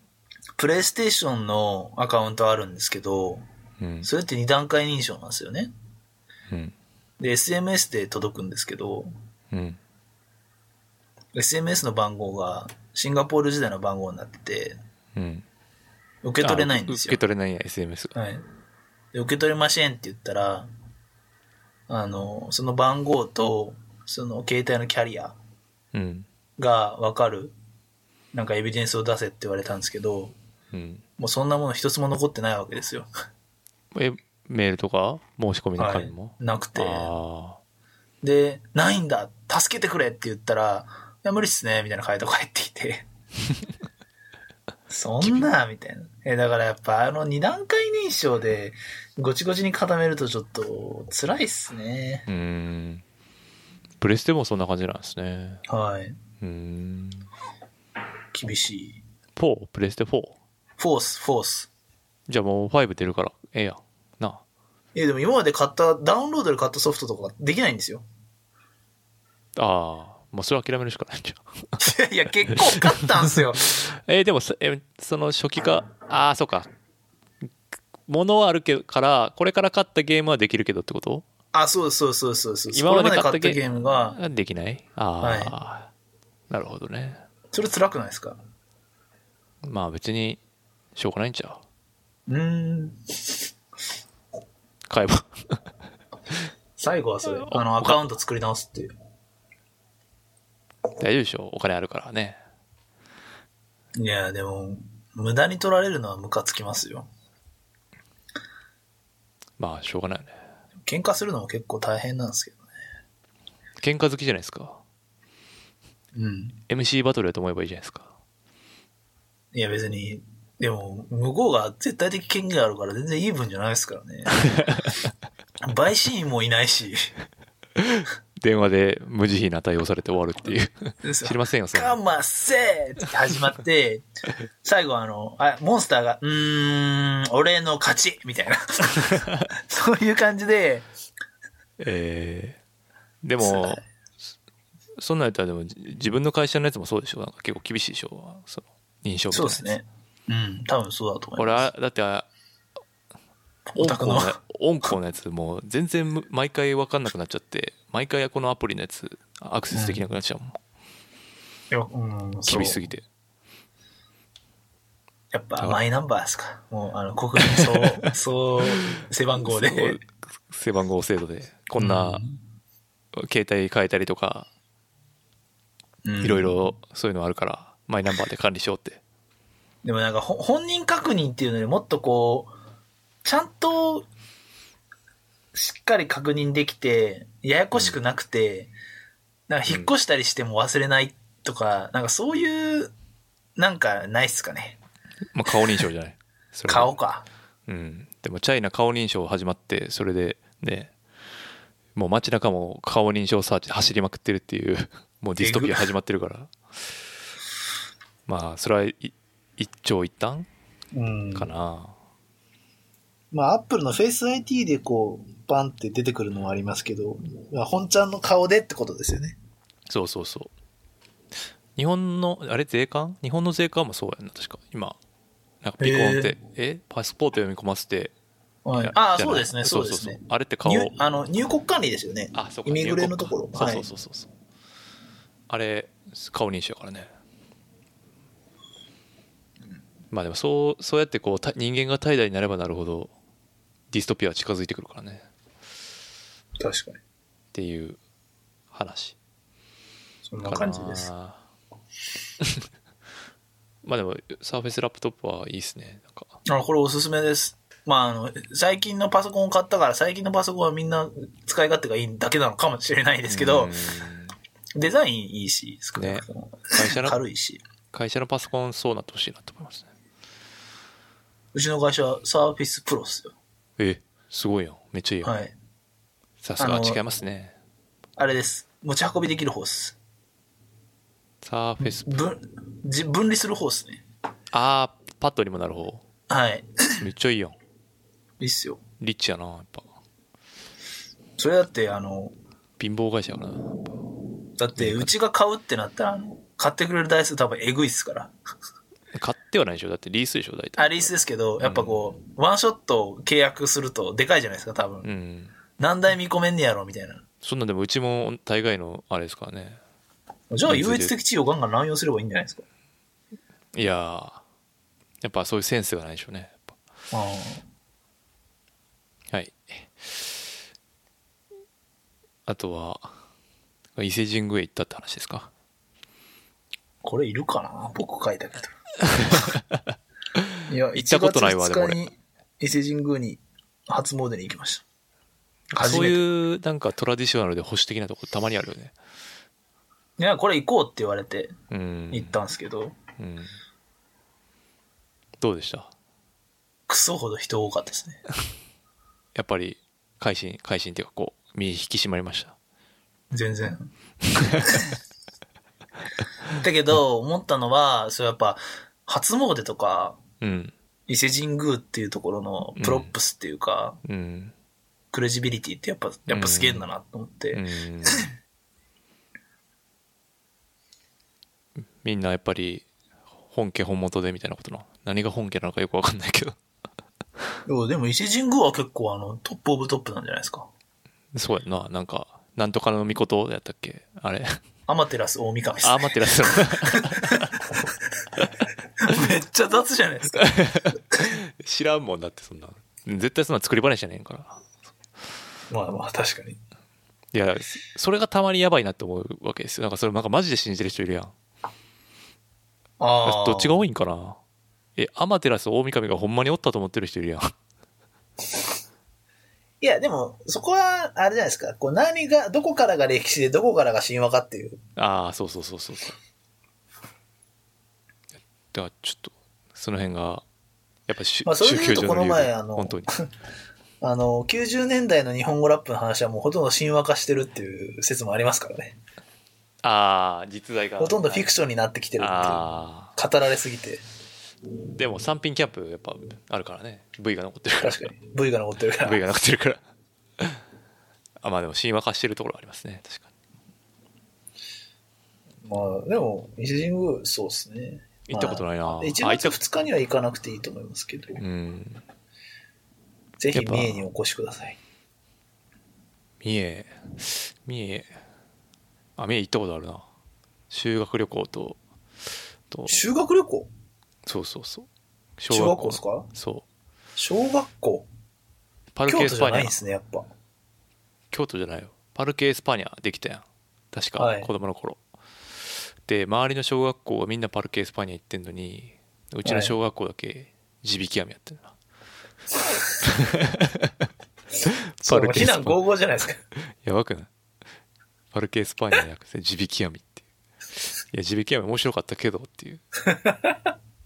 プレイステーションのアカウントあるんですけど、うん。それって二段階認証なんですよね。うん。で、SMS で届くんですけど、うん。 SMS の番号がシンガポール時代の番号になってて、うん。受け取れないんですあ受よけ。取れないや、SMS が。はい。で、受け取れませんって言ったら、あの、その番号と、その携帯のキャリアうん。がわかる、なんかエビデンスを出せって言われたんですけど、うん。もうそんなもの一つも残ってないわけですよ。え、メールとか申し込みの紙も、なくて。あで、ないんだ助けてくれって言ったら、いや、無理っすねみたいな回答が入って きて。そんなみたいな。え、だからやっぱあの二段階認証でごちごちに固めるとちょっと辛いっすね。あ。うーん。プレステもそんな感じなんですね。はい。うーん。厳しい。 4? プレステ 4? フォース、フォース。じゃあもう5出るから、ええやん。なあ。え、でも今まで買った、ダウンロードで買ったソフトとかできないんですよ。 ああ、もうそれ諦めるしかないんじゃ ん。いや、結構買ったんす よ。えーでもそ、えその初期化、ああ、そうか。物はあるけどから、これから買ったゲームはできるけどってことあ、そうそうそうそうそう。今までこれ買ったゲゲームが、あできないああ、なるほどね。それ辛くないですかまあ別に、しょうがないんちゃう。うーん。買えば。 最後はそれ。あの、アカウント作り直すっていう。大丈夫でしょお金あるからね。いや、でも、無駄に取られるのはムカつきますよ。まあ、しょうがないよね。喧嘩するのも結構大変なんですけどね。喧嘩好きじゃないですか。うん。 MC バトルやと思えばいいじゃないですか。いや、別に、でも、向こうが絶対的権限があるから全然いい分じゃないですから ね。陪審員もいないし。電話で無慈悲な対応されて終わるっていう。 知りませんよ、そんなかませーって始まって、最後あの、あ、モンスターが、うーん、俺の勝ちみたい な。そういう感じで、えーでもそそんなんやったらでもじ自分の会社のやつもそうでしょなんか結構厳しいでしょその認証みたいそなうやでつすね。うん、多分そうだと思い俺ます。はだってあオ音タク校のの音校のやつもう全然む毎回分かんなくなっちゃって毎回このアプリのやつアクセスできなくなっちゃうもん、いやうん、そう厳しすぎてやっぱマイナンバーですか。もう、あの、国民 そう、そう、背番号で。そう 背番号制度でこんな携帯変えたりとかいろいろ。ろそういうのあるからマイナンバーで管理しようってでもなんか、ほ本人確認っていうのにもっとこう、ちゃんと、しっかり確認できて、ややこしくなくて、なんか引っ越したりしても忘れないとか、なんかそういう、なんかないっすかね。まあ顔認証じゃ ないそれは顔か。うん、でもチャイナ顔認証始まってそれでねもう街中も顔認証サーチで走りまくってるって いうもうディストピア始まってるからまあそれはい一長一短うんかな、まあ、アップルの Face ID でこう、バンって出てくるのもありますけど、まあ本ちゃんの顔でってことですよね。そうそうそう日本のあれ税関日本の税関もそうやんな確か今なんかピコンってえパスポート読み込ませてはいや、ああ、じゃそうないですね、そうですね。あれって顔入あの入国管理ですよね。あそうかイミグレのとこ入ろ。国かはいそうそうそうそうあれ顔認証やからねまあでもそうそうやってこうた人間が怠惰になればなるほどディストピアは近づいてくるからねっ確かに。ていう話そんかなな 感じです。まあでも、サーフェスラップトップはいいですね。なんか。あ、これおすすめです。まあ、あの、最近のパソコンを買ったから、最近のパソコンはみんな使い勝手がいいだけなのかもしれないですけうどん、デザインいいし、少なくとも会社の 軽いし。会社のパソコンそうなってほしいなと思いますね。うちの会社はサーフィスプロっすよ。え、すごいよ。めっちゃいいよ。はい。さすがあの違いますね。あれです。持ち運びできる方っす。サーフェス、分、じ分離する方っすね。あー、パッドにもなる方。はい。 めっちゃいいやん。いいっすよ。リッチやな、やっぱ。それだって、あの、貧乏会社やからな。やっぱだって、うちが買うってなったら、あの買ってくれる台数多分えぐいっすから。買ってはないでしょ。だってリースでしょ、大体。あ、リースですけど、やっぱこう、ワンショットを契約するとでかいじゃないですか、多分。うん。何台見込めんねやろ、みたいな。そんなんでもうちも大概のあれですからね。じゃあ、優越的地位をガンガン乱用すればいいんじゃないですか。いやーやっぱそういうセンスがないでしょうね。やっあぱはい。あとは、伊勢神宮へ行ったって話ですか。これいるかな僕書い たけど。いや、行ったことないわ1で月も2俺日に伊勢神宮に初詣に行きました。初そうめていうなんかトラディショナルで保守的なとこたまにあるよね。いや、これ行こうって言われてうん。行ったんですけど、うん。どうでしたクソほど人多かったですね。やっぱり、改心、改心っていうかこう、身引き締まりました。全然。だけど、思ったのは、そうやっぱ、初詣とか、うん。伊勢神宮っていうところのプロップスっていうか、うん。クレジビリティってやっぱ、やっぱすげえんだなと思って、うん。みんなやっぱり、本家本元でみたいなことな。何が本家なのかよくわかんないけど。 いやでも伊勢神宮は結構あの、トップオブトップなんじゃないですか。そうやんな。なんか、なんとかの御事やったっけあ れ。アマテラス大神です、あ、ね。待ってらっしゃる。 めっちゃ雑じゃないですか。 知らんもんだって、そんな。絶対そんな作り話じゃねえんから。まあまあ、確かに。いや、それがたまにやばいなって思うわけですよ。なんかそれ、なんかマジで信じてる人いるやん。ああ。どっちが多いんかなえ、アマテラス大神がほんまにおったと思ってる人いるやん。いや、でも、そこは、あれじゃないですか。こう、何が、どこからが歴史で、どこからが神話かっていう。 ああ、そうそうそうそうそう。だからちょっと、その辺が、やっぱし、まあそれで言うと宗教上の理由この前あの本当に。あの、90年代の日本語ラップの話はもうほとんど神話化してるっていう説もありますからね。 ああ、実在が。ほとんどフィクシションになってきてるっていう。ああ。語られすぎて。でも、三品キャンプ、やっぱ、あるからね。V が残ってるから。確かに。V が残って る から。 V が残ってるから。あ、まあでも、神話化してるところはありますね。確かに。まあ、でも、伊勢神宮、そうですね。行ったことないな。あ、 1行った月2日には行かなくていいと思いますけど、うん。ぜひやっぱ三重にお越しください。三重三重あ三重行ったことあるな修学旅行とと修学旅行そうそうそう中学校ですかそう小学校パル京ケ・エ都スじゃパなニいんャですね、やっぱ。京都じゃないよパルケ・エスパニャできたやん確か、はい子供の頃で周りの小学校はみんなパルケ・エスパニャ行ってんのにうちの小学校だけ地引き網やってるな、そう、避パ難合合じゃないですか。やばくないパルケ・エスパニャじゃなくて地引き網っていういや地引き網面白かったけどっていう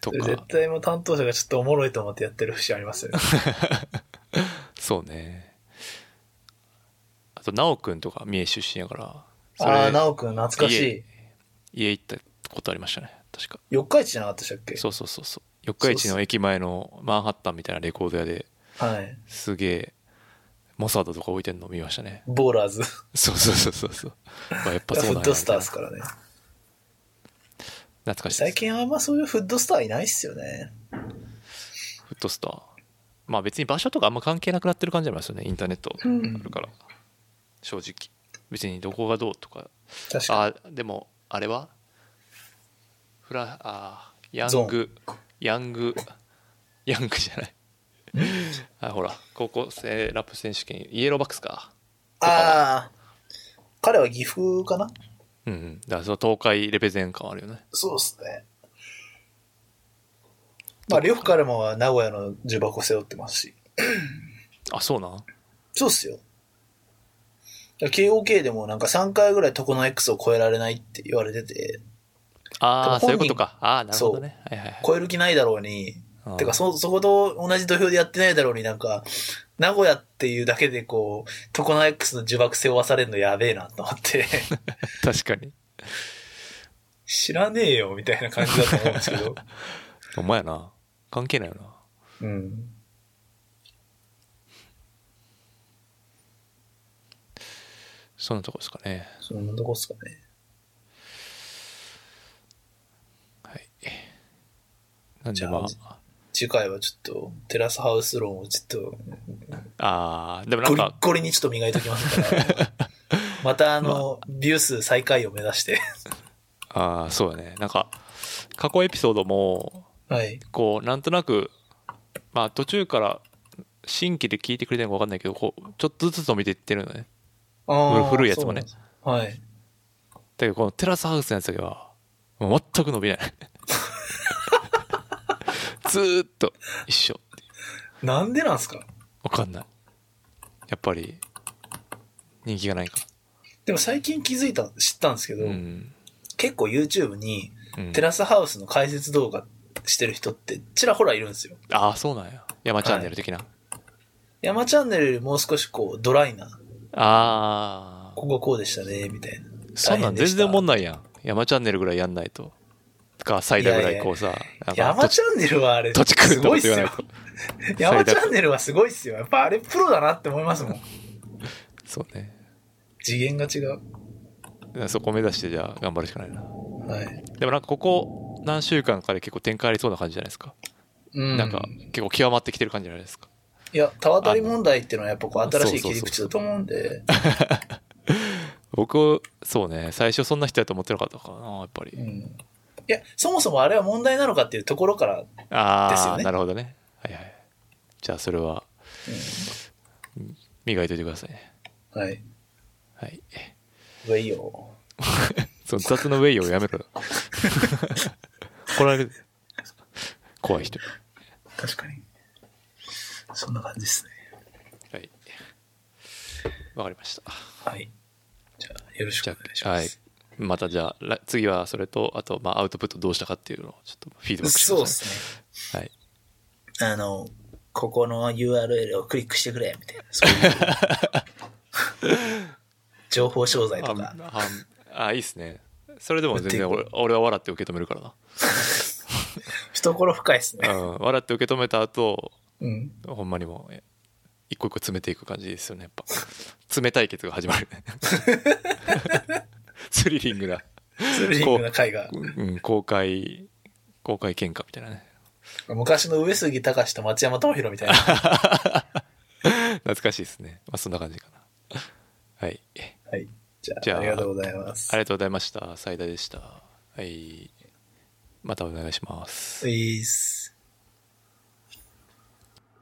と絶か対もう担当者がちょっとおもろいと思ってやってる節ありますよね。そうねあと奈くんとか三重出身やから それああ、なおくん、懐かしい。家行ったことありましたね確か四日市じゃなかったでしたっけそうそうそうそう四日市の駅前のマンハッタンみたいなレコード屋ではい。すげえモサドとか置いてんの見ましたねボーラーズ。そうそうそうそうそう、まあ、やっぱフそうなんッやドみスたタいーなですからね。懐かしいです最近あんまそういうフッドスターいないっすよね。フットスター。まあ別に場所とかあんま関係なくなってる感じありますよね、インターネットうんあるから。正直。別にどこがどうとか。確かあ、でも、あれはフラ、あー、ヤング、ヤング、ヤングじゃ ない。あ、ほら、高校生ラップ選手権、イエローバックスか。ああ、彼は岐阜かなうんうん。だからその東海レベゼン感あるよね。そうですね。まあ、呂布カルマは名古屋の重箱背負ってますし。あ、そうなんそうっすよ。だから KOK でもなんか3回ぐらい床の X を超えられないって言われてて、ああ、でそういも本人うことか。ああ、なるほどね。はいはいはい超える気ないだろうに、あー。てかそ、そこと同じ土俵でやってないだろうになんか、名古屋っていうだけでこう、床の X の呪縛背負わされるのやべえなと 思って、確かに。知らねえよみたいな感じだと思うんです けど。お前やな。関係ないよな。うん。そんなとこですかね。そんなとこっすかね。はい。なんでまじゃ次回はちょっと、テラスハウス論をちょっあ、ああ、でもなと、ゴんリかッ、ゴリにちょっと磨いときますから、 またあの、ビュー数最下位を目指して。 ああ、そうだね。なんか、過去エピソードも、はい。こう、なんとなく、まあ途中から新規で聞いてくれてるのか分かんないけど、こう、ちょっとずつ伸びていってるのね。あー古いやつもね。そうなんですはだい。けど、このテラスハウスのやつだけは、もう全く伸びない。 ずーっと一緒っていう。なんでなんすかわかんない。やっぱり、人気がないか。でも最近気づいた、知ったんですけど、うん。結構 YouTube にうんテラスハウスの解説動画してる人ってちらほらいるんですよ。ああ、そうなんや。山チャンネル的な。山チャンネルよりもう少しこうドライな、ああ。こここうでしたね、みたいな。そんなん大変で全した然おもんないやん。山チャンネルぐらいやんないと。か、サイダーぐらいこうさ、なんか山チャンネルはあれ、土地区すとごかいっす言わないよ。と。 山チャンネルはすごいっすよ。やっぱあれプロだなって思いますもん。そうね。次元が違う。だからそこ目指してじゃあ頑張るしかないな。はい。でもなんかここ何週間かで結構展開ありそうな感じじゃないですか。うん。なんか結構極まってきてる感じじゃないですか。いや、田渡り問題っていうのはやっぱこう新しいそうそうそう切り口だと思うんで。僕、そうね、最初そんな人やと思ってなかったからな、やっぱり。うんいや、そもそもあれは問題なのかっていうところから、ですあよあ、ねなるほどね。はいはい。じゃあそれは磨いといてくださいね。うんはい。はい。これいいよ。その雑なウェイをやめろ。怒られる。怖い人。確かに。そんな感じですね。はい。わかりました。はい。じゃあ、よろしくじおゃ願いしあ、まはいす。。またじゃあ、ら次はそれと、あと、まあ、アウトプットどうしたかっていうのを、ちょっとフィードバックしてそうくだですさい。ね。そうですね。あの、ここの URL をクリックしてくれ、みたいな。そういう 情報商材とか。はい。あ、ああいいですね。それでも全然俺俺は笑って受け止めるから懐深いですね。な。うん。笑って受け止めた後、うん。ほんまにもう、え一個一個詰めていく感じですよね、やっぱ。詰め対決が始まる。 スリリングな、スリリングな回が。うん、公開、公開喧嘩みたいなね。昔の上杉隆と松山智弘み たいな。懐かしいですね。まあ、そんな感じかな。はい。はい。じゃあ、じゃあありがとうございます。ありがとうございました。斉田でした。はい。またお願いします。いいっす。